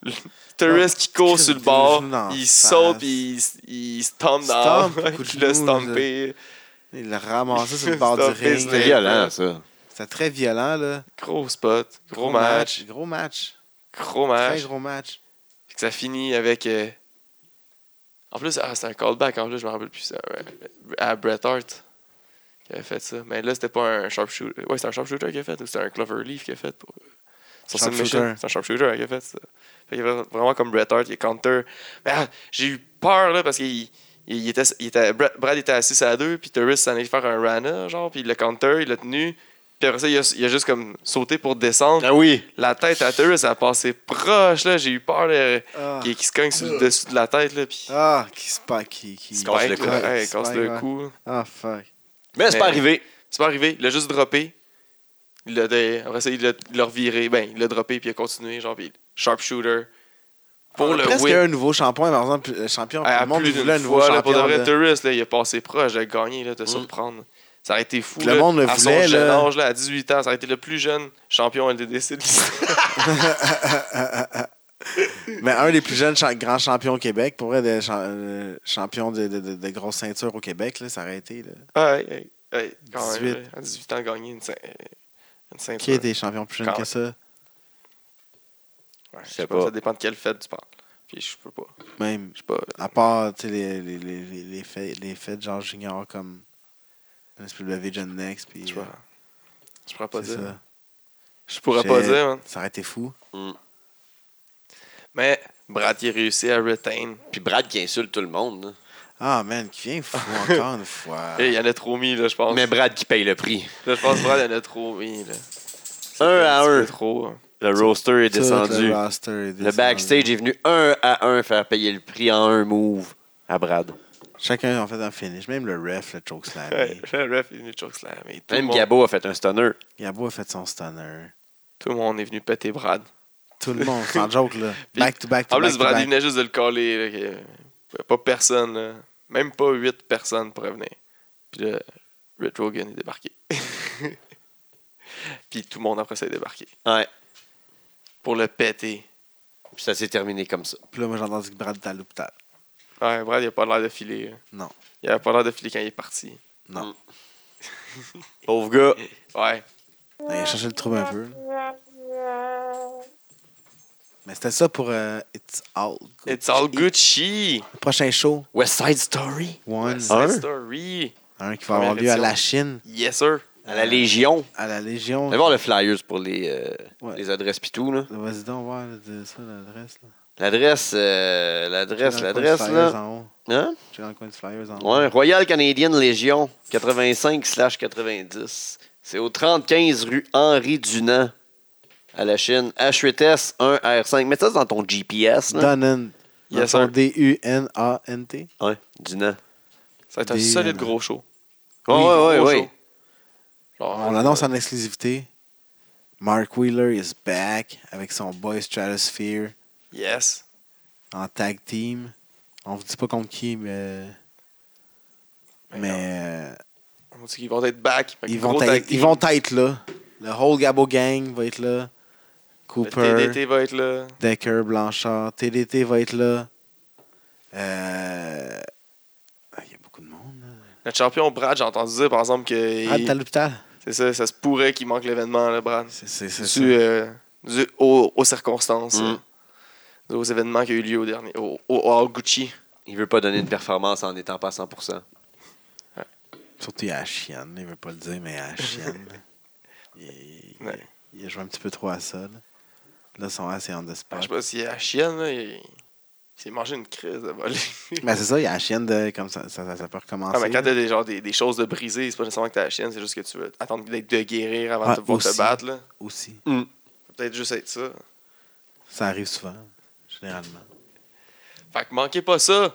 [SPEAKER 2] Le- Turris qui court sur le bord,
[SPEAKER 3] Non,
[SPEAKER 2] il
[SPEAKER 3] ça-
[SPEAKER 2] saute puis il, il se tombe dans
[SPEAKER 3] Stomp, coup de
[SPEAKER 2] il le
[SPEAKER 3] genou,
[SPEAKER 2] stompé.
[SPEAKER 3] Il l'a ramassé sur le bord du
[SPEAKER 2] Stoppé,
[SPEAKER 3] ring.
[SPEAKER 1] C'est violent, ça.
[SPEAKER 3] C'était très violent, là.
[SPEAKER 2] Gros spot, gros, match.
[SPEAKER 3] Gros match.
[SPEAKER 2] Gros
[SPEAKER 3] Très
[SPEAKER 2] match.
[SPEAKER 3] gros match.
[SPEAKER 2] Puis que ça finit avec. euh, En plus, ah, c'est un callback. En plus, je me rappelle plus ça. ouais. À Bret Hart qui avait fait ça. Mais là, c'était pas un sharpshooter. Ouais, c'était un sharpshooter qui a fait ou c'était un Cloverleaf qui a fait pour. euh, Sur Sin
[SPEAKER 3] Sharpshooter.
[SPEAKER 2] Mission. C'est un sharpshooter qui a fait ça. Fait qu'il avait vraiment comme Bret Hart, il est counter. Mais ah, j'ai eu peur là parce qu'il. Il, il était, il était, Brad, Brad était assis à deux, puis Turris s'en allait faire un Rana, genre, puis le counter, il l'a tenu, puis après ça, il a, il a juste comme sauté pour descendre.
[SPEAKER 1] Ah oui.
[SPEAKER 2] La tête à Turris, elle a passé proche, là, j'ai eu peur. là
[SPEAKER 3] Ah,
[SPEAKER 2] qui, qui se cogne sur le dessus de la tête, là, puis
[SPEAKER 3] Ah, qui se pa- qui, qui...
[SPEAKER 2] il se
[SPEAKER 1] casse
[SPEAKER 2] casse
[SPEAKER 1] le cou.
[SPEAKER 2] le cou.
[SPEAKER 3] Ouais,
[SPEAKER 2] Ouais,
[SPEAKER 3] il
[SPEAKER 2] il
[SPEAKER 3] se
[SPEAKER 2] casse
[SPEAKER 3] bang, ouais.
[SPEAKER 2] le cou.
[SPEAKER 3] Ah, fuck.
[SPEAKER 1] Mais c'est pas
[SPEAKER 2] Mais-
[SPEAKER 1] arrivé.
[SPEAKER 2] C'est pas arrivé, il l'a juste droppé. Il l'a dé- Après ça, il l'a- il l'a reviré, ben, il l'a droppé, puis il a continué, genre, puis sharpshooter. Pour
[SPEAKER 3] On a
[SPEAKER 2] le
[SPEAKER 3] presque
[SPEAKER 2] win.
[SPEAKER 3] un nouveau champion, par exemple, le champion.
[SPEAKER 2] À
[SPEAKER 3] le monde
[SPEAKER 2] plus
[SPEAKER 3] voulait un
[SPEAKER 2] d'une
[SPEAKER 3] nouveau
[SPEAKER 2] fois, là, pour de
[SPEAKER 3] champion.
[SPEAKER 2] vrai,
[SPEAKER 3] là. Mm.
[SPEAKER 2] Turris, là, il a passé proche de gagner, là, de surprendre. Ça aurait été fou.
[SPEAKER 3] Le monde le
[SPEAKER 2] à
[SPEAKER 3] voulait,
[SPEAKER 2] son jeune
[SPEAKER 3] là.
[SPEAKER 2] âge, là, à 18 ans, ça aurait été le plus jeune champion LDDC de l'histoire.
[SPEAKER 3] Mais un des plus jeunes cha- grands champions au Québec, pour vrai, des cha- euh, champion de, de, de, de grosses ceintures au Québec, là, ça aurait été. Là.
[SPEAKER 2] ouais, ouais, ouais, quand
[SPEAKER 3] 18.
[SPEAKER 2] même, là, à 18 ans, gagner une, ceint- une ceinture.
[SPEAKER 3] Qui est des champions plus jeunes
[SPEAKER 2] Quand-
[SPEAKER 3] que ça
[SPEAKER 2] Ouais, je
[SPEAKER 1] sais
[SPEAKER 2] sais
[SPEAKER 1] pas.
[SPEAKER 2] pas. Ça dépend de quelle fête tu parles. Puis je peux pas.
[SPEAKER 3] Même,
[SPEAKER 2] Je sais pas.
[SPEAKER 3] à part tu sais, les, les, les, les, les fêtes, les fêtes genre junior comme SPW John Next. Puis,
[SPEAKER 2] Je,
[SPEAKER 3] euh,
[SPEAKER 2] vois. je pourrais pas
[SPEAKER 3] c'est
[SPEAKER 2] dire.
[SPEAKER 3] ça.
[SPEAKER 2] Je pourrais pas
[SPEAKER 3] J'ai-
[SPEAKER 2] dire, man.
[SPEAKER 3] Ça aurait été fou.
[SPEAKER 2] Mais Brad, il réussit à retain.
[SPEAKER 1] Puis Brad qui insulte tout le monde. là.
[SPEAKER 3] Ah, man, qui vient fou encore une fois.
[SPEAKER 2] Et Eh, il y en a trop mis, là, je pense.
[SPEAKER 1] Mais Brad qui paye le prix.
[SPEAKER 2] Là, je pense que Brad, il y en a trop mis, là.
[SPEAKER 1] Un à
[SPEAKER 2] petit peu
[SPEAKER 1] un.
[SPEAKER 2] trop. hein.
[SPEAKER 1] Le roster est
[SPEAKER 3] Tout
[SPEAKER 1] descendu.
[SPEAKER 3] Le, roster est
[SPEAKER 1] Le
[SPEAKER 3] descendu.
[SPEAKER 1] backstage est venu un à un faire payer le prix en un move à Brad.
[SPEAKER 3] Chacun en fait un finish. Même le ref, le chokeslam.
[SPEAKER 2] Ouais, le ref est venu chokeslam. Et tout, le
[SPEAKER 1] Même
[SPEAKER 2] monde-
[SPEAKER 1] Gabo a fait un stunner.
[SPEAKER 3] Gabo a fait son stunner.
[SPEAKER 2] tout le monde est venu péter Brad.
[SPEAKER 3] Tout le monde, sans joke, là.
[SPEAKER 2] Puis-
[SPEAKER 3] Back to back to
[SPEAKER 2] En
[SPEAKER 3] back.
[SPEAKER 2] plus,
[SPEAKER 3] to
[SPEAKER 2] Brad, il
[SPEAKER 3] back.
[SPEAKER 2] venait juste de le coller. là, que- Pas personne, là. Même pas huit personnes pourraient venir. Puis là, Rich Rogan est débarqué. Puis tout le monde après ça est débarqué.
[SPEAKER 1] Ouais.
[SPEAKER 2] Pour le péter.
[SPEAKER 1] Puis ça s'est terminé comme ça.
[SPEAKER 3] Puis là, moi, j'ai entendu que Brad était à l'hôpital.
[SPEAKER 2] Ouais, Brad, il a pas l'air de filer. là.
[SPEAKER 3] Non.
[SPEAKER 2] Il avait pas l'air de filer quand il est parti.
[SPEAKER 3] Non.
[SPEAKER 1] Pauvre gars.
[SPEAKER 2] Ouais.
[SPEAKER 3] Il a cherché le trouble un peu. Mais c'était ça pour euh, It's All Good.
[SPEAKER 2] It's all Gucci!
[SPEAKER 3] Le prochain show,
[SPEAKER 1] West Side Story.
[SPEAKER 3] One,
[SPEAKER 2] West
[SPEAKER 1] Un.
[SPEAKER 2] Side Story!
[SPEAKER 3] un qui va avoir lieu à la Chine,
[SPEAKER 2] Yes, sir!
[SPEAKER 1] À la Légion.
[SPEAKER 3] à la Légion.
[SPEAKER 1] Allez voir le Flyers pour les, euh,
[SPEAKER 3] Ouais.
[SPEAKER 1] les adresses pis tout. là.
[SPEAKER 3] Vas-y donc voir là, de ça, l'adresse. là.
[SPEAKER 1] L'adresse, euh, l'adresse,
[SPEAKER 3] Check dans le coin du
[SPEAKER 1] l'adresse,
[SPEAKER 3] Flyers
[SPEAKER 1] là.
[SPEAKER 3] en haut.
[SPEAKER 1] Hein?
[SPEAKER 3] Check dans le coin du Flyers en haut.
[SPEAKER 1] Ouais, Royal Canadienne Légion, 85-90. C'est au 35 rue Henri Dunant, à la Chine. HUTS 1R5. Mets ça dans ton GPS, là.
[SPEAKER 3] Dunant. Dans
[SPEAKER 2] Yes,
[SPEAKER 3] son
[SPEAKER 2] sir.
[SPEAKER 3] D-U-N-A-N-T.
[SPEAKER 1] Ouais, Dunant.
[SPEAKER 2] Ça va être un
[SPEAKER 3] Des- euh,
[SPEAKER 2] solide gros show. Oh,
[SPEAKER 1] Ouais, ouais, ouais,
[SPEAKER 2] gros
[SPEAKER 1] ouais.
[SPEAKER 2] show. Genre,
[SPEAKER 3] On l'annonce en exclusivité. Mark Wheeler is back avec son boy Stratosphere
[SPEAKER 2] Yes.
[SPEAKER 3] en tag team. On vous dit pas contre qui, mais.
[SPEAKER 2] Ben
[SPEAKER 3] Mais
[SPEAKER 2] non.
[SPEAKER 3] euh,
[SPEAKER 2] On dit qu'ils vont être back. Fait que
[SPEAKER 3] ils, vont
[SPEAKER 2] gros tag
[SPEAKER 3] être,
[SPEAKER 2] team.
[SPEAKER 3] ils vont être là. Le whole Gabo Gang va être là.
[SPEAKER 2] Le
[SPEAKER 3] Cooper,
[SPEAKER 2] TDT va être là.
[SPEAKER 3] Decker, Blanchard, TDT va être là. Euh, ah, Il y a beaucoup de monde. là.
[SPEAKER 2] Notre champion Brad, j'ai entendu dire par exemple que.
[SPEAKER 3] Ah, t'es à l'hôpital?
[SPEAKER 2] C'est ça, ça se pourrait qu'il manque l'événement, là, Brad.
[SPEAKER 3] C'est- C'est c'est ça.
[SPEAKER 2] Dû, euh, dû aux, aux circonstances,
[SPEAKER 1] Mm.
[SPEAKER 2] euh, dû aux événements qui ont eu lieu au dernier, au, au, au All Gucci.
[SPEAKER 1] Il veut pas donner une performance en n'étant pas à 100%.
[SPEAKER 3] Surtout, il est à la chienne. Il veut pas le dire, mais il est à la chienne. il, il-
[SPEAKER 2] Ouais.
[SPEAKER 3] il a joué un petit peu trop à ça. Là, là son ass est en de
[SPEAKER 2] Ah, Je sais pas si la chienne, là, il, il s'est mangé une crise de voler.
[SPEAKER 1] Ah,
[SPEAKER 3] Mais c'est ça, il y a la chienne de. Comme ça, ça, ça- ça peut recommencer.
[SPEAKER 2] Ah, mais quand
[SPEAKER 3] là.
[SPEAKER 2] t'as des, genre, des, des choses de briser, c'est pas nécessairement que t'as la chienne, c'est juste que tu veux attendre d'être de guérir avant
[SPEAKER 3] Ouais,
[SPEAKER 2] de pouvoir te
[SPEAKER 3] aussi.
[SPEAKER 2] battre. Là.
[SPEAKER 3] Aussi.
[SPEAKER 2] Faut Peut-être juste être ça.
[SPEAKER 3] Ça arrive souvent, généralement.
[SPEAKER 2] Fait que manquez pas ça.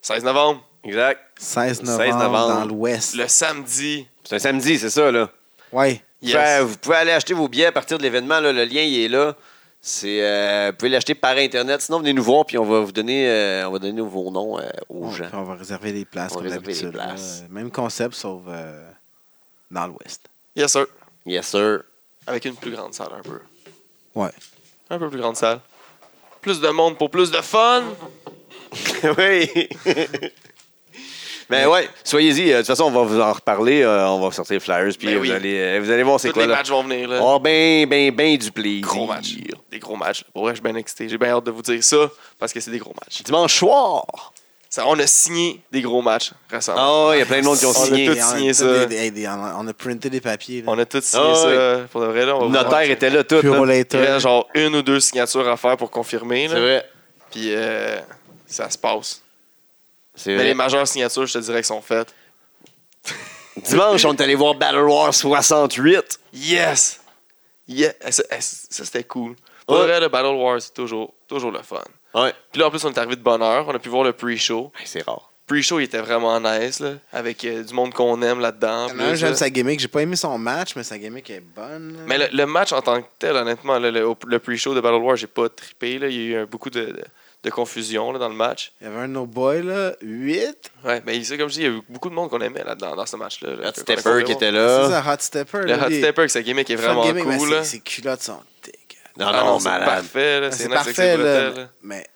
[SPEAKER 2] 16 novembre,
[SPEAKER 1] Exact.
[SPEAKER 3] 16 novembre,
[SPEAKER 1] 16 novembre.
[SPEAKER 3] dans l'Ouest.
[SPEAKER 2] le samedi.
[SPEAKER 1] C'est un samedi, c'est ça, là.
[SPEAKER 3] Ouais.
[SPEAKER 1] Vous
[SPEAKER 2] Yes.
[SPEAKER 1] pouvez- vous pouvez aller acheter vos billets à partir de l'événement. là. Le lien, il est là. C'est, euh, vous pouvez l'acheter par Internet. Sinon, venez nous voir, puis on va vous donner, euh, on va donner vos noms euh, aux
[SPEAKER 3] Ouais,
[SPEAKER 1] gens.
[SPEAKER 2] hein.
[SPEAKER 3] puis on va réserver les places
[SPEAKER 1] On
[SPEAKER 3] comme
[SPEAKER 1] va réserver les
[SPEAKER 3] d'habitude. là.
[SPEAKER 1] places.
[SPEAKER 3] Même concept, sauf euh, dans l'Ouest.
[SPEAKER 2] Yes, sir.
[SPEAKER 1] Yes, sir.
[SPEAKER 2] Avec une plus grande salle, un peu.
[SPEAKER 3] Ouais.
[SPEAKER 2] Un peu plus grande salle. Plus de monde pour plus de fun.
[SPEAKER 1] oui. Mais ouais, soyez-y. Euh, De toute façon, on va vous en reparler. Euh, On va sortir les flyers, puis
[SPEAKER 2] Ben
[SPEAKER 1] vous,
[SPEAKER 2] oui.
[SPEAKER 1] allez, euh, vous allez voir c'est
[SPEAKER 2] Tous
[SPEAKER 1] quoi.
[SPEAKER 2] les
[SPEAKER 1] Là.
[SPEAKER 2] matchs vont venir. Là.
[SPEAKER 1] Oh, ben, ben, ben du plaisir.
[SPEAKER 2] gros matchs. Des gros matchs. Pour vrai, je suis bien excité. J'ai bien hâte de vous dire ça parce que c'est des gros matchs.
[SPEAKER 1] Dimanche soir.
[SPEAKER 2] Ça, on a signé des gros matchs récemment.
[SPEAKER 1] Ah, il y a plein de monde qui ont
[SPEAKER 2] On a
[SPEAKER 1] signé.
[SPEAKER 2] tout
[SPEAKER 3] Et on a
[SPEAKER 2] signé,
[SPEAKER 3] tout
[SPEAKER 2] ça.
[SPEAKER 3] des- des- des- on a- on a printé des papiers. là.
[SPEAKER 2] On a tous signé
[SPEAKER 1] Ah,
[SPEAKER 2] ça. Pour de vrai, là, on va
[SPEAKER 1] Le
[SPEAKER 2] voir.
[SPEAKER 1] notaire était là, tout.
[SPEAKER 3] Puis
[SPEAKER 1] là.
[SPEAKER 3] au later.
[SPEAKER 2] Il reste genre une ou deux signatures à faire pour confirmer.
[SPEAKER 1] C'est
[SPEAKER 2] là.
[SPEAKER 1] vrai.
[SPEAKER 2] Puis euh, ça se passe.
[SPEAKER 1] C'est
[SPEAKER 2] Mais
[SPEAKER 1] vrai.
[SPEAKER 2] Ben, les majeures signatures, je te dirais qu'elles sont faites.
[SPEAKER 1] Dimanche, on est allé voir Battle War 68.
[SPEAKER 2] Yes! Yeah! Eh, Ça, eh, ça, c'était cool. Pour
[SPEAKER 1] Ouais.
[SPEAKER 2] vrai, le Battle Wars, c'est toujours, toujours le fun.
[SPEAKER 1] Ouais.
[SPEAKER 2] Puis là, en plus, on est arrivé de bonne heure. On a pu voir le pre-show.
[SPEAKER 1] Hey, Ah, C'est rare.
[SPEAKER 2] Pre-show, il était vraiment nice, là, avec euh, du monde qu'on aime là-dedans.
[SPEAKER 3] Il y en a
[SPEAKER 2] Plus,
[SPEAKER 3] un, J'aime
[SPEAKER 2] là.
[SPEAKER 3] sa gimmick. J'ai pas aimé son match, mais sa gimmick est bonne. là.
[SPEAKER 2] Mais le, le match en tant que tel, honnêtement, là, le, le pre-show de Battle War, j'ai pas trippé. Là. Il y a eu euh, beaucoup de, de- de confusion là, dans le match.
[SPEAKER 3] Il y avait un de nos boys, là, 8.
[SPEAKER 2] Ouais, mais c'est comme je dis, il y a eu beaucoup de monde qu'on aimait là-dedans, dans ce match-là. là,
[SPEAKER 1] Hot
[SPEAKER 2] qu'on a
[SPEAKER 1] Stepper qui
[SPEAKER 2] compris.
[SPEAKER 1] était
[SPEAKER 3] C'est
[SPEAKER 1] là.
[SPEAKER 3] ça, Hot
[SPEAKER 2] Ah.
[SPEAKER 3] Stepper.
[SPEAKER 2] Le
[SPEAKER 3] là,
[SPEAKER 2] Hot
[SPEAKER 3] les-
[SPEAKER 2] Stepper avec sa gimmick est
[SPEAKER 3] Hot
[SPEAKER 2] vraiment
[SPEAKER 3] gimmick, mais
[SPEAKER 2] cool.
[SPEAKER 3] c'est-
[SPEAKER 2] là.
[SPEAKER 3] Ses culottes sont dégueulasses.
[SPEAKER 1] Non,
[SPEAKER 2] Ah
[SPEAKER 1] non,
[SPEAKER 2] c'est
[SPEAKER 1] malade.
[SPEAKER 2] parfait. là,
[SPEAKER 3] C'est
[SPEAKER 2] C'est nice avec ses
[SPEAKER 3] parfait,
[SPEAKER 2] bretelles,
[SPEAKER 3] là.
[SPEAKER 2] là.
[SPEAKER 3] Mais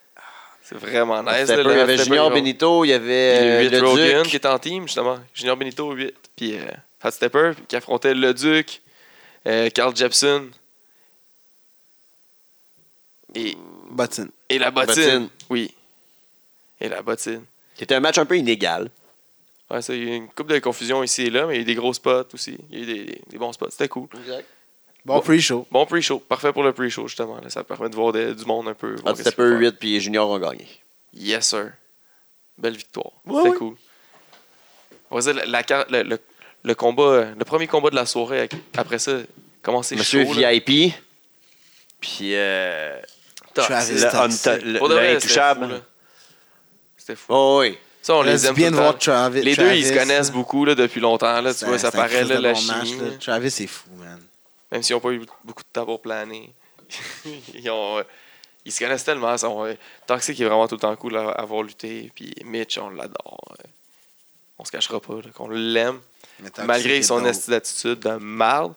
[SPEAKER 2] C'est vraiment nice.
[SPEAKER 1] C'était
[SPEAKER 2] là,
[SPEAKER 1] peu-
[SPEAKER 2] le
[SPEAKER 1] il y
[SPEAKER 2] Hot
[SPEAKER 1] avait
[SPEAKER 2] Stepper,
[SPEAKER 1] Junior
[SPEAKER 2] gros.
[SPEAKER 1] Benito, il y
[SPEAKER 2] Puis
[SPEAKER 1] avait
[SPEAKER 2] le
[SPEAKER 1] euh,
[SPEAKER 2] 8
[SPEAKER 1] le
[SPEAKER 2] Rogan
[SPEAKER 1] Duc.
[SPEAKER 2] qui est en team, justement. Junior Benito, 8. Puis euh, Hot Stepper qui affrontait le Duc, euh, Carl Jepson. Et,
[SPEAKER 3] Bottin.
[SPEAKER 2] et la bottine.
[SPEAKER 1] Bottine.
[SPEAKER 2] Oui. Et la bottine.
[SPEAKER 1] C'était un match un peu inégal.
[SPEAKER 2] Ouais, ça, il y a eu une coupe de confusion ici et là, mais il y a eu des gros spots aussi. Il y a eu des, des bons spots. C'était cool.
[SPEAKER 3] Bon pre-show.
[SPEAKER 2] Bon pre-show. Parfait pour le pre-show, justement. là. ça permet de voir des- du monde un peu. voir
[SPEAKER 1] Hot
[SPEAKER 2] qu'est-ce
[SPEAKER 1] Stepper
[SPEAKER 2] qu'ils font.
[SPEAKER 1] 8 puis Junior ont gagné.
[SPEAKER 2] Yes, sir. Belle victoire.
[SPEAKER 1] Ouais,
[SPEAKER 2] C'était
[SPEAKER 1] ouais.
[SPEAKER 2] cool. On va dire, la, la car- le, le- le combat, euh, le premier combat de la soirée, avec- après ça, comment c'est
[SPEAKER 1] Monsieur
[SPEAKER 2] chaud. là.
[SPEAKER 1] VIP. Puis euh,
[SPEAKER 2] Tox.
[SPEAKER 3] Travis.
[SPEAKER 1] le,
[SPEAKER 3] Toxic.
[SPEAKER 1] unta- le,
[SPEAKER 2] Pour de
[SPEAKER 1] le
[SPEAKER 2] vrai, c'était
[SPEAKER 1] intouchable.
[SPEAKER 2] fou, là. C'était fou.
[SPEAKER 1] Oh, oui.
[SPEAKER 2] Ça, on
[SPEAKER 3] Là,
[SPEAKER 2] les
[SPEAKER 3] c'est
[SPEAKER 2] aime
[SPEAKER 3] bien
[SPEAKER 2] tout
[SPEAKER 3] de
[SPEAKER 2] le
[SPEAKER 3] voir
[SPEAKER 2] temps.
[SPEAKER 3] Travis.
[SPEAKER 2] Les deux, ils se
[SPEAKER 3] Travis,
[SPEAKER 2] connaissent
[SPEAKER 3] là.
[SPEAKER 2] beaucoup là, depuis longtemps. Là, tu
[SPEAKER 3] C'est-
[SPEAKER 2] vois, ça
[SPEAKER 3] c'est un
[SPEAKER 2] paraît
[SPEAKER 3] Christ
[SPEAKER 2] là,
[SPEAKER 3] de
[SPEAKER 2] la
[SPEAKER 3] bon match,
[SPEAKER 2] chimie.
[SPEAKER 3] là.
[SPEAKER 2] là.
[SPEAKER 3] Travis, c'est fou, man.
[SPEAKER 2] Même s'ils n'ont pas eu beaucoup de temps pour planer. ils, ont, euh, ils se connaissent tellement. ils Sont, euh, Toxic est vraiment tout le temps cool à avoir lutté. Puis Mitch, on l'adore. euh. On se cachera pas là, qu'on l'aime.
[SPEAKER 3] Mais Toxic
[SPEAKER 2] Malgré
[SPEAKER 3] est
[SPEAKER 2] son
[SPEAKER 3] dope.
[SPEAKER 2] esti d'attitude de marde.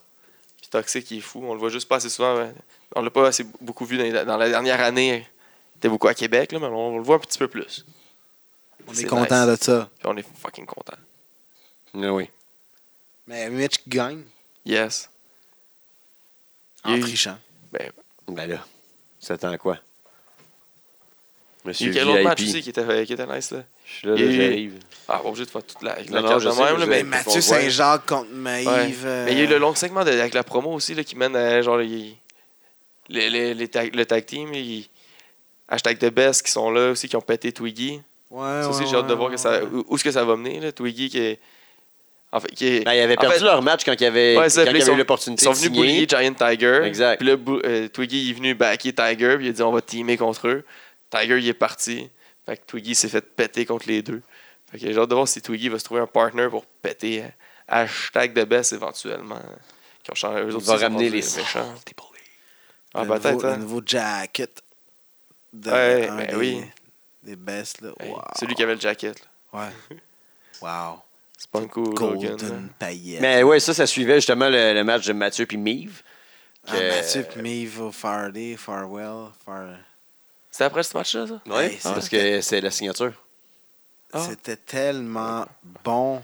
[SPEAKER 2] Puis Toxic, il est fou. On le voit juste pas assez souvent. ouais. On l'a pas assez beaucoup vu dans, les- dans la dernière année. Il était beaucoup à Québec, là, mais on, on le voit un petit peu plus.
[SPEAKER 3] On est
[SPEAKER 2] C'est
[SPEAKER 3] content
[SPEAKER 2] nice.
[SPEAKER 3] de ça.
[SPEAKER 2] Puis on est fucking content.
[SPEAKER 1] Ah Oui.
[SPEAKER 3] Mais Mitch gagne
[SPEAKER 2] Yes. Il y a
[SPEAKER 3] en
[SPEAKER 2] eu-
[SPEAKER 3] trichant.
[SPEAKER 2] Ben,
[SPEAKER 1] Ben là, ça tend à quoi?
[SPEAKER 2] il y a
[SPEAKER 1] Monsieur
[SPEAKER 2] eu quel autre match aussi
[SPEAKER 1] VIP.
[SPEAKER 2] qui était, qui était nice, là?
[SPEAKER 1] Je suis là,
[SPEAKER 2] Il y a
[SPEAKER 1] là,
[SPEAKER 2] eu-
[SPEAKER 1] j'arrive.
[SPEAKER 2] Ah, pas obligé de faire toute la, avec
[SPEAKER 1] Non,
[SPEAKER 2] la
[SPEAKER 1] non,
[SPEAKER 2] carte
[SPEAKER 1] je
[SPEAKER 2] de
[SPEAKER 1] sais,
[SPEAKER 2] même,
[SPEAKER 1] je
[SPEAKER 2] là,
[SPEAKER 1] sais.
[SPEAKER 2] mais.
[SPEAKER 1] Faut
[SPEAKER 3] Mathieu
[SPEAKER 1] qu'on
[SPEAKER 3] Saint-Jacques contre
[SPEAKER 2] Ouais.
[SPEAKER 3] Maïve. euh,
[SPEAKER 2] Mais il y a eu le long segment de- avec la promo aussi là, qui mène à genre les, les- les- les tag- le tag team. les- hashtag de Best qui sont là aussi, qui ont pété Twiggy.
[SPEAKER 3] Ouais,
[SPEAKER 2] ça aussi,
[SPEAKER 3] ouais,
[SPEAKER 2] j'ai hâte de
[SPEAKER 3] ouais,
[SPEAKER 2] voir que ça,
[SPEAKER 3] ouais.
[SPEAKER 2] où, où est-ce que ça va mener. Là, Twiggy qui est. En fait, qui est-
[SPEAKER 1] Ben, ils avaient
[SPEAKER 2] en
[SPEAKER 1] perdu
[SPEAKER 2] fait,
[SPEAKER 1] leur match quand ils avaient,
[SPEAKER 2] Ouais, c'est ça,
[SPEAKER 1] quand
[SPEAKER 2] puis
[SPEAKER 1] ils
[SPEAKER 2] ils
[SPEAKER 1] avaient eu
[SPEAKER 2] sont- Ils
[SPEAKER 1] l'opportunité
[SPEAKER 2] sont
[SPEAKER 1] de
[SPEAKER 2] venus
[SPEAKER 1] signer.
[SPEAKER 2] bouiller Giant Tiger.
[SPEAKER 1] Exact.
[SPEAKER 2] Puis là, Bou- euh, Twiggy est venu backer Tiger. Puis il a dit on va teamer contre eux. Tiger, il est parti. Fait que Twiggy s'est fait péter contre les deux. Fait que j'ai hâte de voir si Twiggy va se trouver un partner pour péter à, hashtag de Bess éventuellement. Qui ont changé, eux autres,
[SPEAKER 1] va
[SPEAKER 2] ils ont
[SPEAKER 1] ramener
[SPEAKER 2] rendu
[SPEAKER 1] les
[SPEAKER 2] méchants. Ah,
[SPEAKER 3] le nouveau,
[SPEAKER 2] peut-être,
[SPEAKER 3] le
[SPEAKER 2] hein.
[SPEAKER 3] nouveau jacket. De
[SPEAKER 2] Ouais,
[SPEAKER 3] un
[SPEAKER 2] ben
[SPEAKER 3] des,
[SPEAKER 2] oui.
[SPEAKER 3] Des bestes, là.
[SPEAKER 2] Hey,
[SPEAKER 3] Wow.
[SPEAKER 2] C'est lui qui avait le jacket. là.
[SPEAKER 3] Ouais. Wow.
[SPEAKER 2] C'est pas un coup, Logan. là.
[SPEAKER 3] Golden paillette.
[SPEAKER 1] Mais ouais, ça, ça suivait justement le, le match de Mathieu puis Mive.
[SPEAKER 3] Ah,
[SPEAKER 1] que-
[SPEAKER 3] Mathieu, puis Maeve, Faraday, Farwell, Far...
[SPEAKER 2] C'était après ce match-là, ça?
[SPEAKER 1] Ouais,
[SPEAKER 3] Hey, c'est
[SPEAKER 1] parce
[SPEAKER 3] vrai.
[SPEAKER 1] que c'est la signature.
[SPEAKER 2] Ah.
[SPEAKER 3] C'était tellement bon.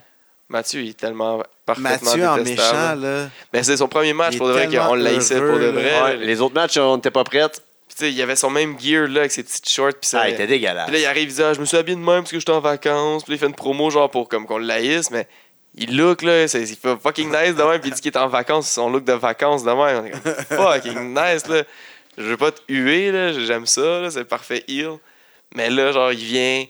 [SPEAKER 2] Mathieu, il est tellement parfaitement
[SPEAKER 3] Mathieu en
[SPEAKER 2] détestable.
[SPEAKER 3] méchant, là.
[SPEAKER 2] Mais c'est son premier match,
[SPEAKER 3] Il
[SPEAKER 2] pour
[SPEAKER 3] est
[SPEAKER 2] de vrai,
[SPEAKER 3] tellement
[SPEAKER 2] qu'on l'haïssait
[SPEAKER 3] heureux,
[SPEAKER 2] pour de
[SPEAKER 3] là.
[SPEAKER 2] vrai.
[SPEAKER 1] Ouais, les autres matchs, on n'était pas prêts.
[SPEAKER 2] Puis, tu sais, il avait son même gear, là, avec ses petites shorts. Puis ça-
[SPEAKER 1] Ça, Ah, était dégueulasse.
[SPEAKER 2] Puis là, il arrive, il dit Ah, Je me suis habillé de même parce que j'étais en vacances. Puis là, il fait une promo, genre, pour comme qu'on l'haïsse, mais il look, là, c'est- il fait fucking nice de même. Puis il dit qu'il est en vacances, son look de vacances de même. On est comme, fucking nice, là. Je veux pas te huer, là, j'aime ça, là, c'est parfait heel. Mais là, genre, il vient,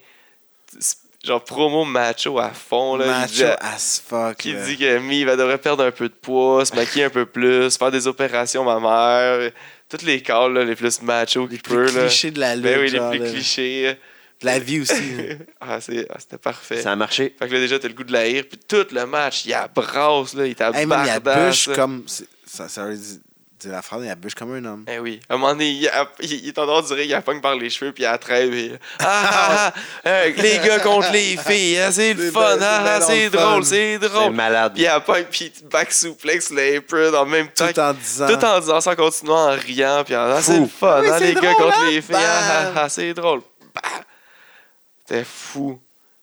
[SPEAKER 2] genre, promo macho à fond, là. Il dit
[SPEAKER 3] Macho
[SPEAKER 2] à-
[SPEAKER 3] as fuck,
[SPEAKER 2] qui
[SPEAKER 3] là.
[SPEAKER 2] dit que Mi va devrait perdre un peu de poids, se maquiller un peu plus, faire des opérations ma mère, toutes les calls là, les plus macho qu'il
[SPEAKER 3] Plus
[SPEAKER 2] peut là.
[SPEAKER 3] cliché de la lutte,
[SPEAKER 2] Ben oui, les
[SPEAKER 3] genre,
[SPEAKER 2] plus
[SPEAKER 3] là.
[SPEAKER 2] clichés.
[SPEAKER 3] De La vie aussi. là.
[SPEAKER 2] ah, c'est- ah, c'était parfait.
[SPEAKER 1] Ça a marché.
[SPEAKER 2] Fait que là déjà t'as le goût de la haïr, puis tout le match, il abrasse là, il
[SPEAKER 3] hey, man, il
[SPEAKER 2] t'abardasse.
[SPEAKER 3] abûche
[SPEAKER 2] là.
[SPEAKER 3] comme... c'est- Ça, ça veut dire dire la phrase, il abûche comme un homme.
[SPEAKER 2] Eh oui, à un moment donné, il, a- il- il est en dehors du ring, il a pogne par les cheveux, puis il attrape. et- Ah, ah, ah, euh, les gars contre les filles, hein, c'est le
[SPEAKER 3] C'est
[SPEAKER 2] fun,
[SPEAKER 3] ben- c'est
[SPEAKER 2] ah,
[SPEAKER 3] ben
[SPEAKER 2] ah,
[SPEAKER 3] dans
[SPEAKER 2] c'est
[SPEAKER 3] le fun.
[SPEAKER 2] drôle, c'est
[SPEAKER 1] C'est
[SPEAKER 2] drôle.
[SPEAKER 1] malade.
[SPEAKER 2] Puis il pogne, puis il back suplex l'apron en même temps
[SPEAKER 3] Tout en disant... ah,
[SPEAKER 2] Tout en disant ça, en continuant en riant, puis en disant, c'est le fun,
[SPEAKER 3] Oui,
[SPEAKER 2] hein,
[SPEAKER 3] c'est
[SPEAKER 2] les
[SPEAKER 3] drôle,
[SPEAKER 2] gars contre
[SPEAKER 3] hein?
[SPEAKER 2] les filles, ah,
[SPEAKER 3] Bam!
[SPEAKER 2] ah, ah, c'est drôle. Bah. C'était fou.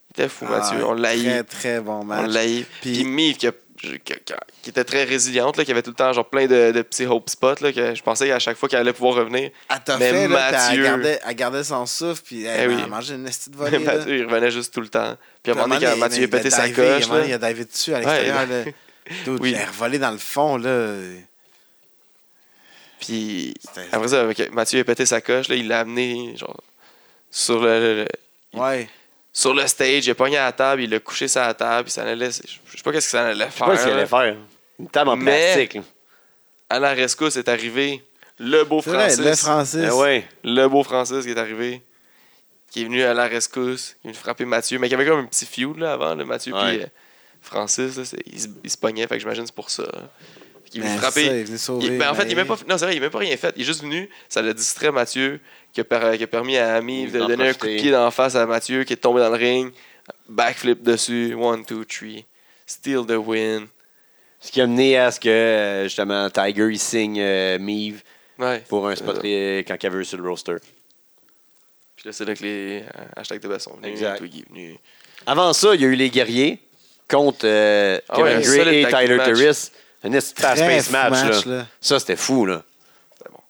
[SPEAKER 2] C'était fou,
[SPEAKER 3] Ah,
[SPEAKER 2] Mathieu. On l'a
[SPEAKER 3] Très, très bon
[SPEAKER 2] On
[SPEAKER 3] match.
[SPEAKER 2] l'a Puis,
[SPEAKER 3] Puis-
[SPEAKER 2] Miv, qui, a- qui- qui- qui était très résiliente, là, qui avait tout le temps genre, plein de, de petits hope spots, là, que je pensais à chaque fois qu'elle allait pouvoir revenir.
[SPEAKER 3] Elle t'a
[SPEAKER 2] Mais
[SPEAKER 3] fait, là, puis
[SPEAKER 2] Mathieu-
[SPEAKER 3] elle gardait, elle gardait son souffle, puis
[SPEAKER 2] Eh
[SPEAKER 3] hey, man,
[SPEAKER 2] oui.
[SPEAKER 3] elle mangeait une estie de volée, là.
[SPEAKER 2] Mathieu, il revenait juste tout le temps. Puis à un
[SPEAKER 3] Puis à
[SPEAKER 2] moment donné, quand
[SPEAKER 3] donné,
[SPEAKER 2] Mathieu a
[SPEAKER 3] il a
[SPEAKER 2] pété sa
[SPEAKER 3] divé,
[SPEAKER 2] coche,
[SPEAKER 3] à un moment
[SPEAKER 2] là,
[SPEAKER 3] donné, Il a divé dessus à
[SPEAKER 2] Ouais,
[SPEAKER 3] l'extérieur. là. Dude,
[SPEAKER 2] Oui.
[SPEAKER 3] Il a revolé dans le fond, là.
[SPEAKER 2] Puis
[SPEAKER 3] C'était-
[SPEAKER 2] après ça, avec- Mathieu a pété sa coche, là, il l'a amené genre, sur le- le- le,
[SPEAKER 3] Ouais.
[SPEAKER 2] sur le stage, il a pogné à la table, il l'a couché sur la table, il s'en allait. Je je sais pas qu'est-ce que ça allait
[SPEAKER 1] Je sais
[SPEAKER 2] faire.
[SPEAKER 1] pas ce qu'il
[SPEAKER 2] là.
[SPEAKER 1] allait faire. Une table en
[SPEAKER 2] Mais-
[SPEAKER 1] plastique. là.
[SPEAKER 2] À la rescousse est arrivé le beau
[SPEAKER 3] C'est vrai,
[SPEAKER 2] Francis.
[SPEAKER 3] le Francis.
[SPEAKER 1] Eh ouais.
[SPEAKER 2] Le beau Francis qui est arrivé, qui est venu à la rescousse, qui est venu frapper Mathieu, mais qui avait comme un petit feud là, avant, le Mathieu
[SPEAKER 1] Ouais.
[SPEAKER 2] puis euh, Francis, là, c'est- il, se, il se pognait, fait que j'imagine c'est pour ça. Qui est venu
[SPEAKER 3] Ben,
[SPEAKER 2] frapper.
[SPEAKER 3] c'est ça, il est venu sauver
[SPEAKER 2] Il- ben, en fait, il est même pas,
[SPEAKER 3] Maeve.
[SPEAKER 2] non, c'est vrai, il a même pas rien fait. Il est juste venu, ça l'a distrait Mathieu, qui a, per- qui a permis à Ami
[SPEAKER 1] Il
[SPEAKER 2] de
[SPEAKER 1] en
[SPEAKER 2] donner un
[SPEAKER 1] profiter.
[SPEAKER 2] coup de pied d'en face à Mathieu, qui est tombé dans le ring. Backflip dessus, one, two, three. Steal the win.
[SPEAKER 1] Ce qui a mené à ce que, euh, justement, Tiger, il signe euh, Mive
[SPEAKER 2] Ouais.
[SPEAKER 1] pour un spot
[SPEAKER 2] Euh,
[SPEAKER 1] euh, quand il avait eu sur le roster.
[SPEAKER 2] Puis là, c'est là que les euh, hashtags de bas sont venus.
[SPEAKER 1] Exact.
[SPEAKER 2] Twiggy est venu.
[SPEAKER 1] Avant ça, il y a eu les guerriers contre euh,
[SPEAKER 2] Ah ouais,
[SPEAKER 1] Kevin
[SPEAKER 2] un
[SPEAKER 1] Gray
[SPEAKER 2] solide
[SPEAKER 1] et
[SPEAKER 2] tag team
[SPEAKER 1] Tyler
[SPEAKER 2] match.
[SPEAKER 1] Terris. Un esti de
[SPEAKER 3] Très
[SPEAKER 1] fast-paced
[SPEAKER 3] fou
[SPEAKER 1] match.
[SPEAKER 3] match,
[SPEAKER 1] là.
[SPEAKER 3] là.
[SPEAKER 1] Ça, c'était fou. là.
[SPEAKER 2] C'était bon.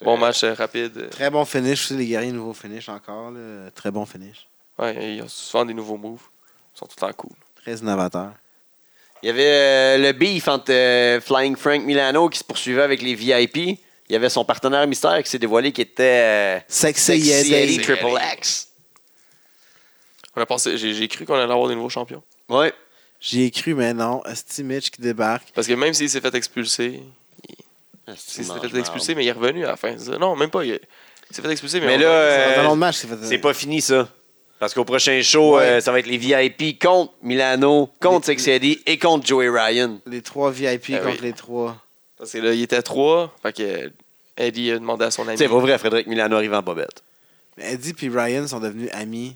[SPEAKER 2] Bon
[SPEAKER 1] C'est-
[SPEAKER 2] match euh, rapide.
[SPEAKER 3] Très bon finish aussi, les guerriers, nouveau finish encore. là. Très bon finish.
[SPEAKER 2] Ouais, ils ont souvent des nouveaux moves. Ils sont tout le temps cool.
[SPEAKER 3] Très innovateur.
[SPEAKER 1] Il y avait euh, le beef entre euh, Flying Frank Milano qui se poursuivait avec les VIP. Il y avait son partenaire mystère qui s'est dévoilé qui était euh,
[SPEAKER 3] Sexy
[SPEAKER 1] Sexy Eddie
[SPEAKER 3] Eddie.
[SPEAKER 1] Triple X.
[SPEAKER 2] On a pensé, j'ai, j'ai cru qu'on allait avoir des nouveaux champions.
[SPEAKER 1] Ouais.
[SPEAKER 3] J'y ai cru, mais non. Esti Mitch qui débarque.
[SPEAKER 2] Parce que même s'il s'est fait expulser, s'il s'est fait expulser, mais il est revenu à la fin. c'est ça? Non, même pas. Il il s'est fait expulser, mais,
[SPEAKER 1] Mais
[SPEAKER 2] on-
[SPEAKER 1] là, euh,
[SPEAKER 3] C'est un long match. fait-
[SPEAKER 1] C'est pas fini, ça. Parce qu'au prochain show,
[SPEAKER 3] Ouais.
[SPEAKER 1] euh, ça va être les VIP contre Milano, contre Sexy Eddie et contre Joey Ryan.
[SPEAKER 3] euh, Les trois VIP
[SPEAKER 2] Ah oui.
[SPEAKER 3] contre les trois.
[SPEAKER 2] Parce que là, il était trois. Fait que Eddie a demandé à son ami.
[SPEAKER 1] C'est pas vrai, Frédéric Milano arrive en bobette.
[SPEAKER 3] Mais Eddie puis Ryan sont devenus amis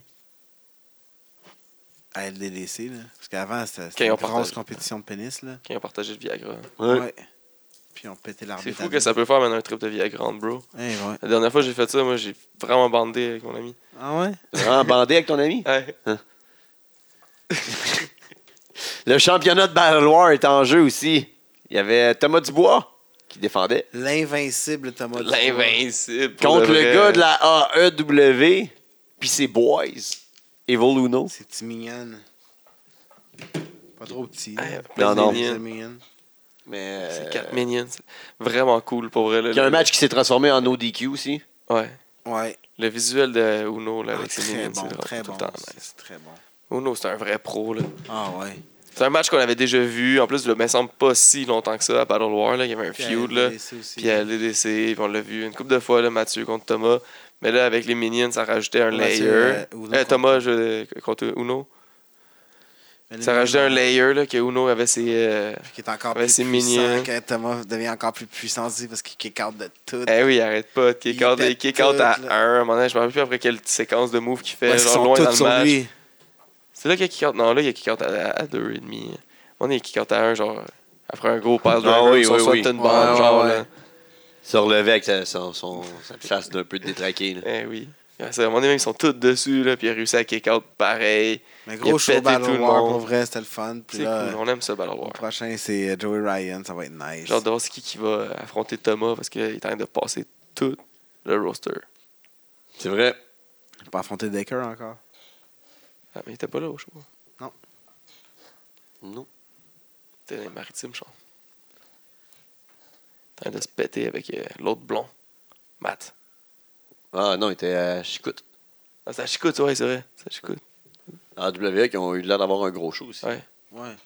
[SPEAKER 3] à LDDC. Là. Parce qu'avant, c'était c'était
[SPEAKER 2] Ok,
[SPEAKER 3] une
[SPEAKER 2] on
[SPEAKER 3] grosse
[SPEAKER 2] partage.
[SPEAKER 3] compétition de pénis. Là.
[SPEAKER 2] Qui a partagé le Viagra.
[SPEAKER 3] Ah,
[SPEAKER 1] Ouais.
[SPEAKER 3] Ouais. Puis on pétait l'arbitre.
[SPEAKER 2] C'est fou
[SPEAKER 3] à
[SPEAKER 2] que ça
[SPEAKER 3] deux.
[SPEAKER 2] peut faire maintenant un trip de Viagra, entre bro.
[SPEAKER 3] Eh, ouais.
[SPEAKER 2] La dernière fois que j'ai fait ça, moi, j'ai vraiment bandé avec mon ami.
[SPEAKER 3] Ah ouais?
[SPEAKER 1] Vraiment bandé avec ton ami?
[SPEAKER 2] Ouais.
[SPEAKER 1] Le championnat de Battle War est en jeu aussi. Il y avait Thomas Dubois qui défendait.
[SPEAKER 3] L'invincible Thomas Dubois.
[SPEAKER 2] L'invincible. pour
[SPEAKER 1] Contre
[SPEAKER 2] de
[SPEAKER 1] le
[SPEAKER 2] vrai.
[SPEAKER 1] gars de la AEW, puis ses boys, Evil Uno.
[SPEAKER 3] C'est petit mignonne. Pas trop petit.
[SPEAKER 2] Ouais,
[SPEAKER 1] Non,
[SPEAKER 2] non,
[SPEAKER 1] non.
[SPEAKER 2] non.
[SPEAKER 3] C'est mignonne.
[SPEAKER 1] Mais, euh,
[SPEAKER 2] C'est 4 minions. Vraiment cool, pour vrai. là.
[SPEAKER 1] il y a un
[SPEAKER 2] Le-
[SPEAKER 1] match qui s'est transformé en ODQ aussi.
[SPEAKER 2] Ouais.
[SPEAKER 3] Ouais.
[SPEAKER 2] Le visuel de Uno là,
[SPEAKER 3] Ah,
[SPEAKER 2] avec ses
[SPEAKER 3] très
[SPEAKER 2] minions,
[SPEAKER 3] bon,
[SPEAKER 2] c'est drôle,
[SPEAKER 3] très
[SPEAKER 2] tout
[SPEAKER 3] bon.
[SPEAKER 2] le temps.
[SPEAKER 3] C'est
[SPEAKER 2] nice.
[SPEAKER 3] c'est très bon.
[SPEAKER 2] Uno, c'est un vrai pro. là.
[SPEAKER 3] Ah ouais.
[SPEAKER 2] C'est un match qu'on avait déjà vu. En plus, il me semble pas si longtemps que ça à Battle War. Là. Il y avait un feud. Là. Puis à LDDC, puis on l'a vu une couple de fois, là, Mathieu contre Thomas. Mais là, avec les minions, ça rajoutait un layer.
[SPEAKER 3] Mathieu, euh, Uno
[SPEAKER 2] Euh,
[SPEAKER 3] contre-
[SPEAKER 2] Thomas je- contre Uno.
[SPEAKER 3] Mais
[SPEAKER 2] Ça
[SPEAKER 3] lui,
[SPEAKER 2] rajoutait un layer là, que Uno avait ses. euh,
[SPEAKER 3] Qui est encore
[SPEAKER 2] Ouais,
[SPEAKER 3] plus
[SPEAKER 2] c'est
[SPEAKER 3] puissant,
[SPEAKER 2] mignon. hein.
[SPEAKER 3] que Thomas devient encore plus puissant aussi parce qu'il kick out de tout.
[SPEAKER 2] Eh oui, arrête pas.
[SPEAKER 3] Il
[SPEAKER 2] Kick out,
[SPEAKER 3] pète
[SPEAKER 2] il kick out
[SPEAKER 3] tout,
[SPEAKER 2] à
[SPEAKER 3] là.
[SPEAKER 2] 1. À un moment donné, je me rappelle plus après quelle séquence de move qu'il fait.
[SPEAKER 3] Parce qu'ils
[SPEAKER 2] genre loin dans le match.
[SPEAKER 3] lui.
[SPEAKER 2] C'est là qu'il y a kick out. Non, là, il y a kick out à, à 2,5. On est kick out à 1, genre. Après un gros pile driver,
[SPEAKER 1] Ah oui,
[SPEAKER 2] sur
[SPEAKER 1] oui,
[SPEAKER 2] soit
[SPEAKER 1] oui.
[SPEAKER 2] une bombe,
[SPEAKER 3] Ouais, ouais,
[SPEAKER 2] genre.
[SPEAKER 3] ouais.
[SPEAKER 2] Là.
[SPEAKER 1] Se relever avec sa, son, son- sa face d'un peu détraquée. là.
[SPEAKER 2] Eh oui. Ah, c'est- À un moment donné, même, ils sont tous dessus, là, puis il a réussi à kick out pareil.
[SPEAKER 3] Mais
[SPEAKER 2] Il
[SPEAKER 3] gros
[SPEAKER 2] a
[SPEAKER 3] show
[SPEAKER 2] pété
[SPEAKER 3] Battle
[SPEAKER 2] tout le
[SPEAKER 3] War,
[SPEAKER 2] monde.
[SPEAKER 3] pour vrai, c'était le fun. Puis
[SPEAKER 2] C'est
[SPEAKER 3] là,
[SPEAKER 2] cool, on aime ça, Battle War.
[SPEAKER 3] le prochain, c'est Joey Ryan, ça va être nice.
[SPEAKER 2] J'ai hâte de voir c'est qui qui va affronter Thomas parce qu'il est en train de passer tout le roster.
[SPEAKER 1] C'est vrai.
[SPEAKER 3] J'ai Pas affronter Decker encore.
[SPEAKER 2] Ah, mais il était pas là au show.
[SPEAKER 1] Non.
[SPEAKER 2] C'était dans les maritimes, je crois. En train de se péter avec euh, l'autre blond, Matt.
[SPEAKER 1] Ah non, il était à Chicoute.
[SPEAKER 2] Ah, c'est à Chicoute, ouais, c'est vrai. C'est à Chicoute.
[SPEAKER 1] En WWE, qui ont eu l'air d'avoir un gros show aussi.
[SPEAKER 2] Ouais.
[SPEAKER 3] Ouais.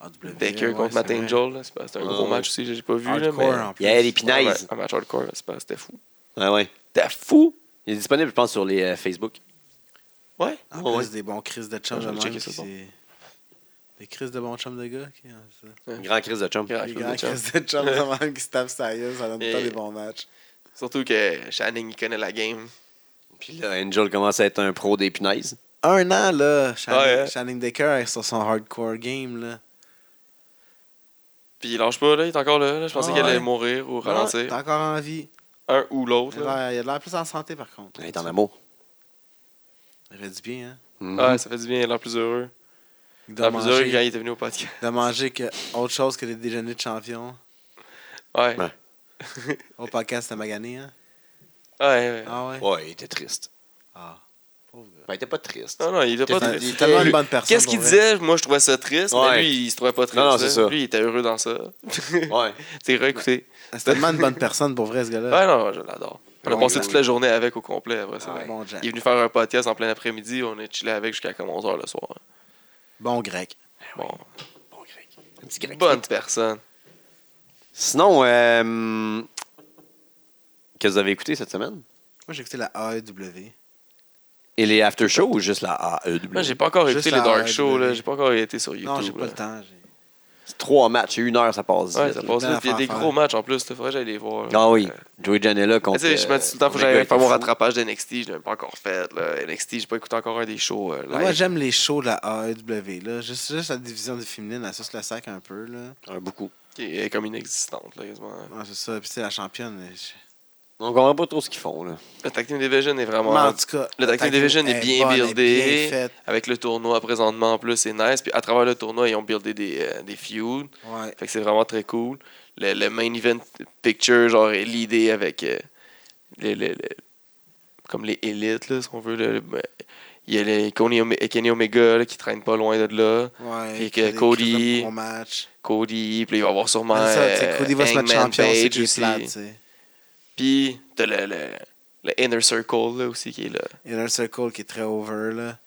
[SPEAKER 3] AW,
[SPEAKER 2] Baker
[SPEAKER 3] ouais,
[SPEAKER 2] contre
[SPEAKER 3] c'est
[SPEAKER 2] Matt
[SPEAKER 3] vrai.
[SPEAKER 2] Angel, là, c'est pas- c'était un
[SPEAKER 1] Ah,
[SPEAKER 2] gros
[SPEAKER 1] ouais.
[SPEAKER 2] match aussi, j'ai pas vu. là,
[SPEAKER 3] Hardcore,
[SPEAKER 2] mais...
[SPEAKER 3] en plus.
[SPEAKER 1] Il y a Eddie
[SPEAKER 2] Ouais,
[SPEAKER 1] Pinais.
[SPEAKER 2] ouais, un match hardcore, c'est pas- c'était fou.
[SPEAKER 1] Ouais, Ah ouais.
[SPEAKER 2] C'était fou!
[SPEAKER 1] Il est disponible, je pense, sur les euh, Facebook.
[SPEAKER 2] Ouais.
[SPEAKER 3] En
[SPEAKER 1] Ouais,
[SPEAKER 3] plus,
[SPEAKER 1] ouais.
[SPEAKER 3] des bons crises de
[SPEAKER 2] Ah,
[SPEAKER 3] chum
[SPEAKER 2] je
[SPEAKER 3] de
[SPEAKER 2] vais
[SPEAKER 3] même.
[SPEAKER 2] checker
[SPEAKER 3] qui
[SPEAKER 2] ça, bon.
[SPEAKER 3] c'est- Des crises de bons chums de gars. Qui... hein, c'est ça.
[SPEAKER 1] Grand crise de chum.
[SPEAKER 2] Grand
[SPEAKER 3] Des
[SPEAKER 2] crise de
[SPEAKER 3] grands
[SPEAKER 2] chum.
[SPEAKER 3] crises de chum de même qui se tapent sérieux, ça donne
[SPEAKER 2] Et-
[SPEAKER 3] pas des bons matchs.
[SPEAKER 2] Surtout que Shannon, il connaît la game.
[SPEAKER 1] Puis là, Angel commence à être un pro des punaises.
[SPEAKER 3] Un an, là, Shannon,
[SPEAKER 2] Ouais, hein.
[SPEAKER 3] Shannon Decker est sur son hardcore game, là.
[SPEAKER 2] Puis il lâche pas, là, il est encore là. là. Je pensais
[SPEAKER 3] Ah,
[SPEAKER 2] qu'il allait
[SPEAKER 3] ouais.
[SPEAKER 2] mourir ou
[SPEAKER 3] Ouais,
[SPEAKER 2] ralentir.
[SPEAKER 3] T'es encore en vie.
[SPEAKER 2] un ou l'autre.
[SPEAKER 3] Il
[SPEAKER 2] là.
[SPEAKER 3] a l'air- il a de l'air plus en santé, par contre.
[SPEAKER 1] Il est en amour.
[SPEAKER 3] Il aurait du bien, hein.
[SPEAKER 1] Mhm.
[SPEAKER 2] Ouais, ça fait du bien, il a l'air plus heureux. Il
[SPEAKER 3] Il
[SPEAKER 2] a
[SPEAKER 3] doit
[SPEAKER 2] l'air plus heureux
[SPEAKER 3] manger,
[SPEAKER 2] que quand il était venu au podcast.
[SPEAKER 3] de manger que autre chose que des déjeuners de champions.
[SPEAKER 2] Ouais.
[SPEAKER 1] Ouais.
[SPEAKER 2] Ouais,
[SPEAKER 3] Au podcast, c'était magané, hein.
[SPEAKER 2] ouais.
[SPEAKER 3] Ah ouais?
[SPEAKER 1] Ouais, il était triste.
[SPEAKER 3] Ah. Pauvre gars.
[SPEAKER 1] Ben, il était pas triste.
[SPEAKER 2] Non, non, il était pas
[SPEAKER 3] T'es-
[SPEAKER 2] triste.
[SPEAKER 3] t'es tellement une
[SPEAKER 2] Lui-
[SPEAKER 3] bonne personne,
[SPEAKER 2] Qu'est-ce
[SPEAKER 3] pour
[SPEAKER 2] qu'il
[SPEAKER 3] vrai.
[SPEAKER 2] disait Moi, je trouvais ça triste,
[SPEAKER 1] Ouais.
[SPEAKER 2] mais lui, il se trouvait pas triste.
[SPEAKER 1] Non, non,
[SPEAKER 2] là.
[SPEAKER 1] c'est ça.
[SPEAKER 2] Lui, il était heureux dans ça.
[SPEAKER 1] Ouais.
[SPEAKER 2] T'es réécouté.
[SPEAKER 3] C'est tellement une bonne personne, pour vrai, ce gars-là.
[SPEAKER 2] Ouais, non, je l'adore. On a
[SPEAKER 3] Ouais,
[SPEAKER 2] passé
[SPEAKER 1] ouais.
[SPEAKER 2] toute la journée avec au complet après ça.
[SPEAKER 3] Ah, bon Jack.
[SPEAKER 2] Il est venu faire un podcast en plein après-midi, on est chillé avec jusqu'à comme 11h le soir.
[SPEAKER 3] Bon grec.
[SPEAKER 2] Bon,
[SPEAKER 1] Bon, grec. Un petit grec.
[SPEAKER 2] bonne personne.
[SPEAKER 1] Sinon, euh, qu'est-ce que vous avez écouté cette semaine?
[SPEAKER 3] Moi, j'ai écouté la AEW.
[SPEAKER 1] Et les after shows ou juste la E AEW?
[SPEAKER 2] Moi, j'ai pas encore
[SPEAKER 3] Juste
[SPEAKER 2] écouté les
[SPEAKER 3] la
[SPEAKER 2] Dark
[SPEAKER 3] AEW.
[SPEAKER 2] Shows, là. j'ai pas encore été sur YouTube.
[SPEAKER 3] non, j'ai pas
[SPEAKER 2] là.
[SPEAKER 3] le temps. j'ai-
[SPEAKER 1] C'est Trois matchs, une heure, ça passe.
[SPEAKER 2] Ouais,
[SPEAKER 1] vite,
[SPEAKER 2] ça
[SPEAKER 1] là.
[SPEAKER 2] passe
[SPEAKER 3] plein
[SPEAKER 2] vite. Il y a des
[SPEAKER 3] d'affaires à
[SPEAKER 2] gros matchs en plus, il faudrait que j'aille les voir. là.
[SPEAKER 1] Ah oui,
[SPEAKER 2] Euh,
[SPEAKER 1] Joey Janela
[SPEAKER 2] mais
[SPEAKER 1] contre... euh,
[SPEAKER 2] Tu sais, je me dis tout le temps, faut
[SPEAKER 3] euh,
[SPEAKER 2] que
[SPEAKER 1] contre le
[SPEAKER 2] j'aille
[SPEAKER 1] gars
[SPEAKER 2] faire mon
[SPEAKER 1] qui est fou.
[SPEAKER 2] rattrapage de NXT, je l'ai même pas encore fait. Là. NXT, j'ai pas écouté encore un des shows. euh, live.
[SPEAKER 3] Moi, j'aime les shows de la AEW. Là. Juste, juste la division du féminin, elle suce le sac un peu. Là.
[SPEAKER 1] Ah, beaucoup.
[SPEAKER 2] Qui est comme inexistante, là, quasiment.
[SPEAKER 3] Ouais, c'est ça. Puis c'est la championne. mais je-
[SPEAKER 1] On comprend pas trop ce qu'ils font, là.
[SPEAKER 2] Le Tag Team Division est
[SPEAKER 3] Mais en
[SPEAKER 2] vraiment.
[SPEAKER 3] tout cas,
[SPEAKER 2] Le Tag Team Division est bien
[SPEAKER 3] bonne, elle
[SPEAKER 2] buildé.
[SPEAKER 3] bien faite.
[SPEAKER 2] Avec le tournoi présentement en plus, c'est nice. Puis à travers le tournoi, ils ont buildé des, euh, des feuds.
[SPEAKER 3] Ouais.
[SPEAKER 2] Fait que c'est vraiment très cool. Le, le main event picture, genre, est l'idée avec euh, les, les- les- comme les élites, là, si on veut. là. Le- Il y a les Coney Ome- Kenny Omega là, qui traîne pas loin de là.
[SPEAKER 3] ouais.
[SPEAKER 2] Puis que
[SPEAKER 3] il fait des
[SPEAKER 2] Cody-
[SPEAKER 3] crises de gros matchs.
[SPEAKER 2] Cody, puis il va y avoir sûrement.
[SPEAKER 3] Mais ça, tu sais,
[SPEAKER 2] euh,
[SPEAKER 3] Cody va se mettre
[SPEAKER 2] Hangman
[SPEAKER 3] champion, c'est
[SPEAKER 2] Page
[SPEAKER 3] qui est
[SPEAKER 2] aussi.
[SPEAKER 3] plate, tu sais.
[SPEAKER 2] Puis t'as le, le, le Inner Circle là, aussi qui est là.
[SPEAKER 3] Inner Circle qui est très over. Là.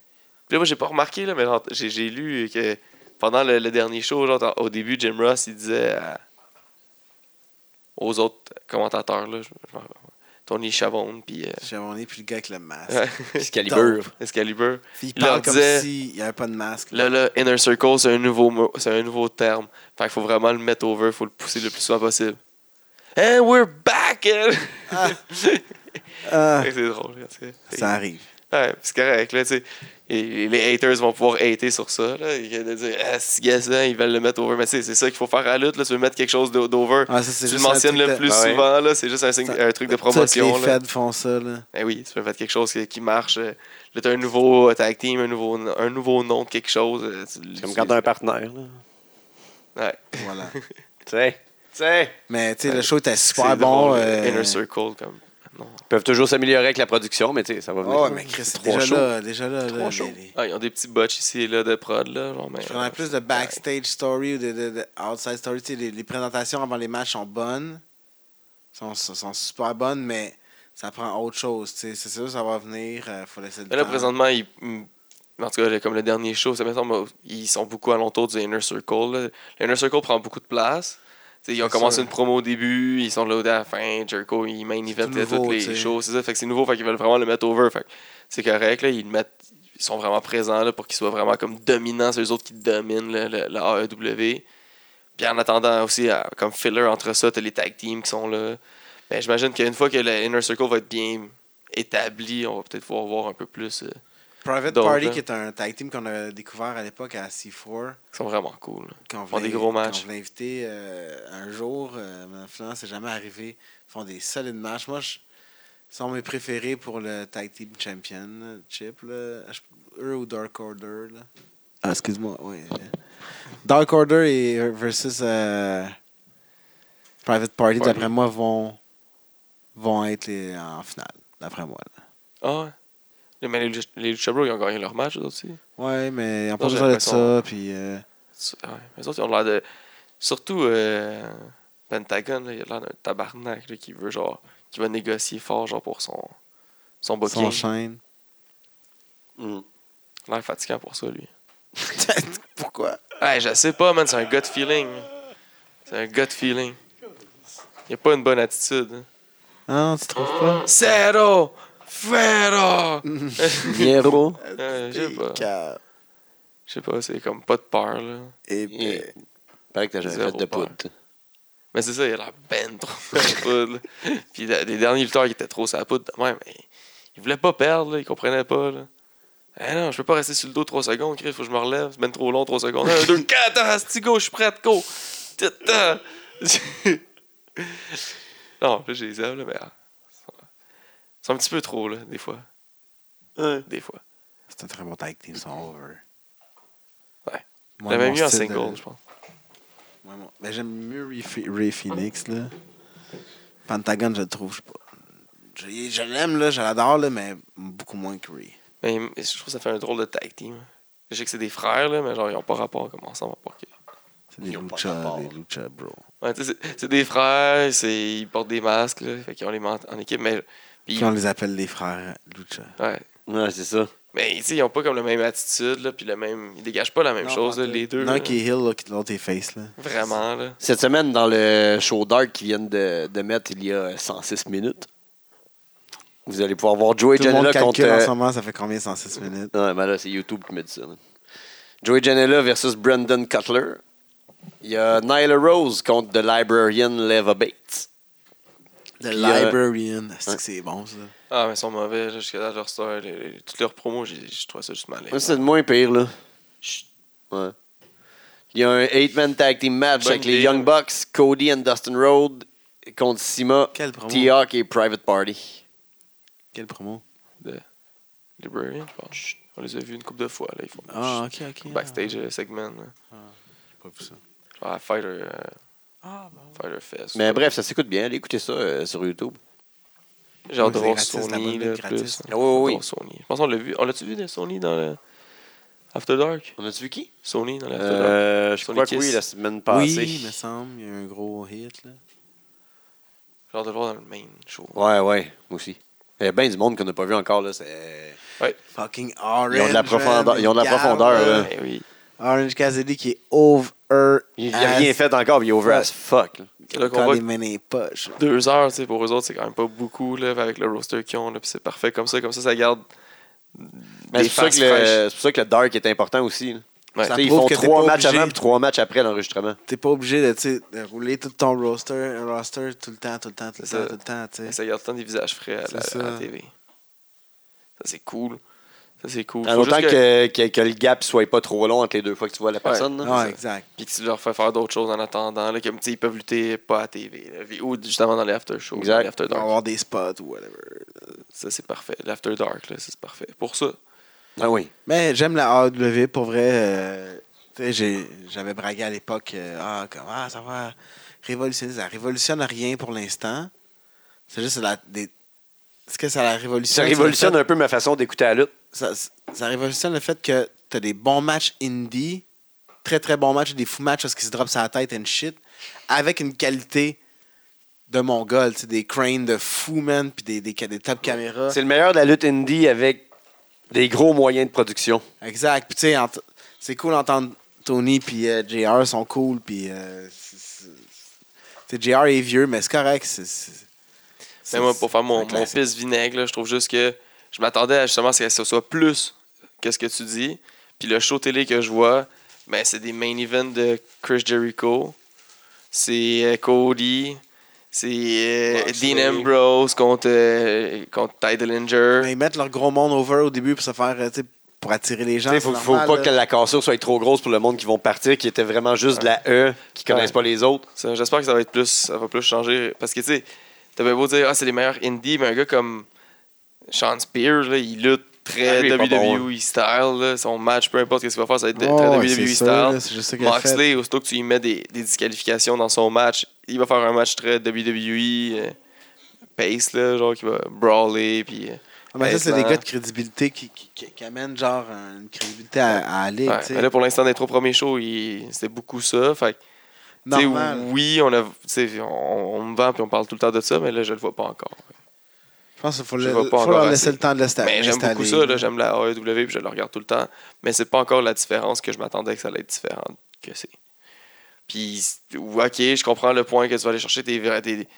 [SPEAKER 2] Puis là, moi, j'ai pas remarqué, là, mais genre, j'ai j'ai lu que pendant le, le dernier show, genre, dans- au début, Jim Ross, il disait à- aux autres commentateurs, là, je- je m'en rappelle pas. Tony Chabon, puis euh,
[SPEAKER 3] J'ai abonné, puis le gars avec le masque.
[SPEAKER 2] ouais,
[SPEAKER 1] Excalibur.
[SPEAKER 2] Excalibur.
[SPEAKER 3] Puis il
[SPEAKER 2] Il leur
[SPEAKER 3] parle comme
[SPEAKER 2] disait-
[SPEAKER 3] s'il n'y avait pas de masque.
[SPEAKER 2] Là, là, Inner Circle, c'est un, nouveau mot- c'est un nouveau terme. Fait qu'il faut vraiment le mettre over, faut le pousser le plus souvent possible. And we're back! hein!
[SPEAKER 3] Ah.
[SPEAKER 2] Fait
[SPEAKER 3] Ah,
[SPEAKER 2] que c'est drôle. parce que-
[SPEAKER 3] ça arrive.
[SPEAKER 2] Ouais, pis c'est correct, là, tu sais. Et les haters vont pouvoir hater sur ça, là. Ils viennent de dire, ah, si, yes, hein, ils veulent le mettre over. Mais tu sais, c'est ça qu'il faut faire à la lutte, là. Tu veux mettre quelque chose d'o- d'over.
[SPEAKER 3] Ah, ça, c'est
[SPEAKER 2] tu le
[SPEAKER 3] juste un
[SPEAKER 2] mentionnes
[SPEAKER 3] truc
[SPEAKER 2] le
[SPEAKER 3] de-
[SPEAKER 2] plus
[SPEAKER 1] Ah ouais.
[SPEAKER 2] souvent, là. C'est juste un, signe- un truc de promotion,
[SPEAKER 3] Toutes les
[SPEAKER 2] là.
[SPEAKER 3] feds font ça. Là.
[SPEAKER 2] Eh oui, tu veux mettre quelque chose qui, qui marche. euh, Là, t'as un nouveau euh, tag team, un nouveau, un nouveau nom de quelque chose. euh, tu
[SPEAKER 1] C'est
[SPEAKER 2] l'utilises.
[SPEAKER 1] comme quand t'as un partenaire, là.
[SPEAKER 2] Ouais.
[SPEAKER 3] Voilà.
[SPEAKER 1] Tu sais, tu sais.
[SPEAKER 3] Mais tu sais, le show était super
[SPEAKER 2] Ben, C'est
[SPEAKER 3] bon.
[SPEAKER 2] drôle,
[SPEAKER 3] euh,
[SPEAKER 2] Inner Circle, comme. Non.
[SPEAKER 1] Ils peuvent toujours s'améliorer avec la production, mais tu sais, ça va venir.
[SPEAKER 3] Oh, mais Chris,
[SPEAKER 1] C'est
[SPEAKER 3] déjà
[SPEAKER 1] shows.
[SPEAKER 3] là, déjà là. là,
[SPEAKER 1] shows.
[SPEAKER 3] les- les-
[SPEAKER 2] Ah, ils ont des petits botches ici et là de prod, là. Genre, mais, euh,
[SPEAKER 3] Je prendrais plus de backstage story ou de, de- de outside story. Tu sais, les, les présentations avant les matchs sont bonnes, sont, sont, sont super bonnes, mais ça prend autre chose. tu sais. C'est sûr, ça va venir. euh, faut laisser le
[SPEAKER 2] Mais là,
[SPEAKER 3] temps.
[SPEAKER 2] présentement, ils... mm, en tout cas, le- comme le dernier show, ça me semble, ils sont beaucoup alentour du Inner Circle. là. Le Inner Circle prend beaucoup de place. T'sais, ils ont
[SPEAKER 3] C'est
[SPEAKER 2] commencé
[SPEAKER 3] sûr.
[SPEAKER 2] une promo au début, ils sont là à la fin. Jericho, ils main
[SPEAKER 3] tout
[SPEAKER 2] eventait
[SPEAKER 3] nouveau,
[SPEAKER 2] toutes les
[SPEAKER 3] t'sais.
[SPEAKER 2] shows. C'est ça, fait que c'est nouveau, fait qu'ils veulent vraiment le mettre over. Fait que c'est correct, là, ils le mettent. ils sont vraiment présents là, pour qu'ils soient vraiment comme dominants. C'est eux autres qui dominent là, le- la AEW. Puis en attendant aussi, à- comme filler entre ça, t'as les tag teams qui sont là. Mais j'imagine qu'une fois que le Inner Circle va être bien établi, on va peut-être pouvoir voir un peu plus. euh,
[SPEAKER 3] Private
[SPEAKER 2] Donc, hein.
[SPEAKER 3] Party,
[SPEAKER 2] là.
[SPEAKER 3] qui est un tag team qu'on a découvert à l'époque à C4.
[SPEAKER 2] Ils sont vraiment cool. là.
[SPEAKER 3] Quand
[SPEAKER 2] Font des gros matchs.
[SPEAKER 3] Quand on l'invité un jour, euh, mais finalement, c'est jamais arrivé. Ils font des solides matchs. Moi, je, ils sont mes préférés pour le Tag Team Champion, là, Chip. Là. Je- Eux ou Dark Order. Là. Ah, excuse-moi. Oui. Dark Order et versus euh, Private Party,
[SPEAKER 2] Party.
[SPEAKER 3] d'après moi, vont, vont être les- en finale, d'après moi. là.
[SPEAKER 2] Ah ouais. Là, Mais les, Lucha- les Lucha Bros, ils ont gagné leur match, eux aussi.
[SPEAKER 3] Ouais, mais
[SPEAKER 2] j'ai
[SPEAKER 3] en plus de ça,
[SPEAKER 2] l'impression-
[SPEAKER 3] puis. euh,
[SPEAKER 2] Ouais, mais autres, ils ont l'air de. Surtout euh, Pentagon, là, il a l'air d'un tabarnak là, qui veut genre. qui va négocier fort genre pour son. son
[SPEAKER 3] Son
[SPEAKER 2] booking.
[SPEAKER 3] chaîne.
[SPEAKER 1] Mm.
[SPEAKER 2] Il a l'air fatigant pour ça, lui.
[SPEAKER 3] Pourquoi?
[SPEAKER 2] Ouais, je sais pas, man, c'est un gut feeling. C'est un gut feeling. Il a pas une bonne attitude. hein.
[SPEAKER 3] Ah, tu trouves pas?
[SPEAKER 2] Zero! Zero!
[SPEAKER 1] Niero.
[SPEAKER 2] Euh, Je sais pas.
[SPEAKER 3] Picard.
[SPEAKER 2] Je sais pas, c'est comme pas de peur, là.
[SPEAKER 3] Et puis, euh,
[SPEAKER 1] Yeah. Pareil que t'as jamais
[SPEAKER 2] Zéro
[SPEAKER 1] fait de
[SPEAKER 2] peur.
[SPEAKER 1] poudre.
[SPEAKER 2] Mais c'est ça, il a l'air ben trop sur la poudre. là. Puis la- les derniers lutteurs qui étaient trop sur la poudre, de même, mais ils voulaient pas perdre, là, ils comprenaient pas. Là. Ah non, je peux pas rester sur le dos 3 secondes, Chris, faut que je me relève, c'est ben trop long 3 secondes. 1, 2, 4, ah, astigo, je suis prête, go! Tata. non, là, je les aime, là, mais. ah, ils sont un petit peu trop, là, des fois. Des fois.
[SPEAKER 3] c'est un très bon tag team, ils sont over.
[SPEAKER 2] Ouais.
[SPEAKER 3] Moi,
[SPEAKER 2] J'avais
[SPEAKER 3] mon
[SPEAKER 2] mis en
[SPEAKER 3] style
[SPEAKER 2] single,
[SPEAKER 3] de-
[SPEAKER 2] je pense.
[SPEAKER 3] moi, mon- ben, j'aime mieux Ray, Phi- Ray Phoenix, là. Pentagon, je le trouve, je sais pas. Je, je l'aime, là, je l'adore, là, mais beaucoup moins que Ray.
[SPEAKER 2] Mais ils- je trouve que ça fait un drôle de tag team. Je sais que c'est des frères, là, mais genre, ils ont pas rapport comme ensemble, à part que.
[SPEAKER 3] C'est des
[SPEAKER 1] Ils ont pas
[SPEAKER 3] lucha,
[SPEAKER 1] rapport.
[SPEAKER 3] des lucha, bro.
[SPEAKER 2] Ouais, tu sais, c'est- c'est des frères, c'est- ils portent des masques, là, fait qu'ils ont les mains en équipe, mais, puis-
[SPEAKER 3] Puis on les appelle les frères lucha.
[SPEAKER 2] ouais.
[SPEAKER 1] Ouais, c'est ça.
[SPEAKER 2] mais tu sais, ils ont pas comme la même attitude, là, puis le même, ils dégagent pas la même
[SPEAKER 3] Non,
[SPEAKER 2] chose,
[SPEAKER 3] pas
[SPEAKER 2] là,
[SPEAKER 3] tout.
[SPEAKER 2] les deux.
[SPEAKER 3] L'un
[SPEAKER 2] là.
[SPEAKER 3] qui est heel, là, qui- l'autre est face, là.
[SPEAKER 2] Vraiment, là.
[SPEAKER 1] Cette semaine, dans le show Dark qu'ils viennent de, de mettre il y a 106 minutes, vous allez pouvoir voir Joey
[SPEAKER 3] Tout le monde
[SPEAKER 1] Janela contre.
[SPEAKER 3] calcule en
[SPEAKER 1] euh,
[SPEAKER 3] ce moment, ça fait combien, 106 minutes?
[SPEAKER 1] Ouais, mais là, c'est YouTube qui met ça. là. Joey Janela versus Brandon Cutler. Il y a Nyla Rose contre The Librarian Leva Bates.
[SPEAKER 3] The
[SPEAKER 1] Puis, euh,
[SPEAKER 3] Librarian. C'est que c'est bon, ça.
[SPEAKER 2] Ah, mais ils sont mauvais, là, jusqu'à date, leur star, les- les- toutes leurs promos, j'ai- je trouve ça juste mal.
[SPEAKER 1] Moi, c'est le moins pire, là. Chut. Ouais. Il y a un 8-man tag team match
[SPEAKER 2] Bonne
[SPEAKER 1] avec les
[SPEAKER 2] idée,
[SPEAKER 1] Young
[SPEAKER 2] ouais.
[SPEAKER 1] Bucks, Cody and Dustin Rhodes contre Sima,
[SPEAKER 3] Quelle promo.
[SPEAKER 1] T-Hawk et Private Party.
[SPEAKER 3] Quelle promo?
[SPEAKER 2] Librarian, je pense. On les a vus une couple de fois, là, ils font
[SPEAKER 3] Ah, ok, ok.
[SPEAKER 2] backstage euh, segment, là.
[SPEAKER 3] Pas vu ça.
[SPEAKER 2] Genre, à Fighter, euh, Fighter Fest.
[SPEAKER 1] Mais bref, ça s'écoute bien. Allez écouter ça euh, sur YouTube.
[SPEAKER 2] Genre
[SPEAKER 3] Oui, c'est
[SPEAKER 2] Draw
[SPEAKER 3] gratis,
[SPEAKER 2] Sony,
[SPEAKER 3] l'abonnement
[SPEAKER 2] là,
[SPEAKER 3] est gratis.
[SPEAKER 2] plus.
[SPEAKER 1] Ah oui, oui, oui.
[SPEAKER 2] Draw Sony. Je pense qu'on l'a vu. On l'a-tu vu de Sony dans le After Dark?
[SPEAKER 1] On a-tu vu qui?
[SPEAKER 2] Sony dans l'After Dark.
[SPEAKER 1] Euh, je
[SPEAKER 2] Sur
[SPEAKER 1] crois
[SPEAKER 2] les
[SPEAKER 1] que oui,
[SPEAKER 2] Kiss.
[SPEAKER 1] la semaine
[SPEAKER 3] Oui,
[SPEAKER 1] passée.
[SPEAKER 3] il me semble, il y a eu un gros hit, là.
[SPEAKER 2] J'ai hâte de le voir dans le main show.
[SPEAKER 1] Ouais, ouais, moi aussi. Il y a bien du monde qu'on n'a pas vu encore. Là. c'est-
[SPEAKER 3] Fucking Orange.
[SPEAKER 1] Ils ont de la profondeur- ils ont de la
[SPEAKER 3] man,
[SPEAKER 1] profondeur,
[SPEAKER 3] regarde,
[SPEAKER 1] là.
[SPEAKER 3] là.
[SPEAKER 2] Eh oui.
[SPEAKER 3] Orange Cassidy qui est over.
[SPEAKER 1] Il n'a rien fait encore, puis il est over
[SPEAKER 3] Ah, Ouais.
[SPEAKER 1] as fuck. là.
[SPEAKER 2] C'est là qu'on
[SPEAKER 3] Quand
[SPEAKER 2] voit
[SPEAKER 3] les mains dans les poches.
[SPEAKER 2] que deux heures, tu sais, pour eux autres, c'est quand même pas beaucoup, là, avec le roster qu'ils ont, là, puis c'est parfait comme ça. Comme ça, ça garde
[SPEAKER 1] Mais
[SPEAKER 2] des
[SPEAKER 1] Ben, C'est pour, ça
[SPEAKER 2] faces
[SPEAKER 1] que le-
[SPEAKER 2] fraîches.
[SPEAKER 1] c'est pour ça que le dark est important aussi. là.
[SPEAKER 2] Ouais.
[SPEAKER 1] Tu
[SPEAKER 3] Ça
[SPEAKER 1] sais, ils
[SPEAKER 3] prouve
[SPEAKER 1] font
[SPEAKER 3] que t'es
[SPEAKER 1] trois
[SPEAKER 3] pas
[SPEAKER 1] matchs
[SPEAKER 3] obligé.
[SPEAKER 1] avant et trois matchs après l'enregistrement.
[SPEAKER 3] T'es pas obligé de, tu sais, de rouler tout ton roster, un roster tout le temps, tout le temps, tout le
[SPEAKER 2] C'est
[SPEAKER 3] temps,
[SPEAKER 2] ça.
[SPEAKER 3] tout le temps, tu sais.
[SPEAKER 2] Ça garde tant des visages frais à la,
[SPEAKER 3] C'est
[SPEAKER 2] à la
[SPEAKER 3] ça.
[SPEAKER 2] TV. Ça, c'est cool. Ça, c'est cool.
[SPEAKER 1] En
[SPEAKER 2] Faut juste
[SPEAKER 1] Ben, autant
[SPEAKER 2] que-
[SPEAKER 1] que... Que, que le gap soit pas trop long entre les deux fois que tu vois la personne. là.
[SPEAKER 3] Ouais, exact.
[SPEAKER 2] Puis que tu leur fais faire d'autres choses en attendant. Là, comme, tu sais, ils peuvent lutter pas à TV. là, ou justement dans les after shows.
[SPEAKER 1] Exact.
[SPEAKER 2] dans les after
[SPEAKER 3] On va
[SPEAKER 2] dark.
[SPEAKER 3] avoir des spots ou whatever.
[SPEAKER 2] Ça, c'est parfait. L'after dark, là, ça, c'est parfait. Pour ça.
[SPEAKER 1] Ah oui.
[SPEAKER 3] Mais j'aime la AW pour vrai. euh, tu sais, j'ai- j'avais bragué à l'époque. euh, ah, comme, ah, ça va révolutionner. Ça révolutionne rien pour l'instant. C'est juste la, des. Est-ce que ça la
[SPEAKER 1] Ça
[SPEAKER 3] révolutionne?
[SPEAKER 1] révolutionne un peu ma façon d'écouter la lutte.
[SPEAKER 3] ça, ça révolutionne le fait que t'as des bons matchs indie, très très bons matchs, des fous matchs parce qu'ils se droppent sa tête and shit, avec une qualité de mongol, tu sais, des cranes de fou, man, puis des, des, ca- des top caméras.
[SPEAKER 1] C'est le meilleur de la lutte indie avec des gros moyens de production.
[SPEAKER 3] Exact. Puis tu sais, ent- c'est cool d'entendre Tony puis euh, JR sont cool, puis. euh, c'est- c'est- tu sais, JR est vieux, mais c'est correct. c'est- c'est- c'est-
[SPEAKER 2] Mais Ben, moi, pour faire
[SPEAKER 3] c'est un
[SPEAKER 2] mon, mon
[SPEAKER 3] classique.
[SPEAKER 2] pisse vinaigre, là, je trouve juste que je m'attendais à justement à ce que ce soit plus qu'est-ce que tu dis. Puis le show télé que je vois, ben, c'est des main events de Chris Jericho. C'est euh, Cody. C'est euh,
[SPEAKER 1] Moxley.
[SPEAKER 2] Dean Ambrose contre, euh, contre Ty Dillinger.
[SPEAKER 3] Mais ils mettent leur gros monde over au début pour se faire, euh, tu sais, pour attirer les gens.
[SPEAKER 1] Il
[SPEAKER 3] Il
[SPEAKER 1] faut, faut pas que la cassure soit trop grosse pour le monde qui vont partir, qui était vraiment juste de la E, qui connaissent
[SPEAKER 2] Ouais.
[SPEAKER 1] pas les autres.
[SPEAKER 2] Ça, J'espère que ça va être plus. Ça va plus changer. Parce que tu sais, t'as bien beau dire Ah, c'est les meilleurs indie, mais un gars comme Sean Spears, là, il lutte
[SPEAKER 1] Ah,
[SPEAKER 2] très
[SPEAKER 1] lui, il est pas
[SPEAKER 2] WWE style. là. Son match, peu importe ce qu'il va faire, ça va être de- très WWE style.
[SPEAKER 3] je sais qu'elle fait.
[SPEAKER 2] Moxley, aussitôt que tu lui mets des, des disqualifications dans son match, il va faire un match très WWE euh, pace, là, genre qui va brawler. Puis, euh,
[SPEAKER 3] Ah, mais ça, c'est des
[SPEAKER 2] Excellent.
[SPEAKER 3] gars de crédibilité qui, qui, qui- qui amènent genre une crédibilité à, à aller.
[SPEAKER 2] ouais.
[SPEAKER 3] tu sais.
[SPEAKER 2] Mais là, pour l'instant, des trois premiers shows, il- c'était beaucoup ça. Fait que, tu sais,
[SPEAKER 3] Normal.
[SPEAKER 2] oui, on, a, tu sais, on, on me vend puis on parle tout le temps de ça, mais là, je le vois pas encore.
[SPEAKER 3] Je pense qu'il faut,
[SPEAKER 2] je
[SPEAKER 3] le-
[SPEAKER 2] vois pas
[SPEAKER 3] faut
[SPEAKER 2] encore
[SPEAKER 3] leur
[SPEAKER 2] assez.
[SPEAKER 3] laisser le temps de l'installer.
[SPEAKER 2] Mais j'aime beaucoup ça, là, j'aime la AEW puis je la regarde tout le temps. Mais c'est pas encore la différence que je m'attendais que ça allait être différent que c'est. Puis, ouais, ok, je comprends le point que tu vas aller chercher tes, vrais- tes-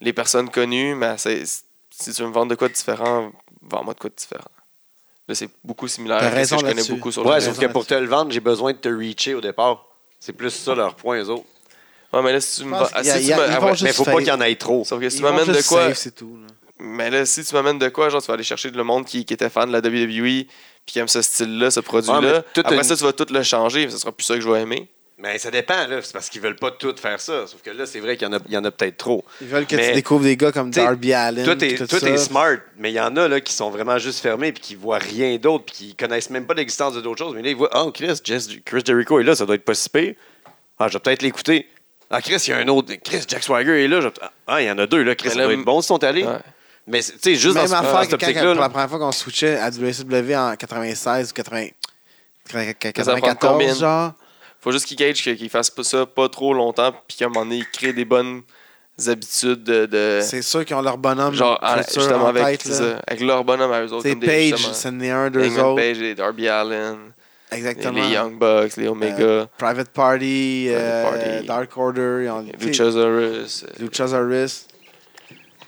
[SPEAKER 2] les personnes connues, mais c'est- si tu veux me vendre de quoi de différent, vends-moi de quoi de différent. Là, c'est beaucoup similaire
[SPEAKER 3] T'as
[SPEAKER 2] à ce
[SPEAKER 3] raison
[SPEAKER 2] que je connais
[SPEAKER 3] là-dessus.
[SPEAKER 2] beaucoup sur
[SPEAKER 1] Ouais,
[SPEAKER 2] le
[SPEAKER 1] sauf
[SPEAKER 3] raison
[SPEAKER 1] que pour te le vendre, j'ai besoin de te reacher au départ. C'est plus ça leur point, eux autres.
[SPEAKER 2] Ouais, mais là, si tu me
[SPEAKER 3] Je pense
[SPEAKER 2] vends- ah,
[SPEAKER 3] qu'il y a-
[SPEAKER 2] si tu
[SPEAKER 3] il y a-
[SPEAKER 2] me-
[SPEAKER 3] ils
[SPEAKER 2] ah,
[SPEAKER 3] vont
[SPEAKER 2] ouais,
[SPEAKER 1] Mais
[SPEAKER 3] juste
[SPEAKER 1] faut pas
[SPEAKER 3] failli-
[SPEAKER 1] qu'il y en ait trop.
[SPEAKER 2] Sauf que si
[SPEAKER 3] Ils
[SPEAKER 2] tu
[SPEAKER 3] vont
[SPEAKER 2] m'amènes de
[SPEAKER 3] juste
[SPEAKER 2] quoi.
[SPEAKER 3] safe, c'est tout, là.
[SPEAKER 2] Mais là, si tu m'amènes de quoi, genre, tu vas aller chercher le monde qui, qui était fan de la WWE puis qui aime ce style-là, ce produit-là.
[SPEAKER 1] Ouais, mais tout
[SPEAKER 2] Après
[SPEAKER 1] une-
[SPEAKER 2] ça, tu vas tout le changer, ce sera plus ça que je vais aimer.
[SPEAKER 1] Mais ça dépend, là. C'est parce qu'ils veulent pas tout faire ça. Sauf que là, c'est vrai qu'il y en a, il y en a peut-être trop.
[SPEAKER 3] Ils veulent que
[SPEAKER 1] Mais-
[SPEAKER 3] tu découvres des gars comme
[SPEAKER 1] T'sais,
[SPEAKER 3] Darby Allen.
[SPEAKER 1] Toi, t'es
[SPEAKER 3] puis Ben, tout
[SPEAKER 1] toi, t'es
[SPEAKER 3] ça.
[SPEAKER 1] smart, mais il y en a là, qui sont vraiment juste fermés puis qui voient rien d'autre puis qui connaissent même pas l'existence de d'autres choses. Mais là, ils voient Oh, Chris, Jess- Chris Jericho est là, ça doit être pas si pire. Ah, je vais peut-être l'écouter. Ah, Chris, il y a un autre. Chris, Jack Swagger est là. Je vais peut- Ah, il y en a deux, là. Chris,
[SPEAKER 2] Mais
[SPEAKER 1] ça
[SPEAKER 2] là,
[SPEAKER 1] doit être bon, ils sont allés.
[SPEAKER 2] Ouais.
[SPEAKER 1] Mais, c'est- tu sais, juste dans,
[SPEAKER 3] Même
[SPEAKER 1] ce- dans
[SPEAKER 3] affaire
[SPEAKER 1] cette
[SPEAKER 3] que quand,
[SPEAKER 1] optique-là.
[SPEAKER 3] pour la
[SPEAKER 1] là.
[SPEAKER 3] première fois qu'on switchait à WCW en 96 ou 80
[SPEAKER 2] Ça prend combien?
[SPEAKER 3] 94, genre.
[SPEAKER 2] faut juste qu'il gage qu'il fasse pas ça pas trop longtemps, puis qu'à un moment donné, il crée des bonnes habitudes de. de-
[SPEAKER 3] C'est sûr qu'ils ont leur bonhomme
[SPEAKER 2] genre, en-
[SPEAKER 3] futur
[SPEAKER 2] justement,
[SPEAKER 3] en
[SPEAKER 2] avec,
[SPEAKER 3] tête,
[SPEAKER 2] c'est
[SPEAKER 3] là.
[SPEAKER 2] ça, avec leur bonhomme à eux autres.
[SPEAKER 3] C'est
[SPEAKER 2] comme des-
[SPEAKER 3] Page,
[SPEAKER 2] justement,
[SPEAKER 3] c'en est un, deux
[SPEAKER 2] Hangman
[SPEAKER 3] autres.
[SPEAKER 2] Page, les Darby Allen, les,
[SPEAKER 3] Exactement.
[SPEAKER 2] les Young Bucks, les Omega,
[SPEAKER 3] Euh, Private Party,
[SPEAKER 2] Private
[SPEAKER 3] euh,
[SPEAKER 2] Party.
[SPEAKER 3] Dark Order, ils ont-
[SPEAKER 2] les
[SPEAKER 3] t'sais,
[SPEAKER 2] Luchasaurus. euh,
[SPEAKER 3] Luchasaurus.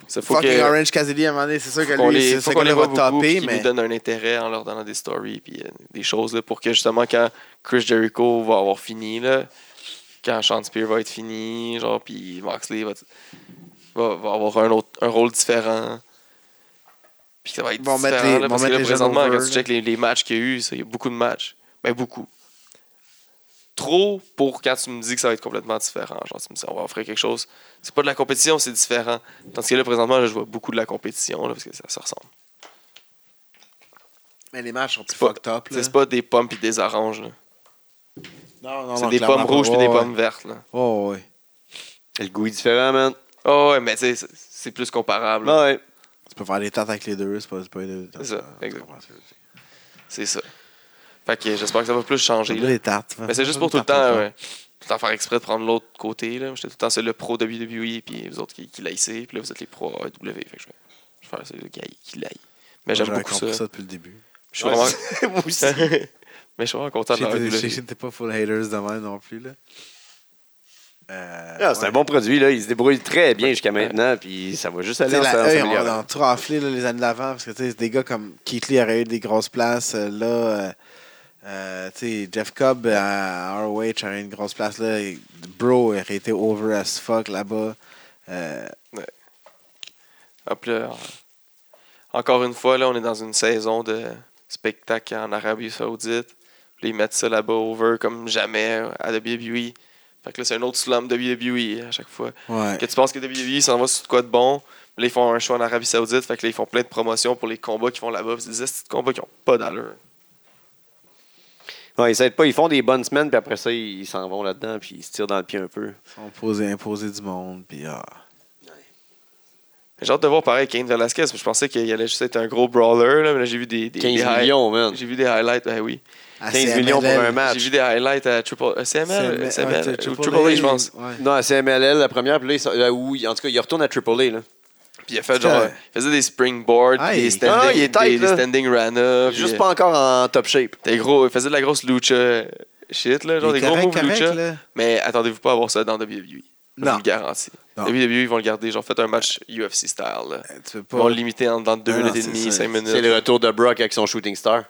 [SPEAKER 2] Ça faut
[SPEAKER 3] Fucking
[SPEAKER 2] que.
[SPEAKER 3] Orange Cassidy, à un moment donné, c'est sûr que
[SPEAKER 2] Faut qu'on
[SPEAKER 3] lui,
[SPEAKER 2] les,
[SPEAKER 3] c'est
[SPEAKER 2] faut
[SPEAKER 3] ce
[SPEAKER 2] qu'on les
[SPEAKER 3] gars-là
[SPEAKER 2] voit
[SPEAKER 3] va
[SPEAKER 2] beaucoup, puis
[SPEAKER 3] taper,
[SPEAKER 2] qu'ils
[SPEAKER 3] mais
[SPEAKER 2] nous donnent un intérêt en leur donnant des stories, puis euh, des choses là, pour que justement, quand Chris Jericho va avoir fini, là, quand Sean Spear va être fini, genre, puis Moxley va, va, va avoir un, autre, un rôle différent. Puis ça va être
[SPEAKER 3] Ils vont mettre
[SPEAKER 2] différent,
[SPEAKER 3] les-
[SPEAKER 2] là,
[SPEAKER 3] ils
[SPEAKER 2] parce
[SPEAKER 3] vont
[SPEAKER 2] que là,
[SPEAKER 3] mettre les jeunes
[SPEAKER 2] présentement,
[SPEAKER 3] over,
[SPEAKER 2] quand tu
[SPEAKER 3] là.
[SPEAKER 2] checkes les, les matchs qu'il y a eu, ça, il y a beaucoup de matchs. Ben, beaucoup. Trop pour quand tu me dis que ça va être complètement différent. Genre, tu me dis, on va offrir quelque chose. C'est pas de la compétition, c'est différent. Tandis que là, présentement, là, je vois beaucoup de la compétition, là, parce que ça se ressemble.
[SPEAKER 3] mais les matchs sont plus
[SPEAKER 2] pas-
[SPEAKER 3] fucked up.
[SPEAKER 2] Tu
[SPEAKER 3] là.
[SPEAKER 2] sais, C'est pas des pommes et des oranges. là.
[SPEAKER 3] Non, Ah non,
[SPEAKER 2] C'est
[SPEAKER 3] non,
[SPEAKER 2] des
[SPEAKER 3] clairement
[SPEAKER 2] pommes rouges
[SPEAKER 3] pas.
[SPEAKER 2] et des
[SPEAKER 3] Ouais,
[SPEAKER 2] pommes vertes. Là.
[SPEAKER 3] ouais. Ouais, ouais.
[SPEAKER 1] Le goût est différent, man.
[SPEAKER 2] Oh, ouais, mais tu sais, c'est- c'est plus comparable. là.
[SPEAKER 1] Ouais.
[SPEAKER 3] Tu peux faire des tentes avec les deux, c'est pas, c'est pas les deux.
[SPEAKER 2] C'est ça,
[SPEAKER 3] Tu
[SPEAKER 2] exact.
[SPEAKER 3] comprends ce que je veux dire. Ah.
[SPEAKER 2] C'est ça. Fait que j'espère que ça va plus
[SPEAKER 3] J'ai
[SPEAKER 2] changer.
[SPEAKER 3] oublié
[SPEAKER 2] là.
[SPEAKER 3] les tartes. hein.
[SPEAKER 2] Mais c'est juste pour tout le temps, euh, tout le temps faire exprès de prendre l'autre côté. là. J'étais tout le temps, c'est le pro WWE, puis vous autres qui, qui laissez, puis là, vous êtes les pro AEW. Fait que je vais, je vais faire celui qui, qui l'aille. Mais j'aime beaucoup ça.
[SPEAKER 3] ça depuis le début.
[SPEAKER 2] Je suis vraiment...
[SPEAKER 1] Moi aussi.
[SPEAKER 2] mais je suis vraiment content de la E.
[SPEAKER 3] J'étais-
[SPEAKER 2] AEW.
[SPEAKER 3] J'étais pas full haters de même non plus, là. Euh,
[SPEAKER 1] Ah, c'est
[SPEAKER 3] ouais.
[SPEAKER 1] un bon produit, là. Il se débrouille très bien jusqu'à maintenant, puis ça va juste
[SPEAKER 3] Tu
[SPEAKER 1] aller
[SPEAKER 3] sais,
[SPEAKER 1] en
[SPEAKER 3] la
[SPEAKER 1] s'en-
[SPEAKER 3] E, on
[SPEAKER 1] s'améliorant.
[SPEAKER 3] l'a tout raflé là, les années d'avant, parce que tu sais, des gars comme Keith Lee auraient eu des grosses places. euh, là, euh, euh, tu sais, Jeff Cobb euh, à ROH aurait eu une grosse place. Là, et Bro aurait été over as fuck là-bas. Euh,
[SPEAKER 2] Hop Ah, là, en- Encore une fois, là, on est dans une saison de spectacle en Arabie Saoudite. Puis là, ils mettent ça là-bas over comme jamais à WWE. Fait que là, c'est un autre slam WWE E à chaque fois.
[SPEAKER 3] ouais.
[SPEAKER 2] Que tu penses que WWE s'en va sur de quoi de bon. Puis Là, ils font un show en Arabie Saoudite. Fait que là, ils font plein de promotions pour les combats qu'ils font là-bas. Puis tu disais, c'est des combats qui n'ont pas d'allure.
[SPEAKER 1] Ouais, ils s'aident pas. Ils font des bonnes semaines, puis après ça, ils ils s'en vont là-dedans, puis ils se tirent dans le pied un peu.
[SPEAKER 3] Ils sont posés, imposés du monde. Puis, ah.
[SPEAKER 2] J'ai hâte de voir pareil Kane Velasquez. parce que Je pensais qu'il allait juste être un gros brawler. Là, mais là, j'ai vu des, des,
[SPEAKER 1] 15
[SPEAKER 2] des hi-
[SPEAKER 1] millions, man.
[SPEAKER 2] J'ai vu des highlights. Ben oui.
[SPEAKER 3] À
[SPEAKER 1] 15
[SPEAKER 3] CMLL,
[SPEAKER 1] millions pour un match.
[SPEAKER 2] J'ai vu des highlights à Triple euh, CML,
[SPEAKER 3] CML,
[SPEAKER 2] CML,
[SPEAKER 3] ouais,
[SPEAKER 2] ou euh, Triple A, je pense.
[SPEAKER 3] ouais.
[SPEAKER 1] Non, c'est MLL la première, puis là, ils sont- là, où, en tout cas, ils retournent à AAA. Là.
[SPEAKER 2] Puis il a fait
[SPEAKER 3] Putain.
[SPEAKER 2] genre, il faisait des springboards,
[SPEAKER 3] Ah,
[SPEAKER 2] puis des
[SPEAKER 3] il-
[SPEAKER 2] standing,
[SPEAKER 1] Ah, il est tight,
[SPEAKER 2] des, des
[SPEAKER 1] là.
[SPEAKER 2] standing rana, puis,
[SPEAKER 1] Juste pas encore en top shape.
[SPEAKER 2] des gros, il faisait de la grosse lucha shit là, genre
[SPEAKER 3] Il est
[SPEAKER 2] des gros
[SPEAKER 3] correct,
[SPEAKER 2] moves
[SPEAKER 3] correct,
[SPEAKER 2] lucha.
[SPEAKER 3] là.
[SPEAKER 2] Mais attendez-vous pas à voir ça dans WWE. Je vous
[SPEAKER 3] Non,
[SPEAKER 2] le garantis.
[SPEAKER 3] Non.
[SPEAKER 2] WWE ils vont le garder, genre faites un match UFC style. là.
[SPEAKER 3] Euh, tu peux
[SPEAKER 2] Ils vont
[SPEAKER 3] pas.
[SPEAKER 2] le limiter en dans deux
[SPEAKER 3] Non, non,
[SPEAKER 2] minutes et
[SPEAKER 3] c'est
[SPEAKER 2] demie,
[SPEAKER 3] ça.
[SPEAKER 2] cinq
[SPEAKER 1] C'est
[SPEAKER 2] minutes.
[SPEAKER 1] le retour de Brock avec son shooting star.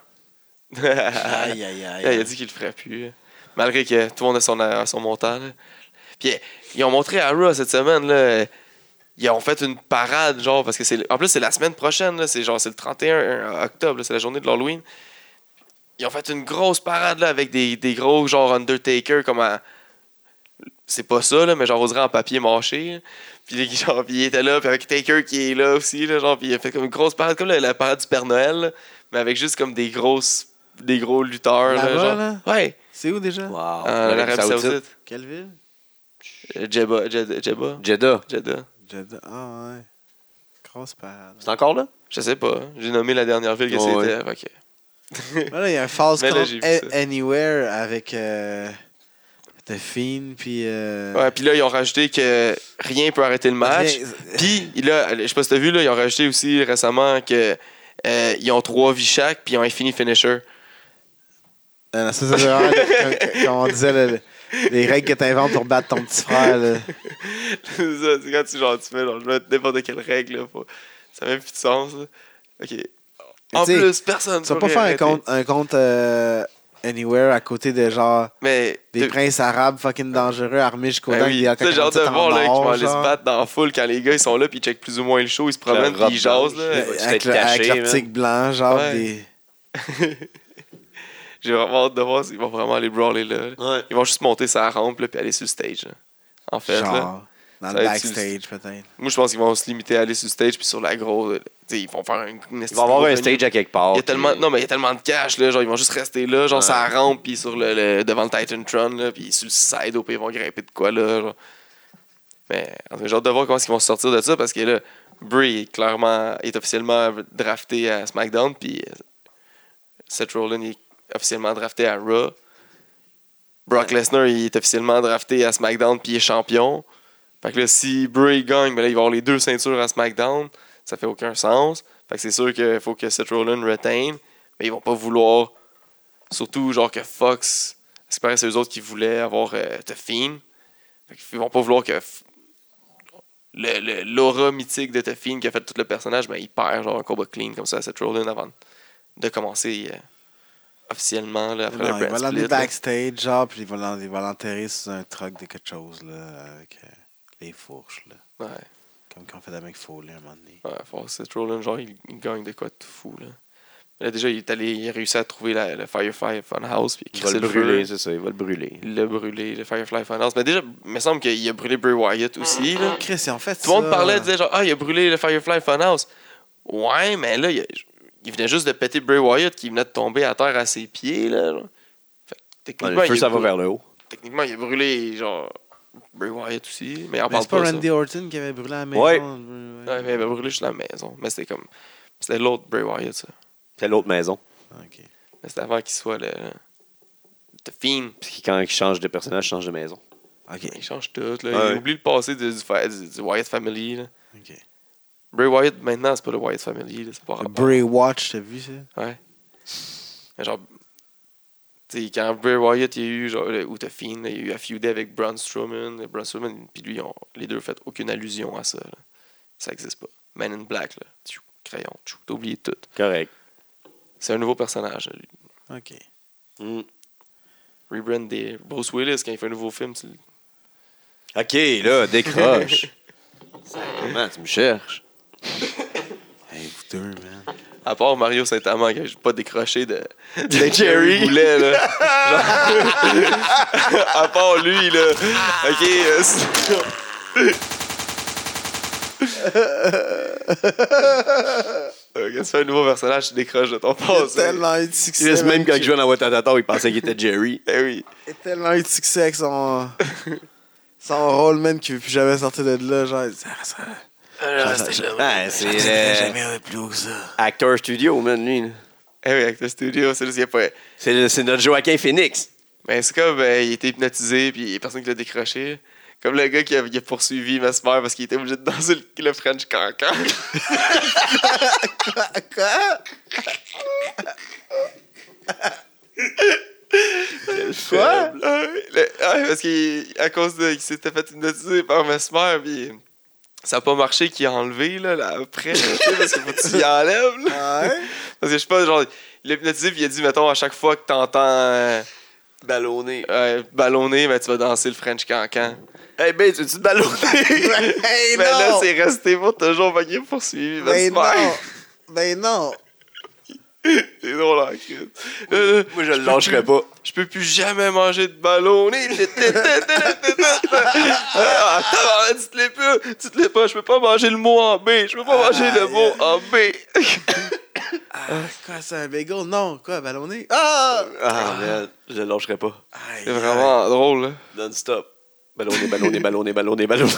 [SPEAKER 3] Aïe, aïe, aïe.
[SPEAKER 2] Il a dit qu'il le ferait plus. hein. Malgré que tout le monde a son, a son montant. là. Puis eh, ils ont montré à Raw cette semaine. Là, ils ont fait une parade, genre, parce que c'est. En plus, c'est la semaine prochaine, là, c'est genre c'est le 31 euh, octobre, là, c'est la journée de l'Halloween. Ils ont fait une grosse parade là, avec des, des gros genre Undertaker comme à- C'est pas ça, là, mais genre on dirait en papier mâché. là. Puis les- genre, puis il était là, puis avec Taker qui est là aussi, là, genre, puis il a fait comme une grosse parade, comme la, la parade du Père Noël, là, mais avec juste comme des grosses des gros lutteurs. Là,
[SPEAKER 3] Là-bas,
[SPEAKER 2] genre.
[SPEAKER 3] là?
[SPEAKER 2] Ouais.
[SPEAKER 3] C'est où déjà?
[SPEAKER 1] Wow.
[SPEAKER 2] En Arabie Euh, Saoudite.
[SPEAKER 3] Quelle ville?
[SPEAKER 2] Euh, Jeba, Jed- Jeba,
[SPEAKER 1] Jeddah.
[SPEAKER 2] Jeddah.
[SPEAKER 3] Jeddah. Ah, ouais. Grosse parade.
[SPEAKER 1] C'est encore là?
[SPEAKER 2] Je sais pas. J'ai nommé la dernière ville que
[SPEAKER 1] Ouais,
[SPEAKER 2] c'était. fait que-
[SPEAKER 3] Là, là, il y a un false
[SPEAKER 2] Mais là,
[SPEAKER 3] count
[SPEAKER 2] j'ai vu
[SPEAKER 3] a- euh,
[SPEAKER 2] ça. euh,
[SPEAKER 3] euh,
[SPEAKER 1] euh,
[SPEAKER 2] Ben
[SPEAKER 3] Euh,
[SPEAKER 2] euh, ben euh, ben, euh,
[SPEAKER 3] euh,
[SPEAKER 2] Ben,
[SPEAKER 1] Ah,
[SPEAKER 2] Ah, euh, Eh Ah, euh, Eh Ben, euh, l'hypnotisé, puis il
[SPEAKER 3] Ah,
[SPEAKER 2] a dit, mettons, à chaque fois que t'entends euh,
[SPEAKER 1] Ballonné.
[SPEAKER 2] euh, ballonner, ben, tu vas danser le French cancan.
[SPEAKER 1] Hey, ben, tu veux-tu te ballonner?
[SPEAKER 3] hey,
[SPEAKER 2] mais Ben là,
[SPEAKER 3] non!
[SPEAKER 2] c'est resté pour toujours, fait qu'il est poursuivi.
[SPEAKER 3] Ben
[SPEAKER 2] Vesper.
[SPEAKER 3] non! Ben non!
[SPEAKER 2] C'est drôle, hein, Chris. Euh,
[SPEAKER 1] Moi, je le lâcherais pas.
[SPEAKER 2] je peux plus jamais manger de ballonné. ah, tabarnak, tu te l'es pas, tu te l'es pas. Je peux pas manger le mot en B. Je peux pas manger le
[SPEAKER 3] Aïe.
[SPEAKER 2] mot en B.
[SPEAKER 3] Ah, quoi, c'est un bagel? Non! Quoi, ballonné? Ah!
[SPEAKER 1] Ah, man, je le lâcherais pas.
[SPEAKER 3] Aïe,
[SPEAKER 2] C'est vraiment drôle, hein. là.
[SPEAKER 1] Non-stop. Ballonné, ballonné, ballonné, ballonné, ballonné.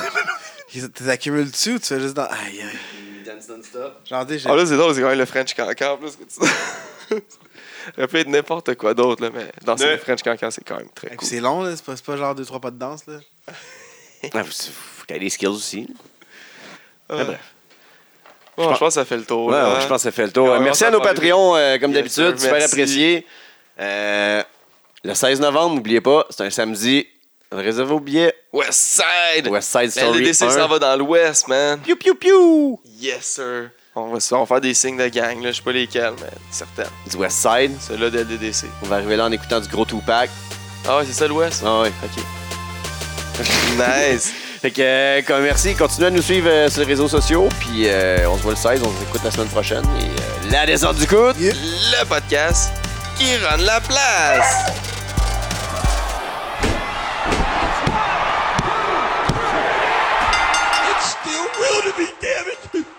[SPEAKER 3] aïe. T'es accumules dessus ou tu fais juste dans. Aïe, aïe.
[SPEAKER 1] Dance non-stop.
[SPEAKER 3] Genre, dis, j'ai.
[SPEAKER 2] Ah là, c'est drôle, c'est quand même le French cancan. en Plus que tu... Ça peut être n'importe quoi d'autre, là, mais danser
[SPEAKER 1] Ouais.
[SPEAKER 2] le French cancan, c'est quand même
[SPEAKER 3] Hey,
[SPEAKER 2] très
[SPEAKER 3] puis
[SPEAKER 2] cool.
[SPEAKER 3] c'est long, là. C'est pas, c'est pas genre 2-3 pas de danse, là.
[SPEAKER 1] Ah, vous- faut qu'il y ait des skills aussi.
[SPEAKER 2] Ouais.
[SPEAKER 1] bref.
[SPEAKER 2] Bon, Euh, je pense que ça fait le tour.
[SPEAKER 1] Ouais,
[SPEAKER 2] là.
[SPEAKER 1] ouais, je pense que ça fait le tour.
[SPEAKER 2] Ouais,
[SPEAKER 1] Euh, merci
[SPEAKER 2] on
[SPEAKER 1] à nos
[SPEAKER 2] s'en parle.
[SPEAKER 1] Patreons, euh, comme
[SPEAKER 2] Yes,
[SPEAKER 1] d'habitude,
[SPEAKER 2] sir,
[SPEAKER 1] super
[SPEAKER 2] merci.
[SPEAKER 1] apprécié. Euh, le 16 novembre, n'oubliez pas, c'est un samedi. Réservez vos billets.
[SPEAKER 2] West Side!
[SPEAKER 1] West Side
[SPEAKER 2] La
[SPEAKER 1] Story
[SPEAKER 2] LDC s'en
[SPEAKER 1] 1.
[SPEAKER 2] va dans l'Ouest, man.
[SPEAKER 1] Piu, piu, piu!
[SPEAKER 2] Yes, sir. On va, se- on va faire des signes de gang, là. Je sais pas lesquels, mais certains.
[SPEAKER 1] Du West Side.
[SPEAKER 2] Ceux-là de LDDC.
[SPEAKER 1] On va arriver là en écoutant du gros Tupac.
[SPEAKER 2] Ah ouais, c'est ça l'Ouest?
[SPEAKER 1] Ah ouais.
[SPEAKER 2] Ok. nice.
[SPEAKER 1] Fait que, euh, comme merci, continuez à nous suivre euh, sur les réseaux sociaux. Puis euh, on se voit le 16, on se écoute la semaine prochaine. Et euh, la descente du coude!
[SPEAKER 2] Le podcast qui rend la place.
[SPEAKER 4] It's still real to me, damn it!